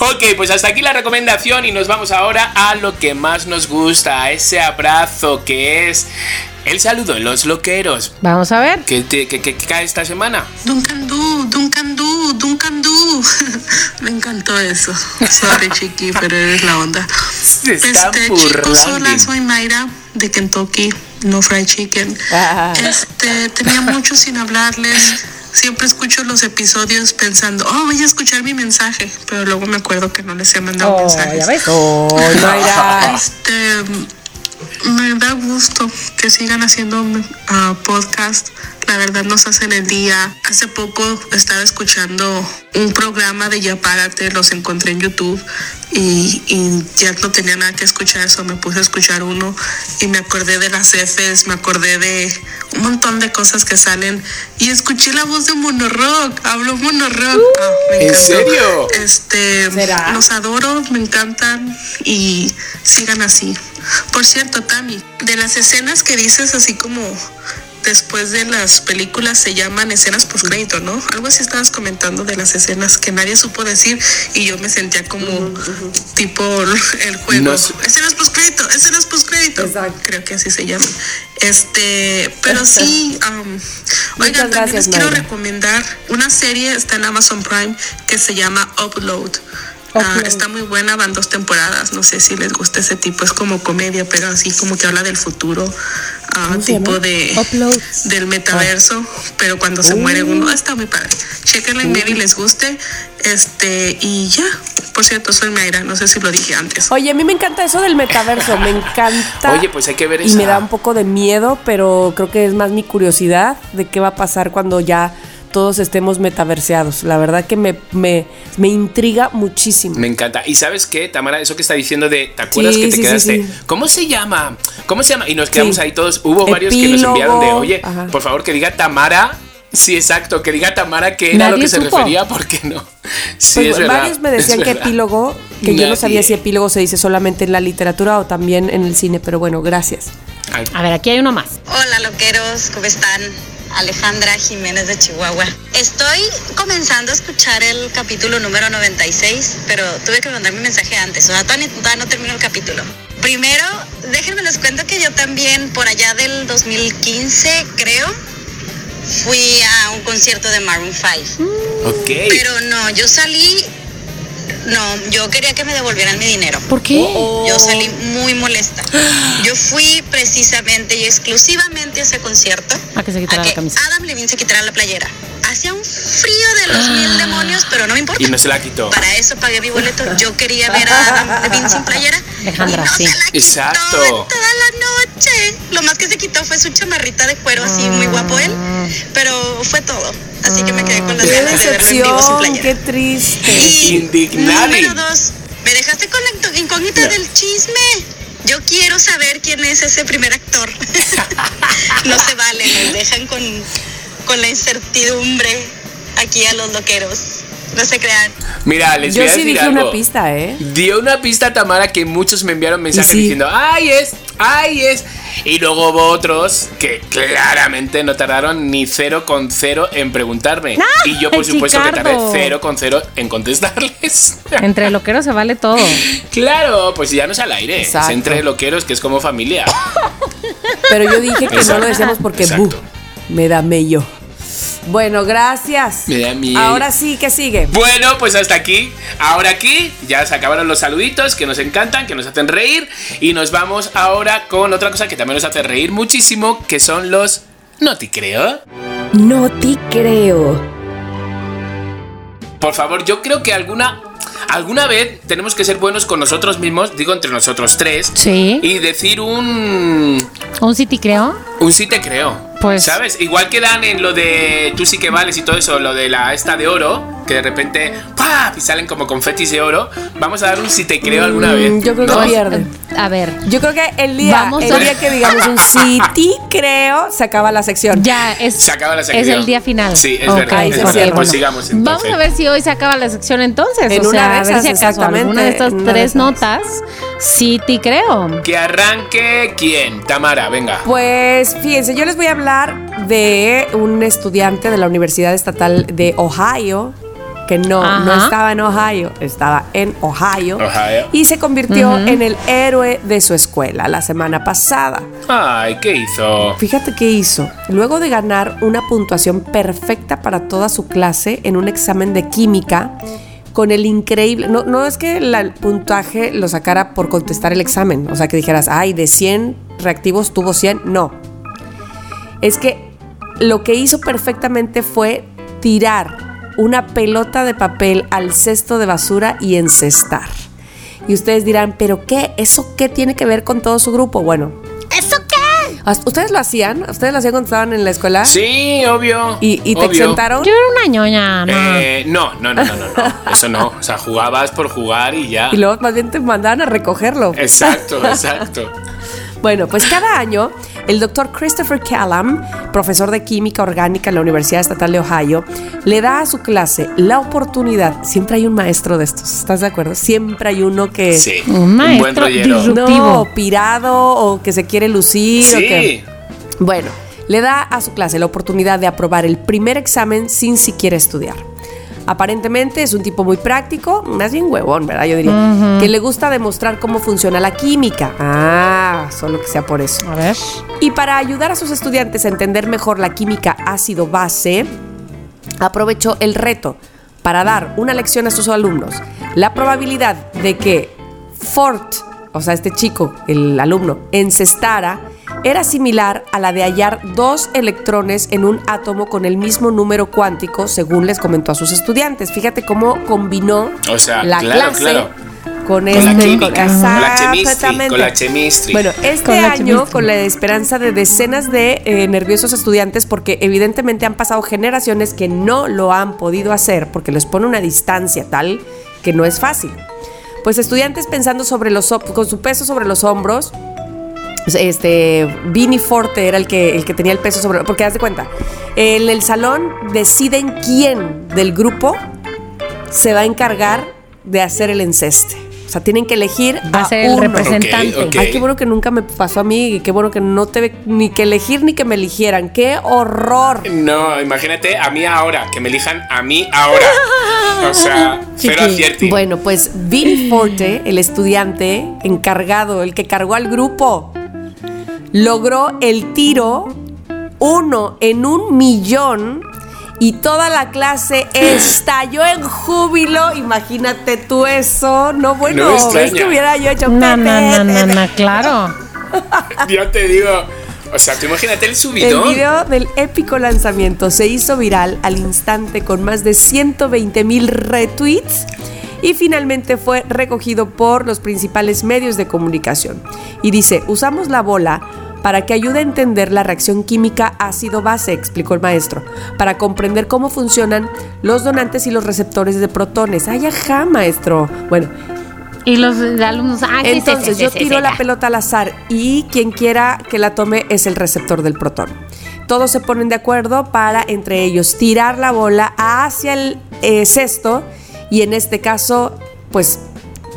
Speaker 3: Ok, pues hasta aquí la recomendación y nos vamos ahora a lo que más nos gusta, a ese abrazo que es el saludo de los loqueros.
Speaker 5: Vamos a ver.
Speaker 3: ¿Qué, te- qué- qué- qué cae esta semana?
Speaker 8: Duncan Du, Duncan Du, Duncan Du. Me encantó eso. Sorry, chiqui, pero eres la onda.
Speaker 3: Se están
Speaker 8: este, chicos, hola,
Speaker 3: burlando.
Speaker 8: soy Mayra de Kentucky, no fried chicken.
Speaker 4: Ah.
Speaker 8: Este, tenía mucho sin hablarles. Siempre escucho los episodios pensando, oh, voy a escuchar mi mensaje, pero luego me acuerdo que no les he mandado
Speaker 5: Oh,
Speaker 8: mensajes.
Speaker 5: ya ves.
Speaker 8: Este, me da gusto que sigan haciendo ah, podcast. La verdad nos hacen el día. Hace poco estaba escuchando un programa de Ya Párate, los encontré en YouTube y, y ya no tenía nada que escuchar, eso me puse a escuchar uno y me acordé de las Fs, me acordé de un montón de cosas que salen y escuché la voz de Monorock, habló Monorock. Ah, me
Speaker 3: Uh. ¿En
Speaker 8: encantó.
Speaker 3: serio?
Speaker 8: Este,
Speaker 4: ¿Será?
Speaker 8: los adoro, me encantan y sigan así. Por cierto, Tami, de las escenas que dices así como después de las películas se llaman escenas post crédito, ¿no? Algo así estabas comentando de las escenas que nadie supo decir y yo me sentía como tipo el juego.
Speaker 3: No sé.
Speaker 8: Escenas post crédito, escenas post crédito.
Speaker 4: Exacto.
Speaker 8: Creo que así se llama. Este, pero sí, um,
Speaker 4: Muchas
Speaker 8: oigan, también
Speaker 4: gracias,
Speaker 8: les quiero
Speaker 4: Mayra.
Speaker 8: recomendar una serie, está en Amazon Prime, que se llama Upload. Ah, está muy buena, van dos temporadas, no sé si les gusta ese tipo, es como comedia, pero así como que habla del futuro, ah, tipo de del metaverso, pero cuando se muere
Speaker 4: Uh.
Speaker 8: uno, ah, está muy padre. Chequenla en medio y les guste, este, y ya, por cierto, soy Mayra, no sé si lo dije antes.
Speaker 4: Oye, a mí me encanta eso del metaverso, me encanta.
Speaker 3: Oye, pues hay que ver
Speaker 4: Y
Speaker 3: esa.
Speaker 4: me da un poco de miedo, pero creo que es más mi curiosidad de qué va a pasar cuando ya todos estemos metaverseados. La verdad que me, me, me intriga muchísimo.
Speaker 3: Me encanta. ¿Y sabes qué, Tamara? Eso que está diciendo de, ¿te acuerdas
Speaker 4: Sí,
Speaker 3: que te
Speaker 4: sí, sí,
Speaker 3: quedaste?
Speaker 4: sí.
Speaker 3: ¿Cómo se llama? ¿Cómo se llama? Y nos quedamos
Speaker 4: Sí.
Speaker 3: ahí todos. Hubo varios que nos
Speaker 4: Epílogo.
Speaker 3: enviaron de, oye,
Speaker 4: Ajá.
Speaker 3: por favor que diga Tamara. Sí, exacto, que diga Tamara que era a lo
Speaker 5: Nadie
Speaker 3: que se
Speaker 5: supo.
Speaker 3: refería, porque no. Sí,
Speaker 4: Pues,
Speaker 3: es verdad.
Speaker 4: varios me
Speaker 3: es
Speaker 4: decían que
Speaker 3: verdad.
Speaker 4: epílogo, que yo no sabía
Speaker 3: Nadie.
Speaker 4: si epílogo se dice solamente en la literatura o también en el cine, pero bueno, gracias.
Speaker 3: Ay,
Speaker 5: A ver, aquí hay uno más.
Speaker 9: Hola loqueros, ¿cómo están? Alejandra Jiménez de Chihuahua. Estoy comenzando a escuchar el capítulo número 96, pero tuve que mandar mi mensaje antes, o sea, todavía, ni- todavía no termino el capítulo. Primero, déjenme les cuento que yo también por allá del 2015, creo, fui a un concierto de Maroon 5.
Speaker 3: ok.
Speaker 9: Pero no, yo salí, no, yo quería que me devolvieran mi dinero.
Speaker 5: ¿Por qué?
Speaker 9: Yo salí muy molesta. Yo fui precisamente y exclusivamente a ese concierto.
Speaker 5: A que se quitara
Speaker 9: a
Speaker 5: la
Speaker 9: que
Speaker 5: camisa.
Speaker 9: Adam Levine se quitara la playera. Hacía un frío de los
Speaker 5: Ah.
Speaker 9: mil demonios, pero no me importa.
Speaker 3: y no se la quitó.
Speaker 9: Para eso pagué mi boleto. Yo quería ver a Adam Levine sin playera.
Speaker 5: Alejandra,
Speaker 9: y no
Speaker 5: sí.
Speaker 9: se la quitó
Speaker 3: Exacto.
Speaker 9: en toda la noche. Lo más que se quitó fue su chamarrita de cuero, así muy guapo él.
Speaker 5: Ah.
Speaker 9: Pero fue todo. Así que me quedé con las
Speaker 4: Qué
Speaker 9: ganas de verlo en vivo sin
Speaker 4: decepción,
Speaker 9: playera.
Speaker 4: qué triste.
Speaker 9: Y
Speaker 3: Indignadi.
Speaker 9: Número dos, me dejaste con la incó- incógnita del chisme. Yo quiero saber quién es ese primer actor. no se vale, nos dejan con, con la incertidumbre aquí a los loqueros. No se crean.
Speaker 3: Mira, les
Speaker 4: Yo
Speaker 3: voy a
Speaker 4: sí
Speaker 3: decir
Speaker 4: dije
Speaker 3: algo.
Speaker 4: una pista, ¿eh?
Speaker 3: Dio una pista a Tamara que muchos me enviaron mensajes
Speaker 4: Y sí.
Speaker 3: diciendo, ¡ay es! ¡ay es! Y luego hubo otros que claramente no tardaron ni 0,0 en preguntarme.
Speaker 4: ¡Ah!
Speaker 3: y yo, por supuesto, que
Speaker 5: Ricardo!
Speaker 3: tardé 0,0 en contestarles.
Speaker 5: Entre loqueros se vale todo.
Speaker 3: claro, pues ya no es al aire.
Speaker 4: Exacto.
Speaker 3: Es entre loqueros, que es como familia.
Speaker 4: Pero yo dije que no
Speaker 3: Exacto.
Speaker 4: lo decíamos porque
Speaker 3: Exacto.
Speaker 4: buh, me da mello. Bueno, gracias.
Speaker 3: Me da mello.
Speaker 4: Ahora sí, ¿qué sigue?
Speaker 3: Bueno, pues hasta aquí. Ahora aquí ya se acabaron los saluditos que nos encantan, que nos hacen reír. Y nos vamos ahora con otra cosa que también nos hace reír muchísimo, que son los... No te creo.
Speaker 2: No te creo.
Speaker 3: Por favor, yo creo que alguna... Alguna vez tenemos que ser buenos con nosotros mismos, digo entre nosotros tres,
Speaker 5: Sí.
Speaker 3: y decir un...
Speaker 5: ¿Un City creo?
Speaker 3: Un sí te creo.
Speaker 5: Pues-
Speaker 3: ¿Sabes? Igual que dan en lo de tú sí que vales y todo eso, lo de la esta de oro, que de repente ¡pap! y salen como confetis de oro. Vamos a dar un sí te creo alguna vez.
Speaker 4: Mm, yo creo que
Speaker 3: ¿no?
Speaker 4: pierde.
Speaker 5: A ver.
Speaker 4: Yo creo que el día,
Speaker 5: Vamos
Speaker 4: el
Speaker 5: a-
Speaker 4: día que digamos un city, creo, se acaba la sección.
Speaker 5: Ya, es,
Speaker 3: Se acaba la sección.
Speaker 5: es el día final.
Speaker 3: Sí, es
Speaker 5: Ok,
Speaker 3: verdad.
Speaker 4: Ahí
Speaker 3: es
Speaker 4: se
Speaker 3: verdad.
Speaker 4: cierra.
Speaker 3: Pues sigamos entonces.
Speaker 5: Vamos a ver si hoy se acaba la sección entonces.
Speaker 4: En
Speaker 5: o
Speaker 4: una
Speaker 5: sea,
Speaker 4: de
Speaker 5: a ver si
Speaker 4: esas,
Speaker 5: acaso alguna de estas
Speaker 4: exactamente, en una de
Speaker 5: tres
Speaker 4: esas.
Speaker 5: notas sí te creo.
Speaker 3: Que arranque quién. Tamara, venga.
Speaker 4: Pues fíjense, yo les voy a hablar de un estudiante de la Universidad Estatal de Ohio que no, no
Speaker 5: Ajá.
Speaker 4: estaba en Ohio, estaba en Ohio,
Speaker 3: Ohio.
Speaker 4: y se convirtió en el héroe de su escuela la semana pasada.
Speaker 3: Ay, ¿qué hizo?
Speaker 4: Fíjate qué hizo. Luego de ganar una puntuación perfecta para toda su clase en un examen de química, con el increíble. No, no es que la- el puntaje lo sacara por contestar el examen. O sea, que dijeras, ay, de 100 reactivos tuvo 100. No. Es que lo que hizo perfectamente fue tirar una pelota de papel al cesto de basura y encestar. Y ustedes dirán, ¿pero qué? ¿Eso qué tiene que ver con todo su grupo? Bueno,
Speaker 6: ¿Eso qué?
Speaker 4: ¿Ustedes lo hacían? ¿Ustedes lo hacían cuando estaban en la escuela?
Speaker 3: Sí, obvio.
Speaker 4: Ah. ¿Y, y te
Speaker 3: obvio.
Speaker 4: exentaron?
Speaker 5: Yo era una ñoña, no.
Speaker 3: Eh, no, no, no, no, no, no. Eso no. O sea, jugabas por jugar y ya.
Speaker 4: Y luego más bien te mandaban a recogerlo.
Speaker 3: Exacto, exacto.
Speaker 4: Bueno, pues cada año el doctor Christopher Callum, profesor de química orgánica en la Universidad Estatal de Ohio, le da a su clase la oportunidad. Siempre hay un maestro de estos, ¿estás de acuerdo? Siempre hay uno que
Speaker 3: Sí.
Speaker 5: Un
Speaker 3: Un buen
Speaker 5: maestro
Speaker 3: rollero.
Speaker 5: disru-
Speaker 4: no,
Speaker 5: Disruptivo.
Speaker 4: pirado o que se quiere lucir o que
Speaker 3: Sí.
Speaker 4: Bueno, le da a su clase la oportunidad de aprobar el primer examen sin siquiera estudiar. Aparentemente es un tipo muy práctico, más bien huevón, ¿verdad? Yo diría. Que le gusta demostrar cómo funciona la química. Ah, solo que sea por eso.
Speaker 5: A ver.
Speaker 4: Y para ayudar a sus estudiantes a entender mejor la química ácido-base, aprovechó el reto para dar una lección a sus alumnos. La probabilidad de que Fort, o sea, este chico, el alumno, encestara, era similar a la de hallar dos electrones en un átomo con el mismo número cuántico, según les comentó a sus estudiantes. Fíjate cómo combinó
Speaker 3: O sea,
Speaker 4: la
Speaker 3: claro,
Speaker 4: clase
Speaker 3: claro.
Speaker 4: con,
Speaker 3: Con la
Speaker 4: este-
Speaker 3: química, con la chemistry,
Speaker 4: Exactamente.
Speaker 3: con la chemistry.
Speaker 4: Bueno, este
Speaker 5: Con la
Speaker 4: año,
Speaker 5: chemistry.
Speaker 4: con la esperanza de decenas de eh, nerviosos estudiantes, porque evidentemente han pasado generaciones que no lo han podido hacer, porque les pone una distancia tal que no es fácil. Pues estudiantes pensando sobre los hom- con su peso sobre los hombros, este Vini Forte era el que, el que tenía el peso sobre porque haz de cuenta en el salón deciden quién del grupo se va a encargar de hacer el enceste o sea tienen que elegir
Speaker 5: Va a ser el
Speaker 4: uno.
Speaker 5: representante.
Speaker 3: Ok, ok.
Speaker 4: Ay, qué bueno que nunca me pasó a mí y qué bueno que no te ni que elegir ni que me eligieran. ¡Qué horror!
Speaker 3: No, imagínate a mí ahora, que me elijan a mí ahora. O sea, cero
Speaker 5: Chiqui.
Speaker 3: acierti.
Speaker 4: Bueno, pues Vin Forte, el estudiante encargado, el que cargó al grupo, logró el tiro uno en un millón y toda la clase estalló en júbilo. Imagínate tú eso. No, bueno,
Speaker 3: No me
Speaker 4: es
Speaker 3: extraña.
Speaker 4: que hubiera yo hecho
Speaker 5: No, no,
Speaker 4: pe,
Speaker 5: no,
Speaker 4: pe,
Speaker 5: no,
Speaker 4: pe,
Speaker 5: no, claro.
Speaker 3: Yo te digo, o sea, tú imagínate el
Speaker 4: El
Speaker 3: subidón.
Speaker 4: video del épico lanzamiento se hizo viral al instante con más de 120 mil retweets y finalmente fue recogido por los principales medios de comunicación. Y dice, usamos la bola para que ayude a entender la reacción química ácido-base, explicó el maestro, para comprender cómo funcionan los donantes y los receptores de protones. ¡Ay, ajá, maestro! Bueno,
Speaker 5: Y los alumnos. Ay, sí, sí,
Speaker 4: entonces
Speaker 5: sí,
Speaker 4: yo
Speaker 5: sí,
Speaker 4: tiro
Speaker 5: sí,
Speaker 4: la
Speaker 5: ya.
Speaker 4: pelota al azar y quien quiera que la tome es el receptor del protón. Todos se ponen de acuerdo para entre ellos tirar la bola hacia el eh, cesto y en este caso, pues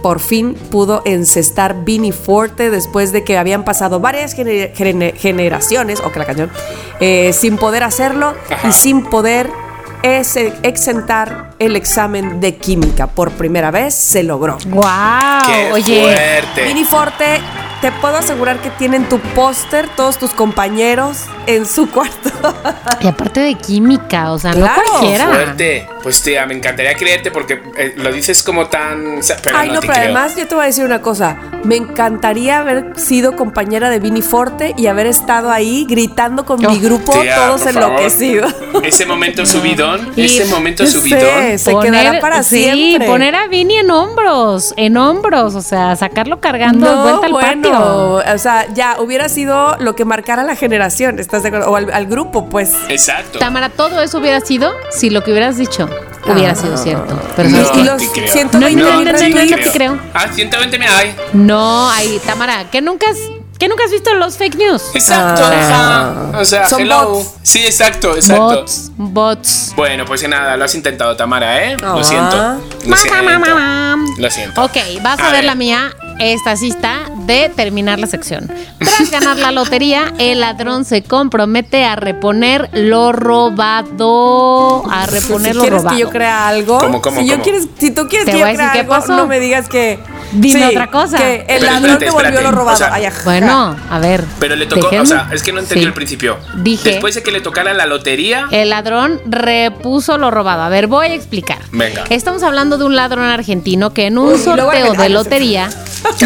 Speaker 4: por fin pudo encestar Vinnie Forte después de que habían pasado varias gener- gener- generaciones, o que la canción, eh, sin poder hacerlo y sin poder ese- exentar el examen de química. Por primera vez se logró.
Speaker 5: ¡Wow!
Speaker 3: ¡Qué
Speaker 5: Oye,
Speaker 3: fuerte!
Speaker 4: Vinnie Forte, te puedo asegurar que tienen tu póster, todos tus compañeros en su cuarto.
Speaker 5: y aparte de química, o sea,
Speaker 4: Claro.
Speaker 5: no cualquiera.
Speaker 3: Fuerte. Pues tía, me encantaría creerte porque eh, lo dices como tan. o sea, Pero
Speaker 4: Ay, no,
Speaker 3: te
Speaker 4: pero
Speaker 3: creo.
Speaker 4: además yo te voy a decir una cosa. Me encantaría haber sido compañera de Vinnie Forte y haber estado ahí gritando con
Speaker 5: Oh.
Speaker 4: mi grupo,
Speaker 3: Tía,
Speaker 4: todos
Speaker 3: ah, por favor.
Speaker 4: enloquecidos.
Speaker 3: Ese momento subidón,
Speaker 5: Y-
Speaker 3: ese momento
Speaker 4: Ya
Speaker 3: subidón.
Speaker 4: sé. Se quedará para
Speaker 5: sí,
Speaker 4: siempre.
Speaker 5: poner a Vini en hombros, en hombros, o sea, sacarlo cargando de vuelta al patio.
Speaker 4: O sea, ya hubiera sido lo que marcara la generación, ¿estás de acuerdo? O al, al grupo, pues.
Speaker 3: Exacto.
Speaker 5: Tamara, todo eso hubiera sido si lo que hubieras dicho
Speaker 4: Ah.
Speaker 5: hubiera sido cierto. Pero
Speaker 4: Y
Speaker 5: no,
Speaker 4: los,
Speaker 5: es que-
Speaker 4: y
Speaker 3: No
Speaker 4: los
Speaker 3: te creo.
Speaker 4: 120
Speaker 5: No, no,
Speaker 4: mil
Speaker 5: no, no, no, no te
Speaker 4: retweets.
Speaker 5: creo.
Speaker 3: Ah, 120 me hay.
Speaker 5: no, ahí, Tamara, que nunca has, que nunca has visto los fake news.
Speaker 3: Exacto,
Speaker 4: Ah.
Speaker 3: ajá. O sea,
Speaker 4: Son
Speaker 3: hello.
Speaker 4: bots.
Speaker 3: Sí, exacto, exacto.
Speaker 5: Bots, bots.
Speaker 3: Bueno, pues nada, lo has intentado, Tamara, ¿eh? Lo
Speaker 4: Ah.
Speaker 3: siento. Lo siento.
Speaker 5: Ma, ma, ma, ma.
Speaker 3: Lo siento.
Speaker 5: Ok, vas a,
Speaker 3: A
Speaker 5: ver,
Speaker 3: ver.
Speaker 5: la mía. Esta sí está de terminar la sección. Tras ganar la lotería, el ladrón se compromete a reponer lo robado. A reponer
Speaker 4: si
Speaker 5: lo
Speaker 4: quieres
Speaker 5: robado.
Speaker 4: que yo crea algo,
Speaker 3: ¿Cómo, cómo,
Speaker 4: si yo
Speaker 3: cómo?
Speaker 4: quieres, si tú quieres
Speaker 5: Te
Speaker 4: que
Speaker 5: voy
Speaker 4: yo
Speaker 5: a decir
Speaker 4: crea
Speaker 5: qué
Speaker 4: algo,
Speaker 5: pasó.
Speaker 4: no me digas que
Speaker 5: Dime otra cosa.
Speaker 4: Que el
Speaker 3: Pero
Speaker 4: ladrón
Speaker 3: espérate,
Speaker 4: te volvió
Speaker 3: espérate,
Speaker 4: lo robado.
Speaker 3: o sea,
Speaker 4: Ay, ajá.
Speaker 5: bueno, a ver.
Speaker 3: Pero le tocó,
Speaker 5: déjenme-
Speaker 3: o sea, es que no entendí
Speaker 5: Sí.
Speaker 3: al principio.
Speaker 5: Dije- Este
Speaker 3: Después de que le tocara la lotería,
Speaker 5: El ladrón repuso lo robado. A ver, voy a explicar.
Speaker 3: Venga.
Speaker 5: Estamos hablando de un ladrón argentino que en un
Speaker 4: Uy, y luego
Speaker 5: sorteo
Speaker 4: argentino.
Speaker 5: de lotería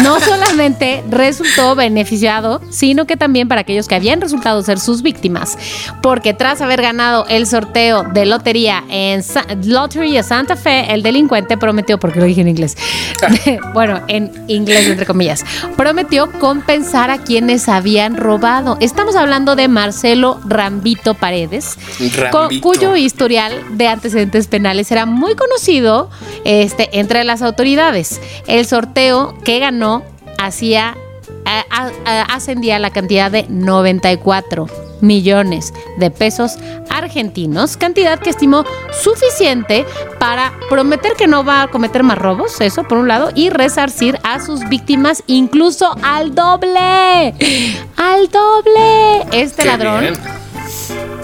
Speaker 5: no solamente resultó beneficiado, sino que también para aquellos que habían resultado ser sus víctimas. Porque tras haber ganado el sorteo de lotería en Sa- Lottery de Santa Fe, el delincuente prometió, porque lo dije en inglés, bueno, en inglés entre comillas, prometió compensar a quienes habían robado. Estamos hablando de Marcelo Rambito Paredes, co-
Speaker 3: Rambito.
Speaker 5: cuyo historial de antecedentes penales era muy conocido este, entre las autoridades. El sorteo que ganó hacía a- a- a- ascendía a la cantidad de 94 millones de pesos argentinos, cantidad que estimó suficiente para prometer que no va a cometer más robos, eso por un lado, y resarcir a sus víctimas incluso al doble, al doble. Este
Speaker 3: qué
Speaker 5: ladrón
Speaker 3: bien.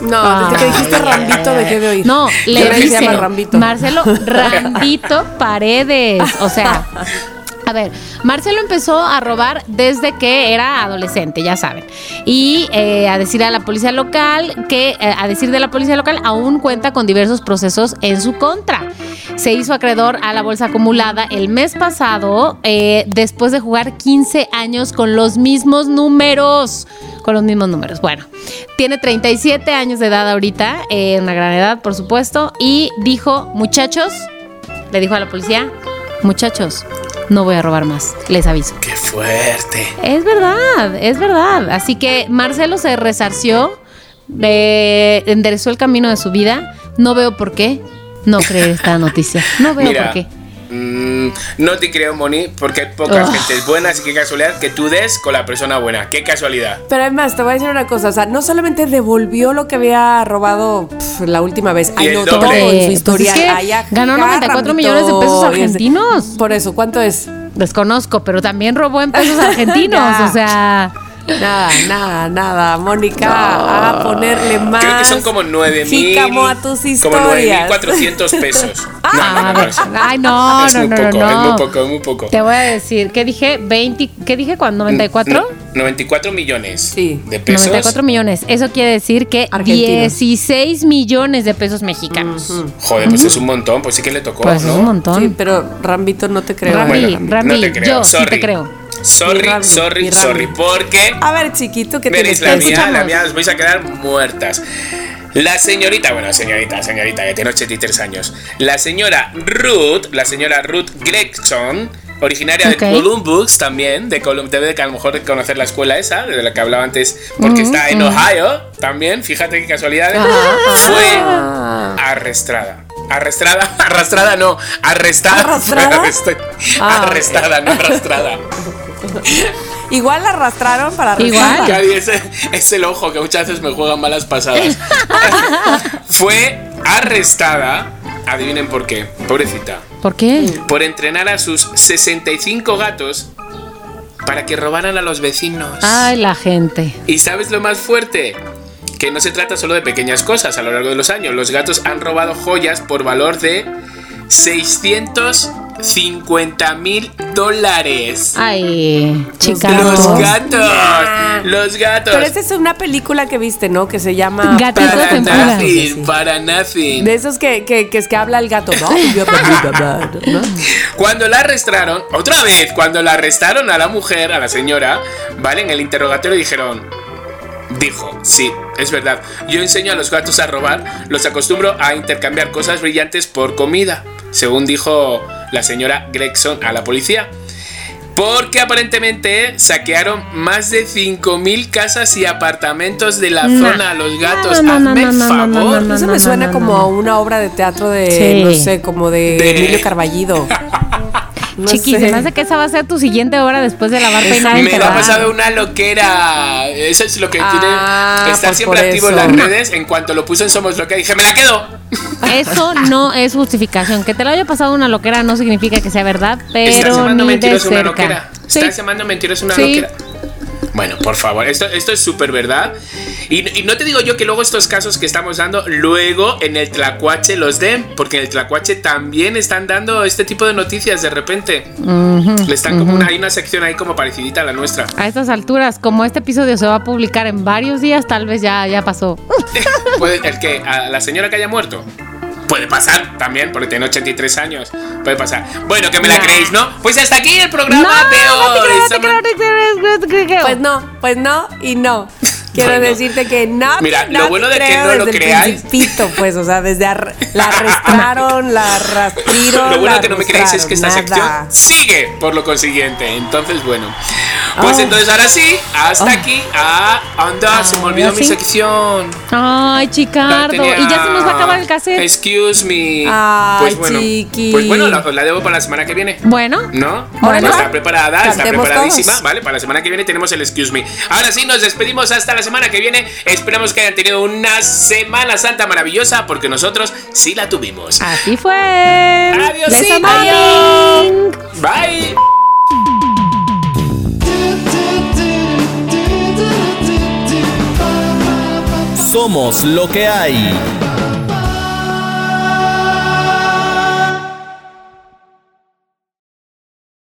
Speaker 4: No, desde
Speaker 5: Ah,
Speaker 4: que dijiste
Speaker 5: Ay.
Speaker 4: Rambito dejé de oír.
Speaker 5: No,
Speaker 4: Yo
Speaker 5: le
Speaker 4: creo que se
Speaker 5: dice
Speaker 4: llama Rambito.
Speaker 5: Marcelo Rambito Paredes. O sea, a ver, Marcelo empezó a robar desde que era adolescente, ya saben. Y eh, a decir a la policía local que, eh, a decir de la policía local, aún cuenta con diversos procesos en su contra. Se hizo acreedor a la bolsa acumulada el mes pasado eh, después de jugar 15 años con los mismos números. Con los mismos números. Bueno, tiene 37 años de edad ahorita, eh, una gran edad, por supuesto, y dijo, muchachos, le dijo a la policía, muchachos, no voy a robar más, les aviso.
Speaker 3: Qué fuerte.
Speaker 5: Es verdad, es verdad. Así que Marcelo se resarció, eh, enderezó el camino de su vida. No veo por qué no creer esta noticia. No veo
Speaker 3: Mira.
Speaker 5: por qué.
Speaker 3: mm, no te creo, Moni, porque hay pocas
Speaker 5: Oh.
Speaker 3: gentes buenas y qué casualidad que tú des con la persona buena. Qué casualidad.
Speaker 4: Pero además, te voy a decir una cosa, o sea, no solamente devolvió lo que había robado pf, la última vez,
Speaker 3: Y el
Speaker 4: ay, no,
Speaker 3: doble.
Speaker 4: todo en
Speaker 5: Eh,
Speaker 4: su
Speaker 5: pues
Speaker 4: historia.
Speaker 5: es que
Speaker 4: ay, ajá,
Speaker 5: ganó 94
Speaker 4: Rambito,
Speaker 5: millones de pesos
Speaker 4: y ese-
Speaker 5: argentinos.
Speaker 4: Por eso, ¿cuánto es?
Speaker 5: Desconozco, pero también robó en pesos argentinos.
Speaker 4: Ya.
Speaker 5: o sea,
Speaker 4: Nada, nada, nada, Mónica, a ponerle más.
Speaker 3: Creo que son como 9 mil.
Speaker 4: jícamo a tus
Speaker 3: Como
Speaker 4: historias.
Speaker 3: 9.400 pesos.
Speaker 5: Ah, ay, no,
Speaker 3: es muy
Speaker 5: no, no, no,
Speaker 3: poco, Es muy
Speaker 5: no.
Speaker 3: poco, es muy poco.
Speaker 5: te voy a decir, ¿qué dije? 20, ¿Qué dije
Speaker 3: Mm,
Speaker 5: cuando? ¿94?
Speaker 3: No, 94 millones
Speaker 4: Sí.
Speaker 3: de pesos.
Speaker 5: 94 millones. Eso quiere decir que
Speaker 4: Argentinos.
Speaker 5: 16 millones de pesos mexicanos.
Speaker 3: Joder, pues es un montón, pues sí que le tocó,
Speaker 5: Pues
Speaker 3: ¿no?
Speaker 5: es un montón.
Speaker 4: Sí, pero Rambito no te creo.
Speaker 5: Rambi,
Speaker 4: ¿eh?
Speaker 5: Bueno. Rambi, yo sí te creo.
Speaker 3: Sorry,
Speaker 4: Mi Rambi,
Speaker 3: sorry,
Speaker 4: mi Rambi.
Speaker 3: sorry, porque
Speaker 4: A ver, chiquito, ¿qué
Speaker 3: veréis
Speaker 4: tienes que
Speaker 3: la
Speaker 4: decir?
Speaker 3: mía, la
Speaker 5: Escuchamos.
Speaker 3: mía os vais a quedar muertas. La señorita, bueno, señorita, señorita, que tiene 83 años. La señora Ruth, la señora Ruth Gregson, originaria
Speaker 5: Ok.
Speaker 3: de Columbus también, de Columbus, debe de a lo mejor conocer la escuela esa, de la que hablaba antes,
Speaker 5: Mm,
Speaker 3: porque está en Ohio también, fíjate qué casualidad,
Speaker 5: Ah,
Speaker 3: fue arrestada. Arrestada, arrastrada no, arrestada.
Speaker 5: Ah.
Speaker 4: ¿Arrastrada?
Speaker 3: Arrestada, no arrastrada.
Speaker 4: Igual la arrastraron para
Speaker 5: Igual.
Speaker 4: arrastrarla.
Speaker 3: Cari, es, es el ojo que muchas veces me juegan malas pasadas. Fue arrestada, adivinen por qué, pobrecita,
Speaker 5: ¿Por qué?
Speaker 3: por entrenar a sus 65 gatos para que robaran a los vecinos.
Speaker 5: Ay, la gente.
Speaker 3: Y sabes lo más fuerte, que no se trata solo de pequeñas cosas a lo largo de los años. Los gatos han robado joyas por valor de 650 mil dólares.
Speaker 5: Ay,
Speaker 3: Los
Speaker 5: chicas.
Speaker 3: gatos, los gatos.
Speaker 4: Pero esta es una película que viste, ¿no? Que se llama...
Speaker 5: Gato. Gatito
Speaker 3: Para
Speaker 5: tempuras.
Speaker 3: nothing, para nothing.
Speaker 4: De esos que, que, que es que habla el gato, ¿no? Y yo, ¿no?
Speaker 3: Cuando la arrestaron, otra vez, cuando la arrestaron a la mujer, a la señora, ¿vale? En el interrogatorio dijeron, dijo, sí, es verdad, yo enseño a los gatos a robar, los acostumbro a intercambiar cosas brillantes por comida, según dijo la señora Gregson a la policía. Porque aparentemente saquearon más de 5.000 casas y apartamentos de la
Speaker 5: No.
Speaker 3: zona a los gatos.
Speaker 5: No, no, no,
Speaker 3: Hazme
Speaker 5: no,
Speaker 3: el
Speaker 5: no, no,
Speaker 3: favor.
Speaker 5: no, no, no.
Speaker 4: Eso me suena
Speaker 5: no,
Speaker 4: como
Speaker 5: no.
Speaker 4: a una obra de teatro de,
Speaker 5: Sí.
Speaker 4: no sé, como de,
Speaker 3: De-
Speaker 4: Emilio Carballido. No
Speaker 5: Chiqui,
Speaker 4: sé.
Speaker 5: se me hace que esa va a ser tu siguiente hora después de lavar, peinar y
Speaker 3: Me
Speaker 5: enterrar.
Speaker 3: ha pasado una loquera. Eso es lo que
Speaker 4: Ah,
Speaker 3: tiene estar
Speaker 4: pues
Speaker 3: siempre
Speaker 4: por
Speaker 3: activo en
Speaker 4: eso.
Speaker 3: las redes. En cuanto lo puse en Somos Loca, dije, me la quedo.
Speaker 5: Eso no es justificación. Que te lo haya pasado una loquera no significa que sea verdad,
Speaker 3: Estás
Speaker 5: pero
Speaker 3: llamando
Speaker 5: ni de
Speaker 3: mentiroso a una
Speaker 5: cerca.
Speaker 3: loquera. Estás llamando mentiroso a una
Speaker 5: Sí.
Speaker 3: loquera. Bueno, por favor, esto, esto es súper verdad. Y, y no te digo yo que luego estos casos que estamos dando, luego en el Tlacuache los den, porque en el Tlacuache también están dando este tipo de noticias de repente. Le están como una, hay una sección ahí como parecidita a la nuestra.
Speaker 5: A estas alturas, como este episodio se va a publicar en varios días, tal vez ya, ya pasó.
Speaker 3: Puede- el que a la señora que haya muerto puede pasar también porque tiene 83 años puede pasar bueno que me la
Speaker 5: Nah.
Speaker 3: creéis no pues hasta aquí el
Speaker 5: No,
Speaker 3: programa
Speaker 5: no
Speaker 3: de hoy
Speaker 5: te creo, no te
Speaker 3: Somos-
Speaker 5: creo, no te creo, no te creo, no te creo.
Speaker 4: Pues no, pues no y no. Quiero
Speaker 3: Bueno.
Speaker 4: decirte que no.
Speaker 3: Mira,
Speaker 4: no
Speaker 3: lo
Speaker 4: te
Speaker 3: bueno de que no
Speaker 4: creo
Speaker 3: lo Ah,
Speaker 4: desde el
Speaker 3: creáis.
Speaker 4: principito, pues, o sea, desde ar- la arrastraron, la arrastraron.
Speaker 3: ah, lo bueno
Speaker 4: la
Speaker 3: que no me creéis es que esta
Speaker 4: arrastraron,
Speaker 3: sección sigue por lo consiguiente entonces bueno
Speaker 5: Oh.
Speaker 3: pues entonces ahora sí hasta aquí ah, anda se me olvidó mi
Speaker 5: Ahora Oh. Ah, sí.
Speaker 3: sección
Speaker 5: Ay,
Speaker 3: La
Speaker 5: Chicardo.
Speaker 3: tenía-
Speaker 5: Y ya se nos va a acabar el cassette.
Speaker 3: excuse me
Speaker 4: Ay,
Speaker 3: pues bueno
Speaker 4: chiqui.
Speaker 3: pues bueno la, la debo para la semana que viene
Speaker 5: Bueno,
Speaker 3: ¿No?
Speaker 4: Bueno,
Speaker 3: Pues está preparada, está
Speaker 4: cantemos
Speaker 3: preparadísima.
Speaker 4: todos.
Speaker 3: Vale, para la semana que viene tenemos el Excuse Me. Ahora sí, nos despedimos hasta la semana que viene. Esperamos que hayan tenido una Semana Santa maravillosa porque nosotros sí la tuvimos.
Speaker 4: Ah.
Speaker 5: así fue.
Speaker 3: Adiós,
Speaker 5: Beso,
Speaker 3: sí,
Speaker 5: mami.
Speaker 3: adiós. Bye.
Speaker 1: Somos lo que hay.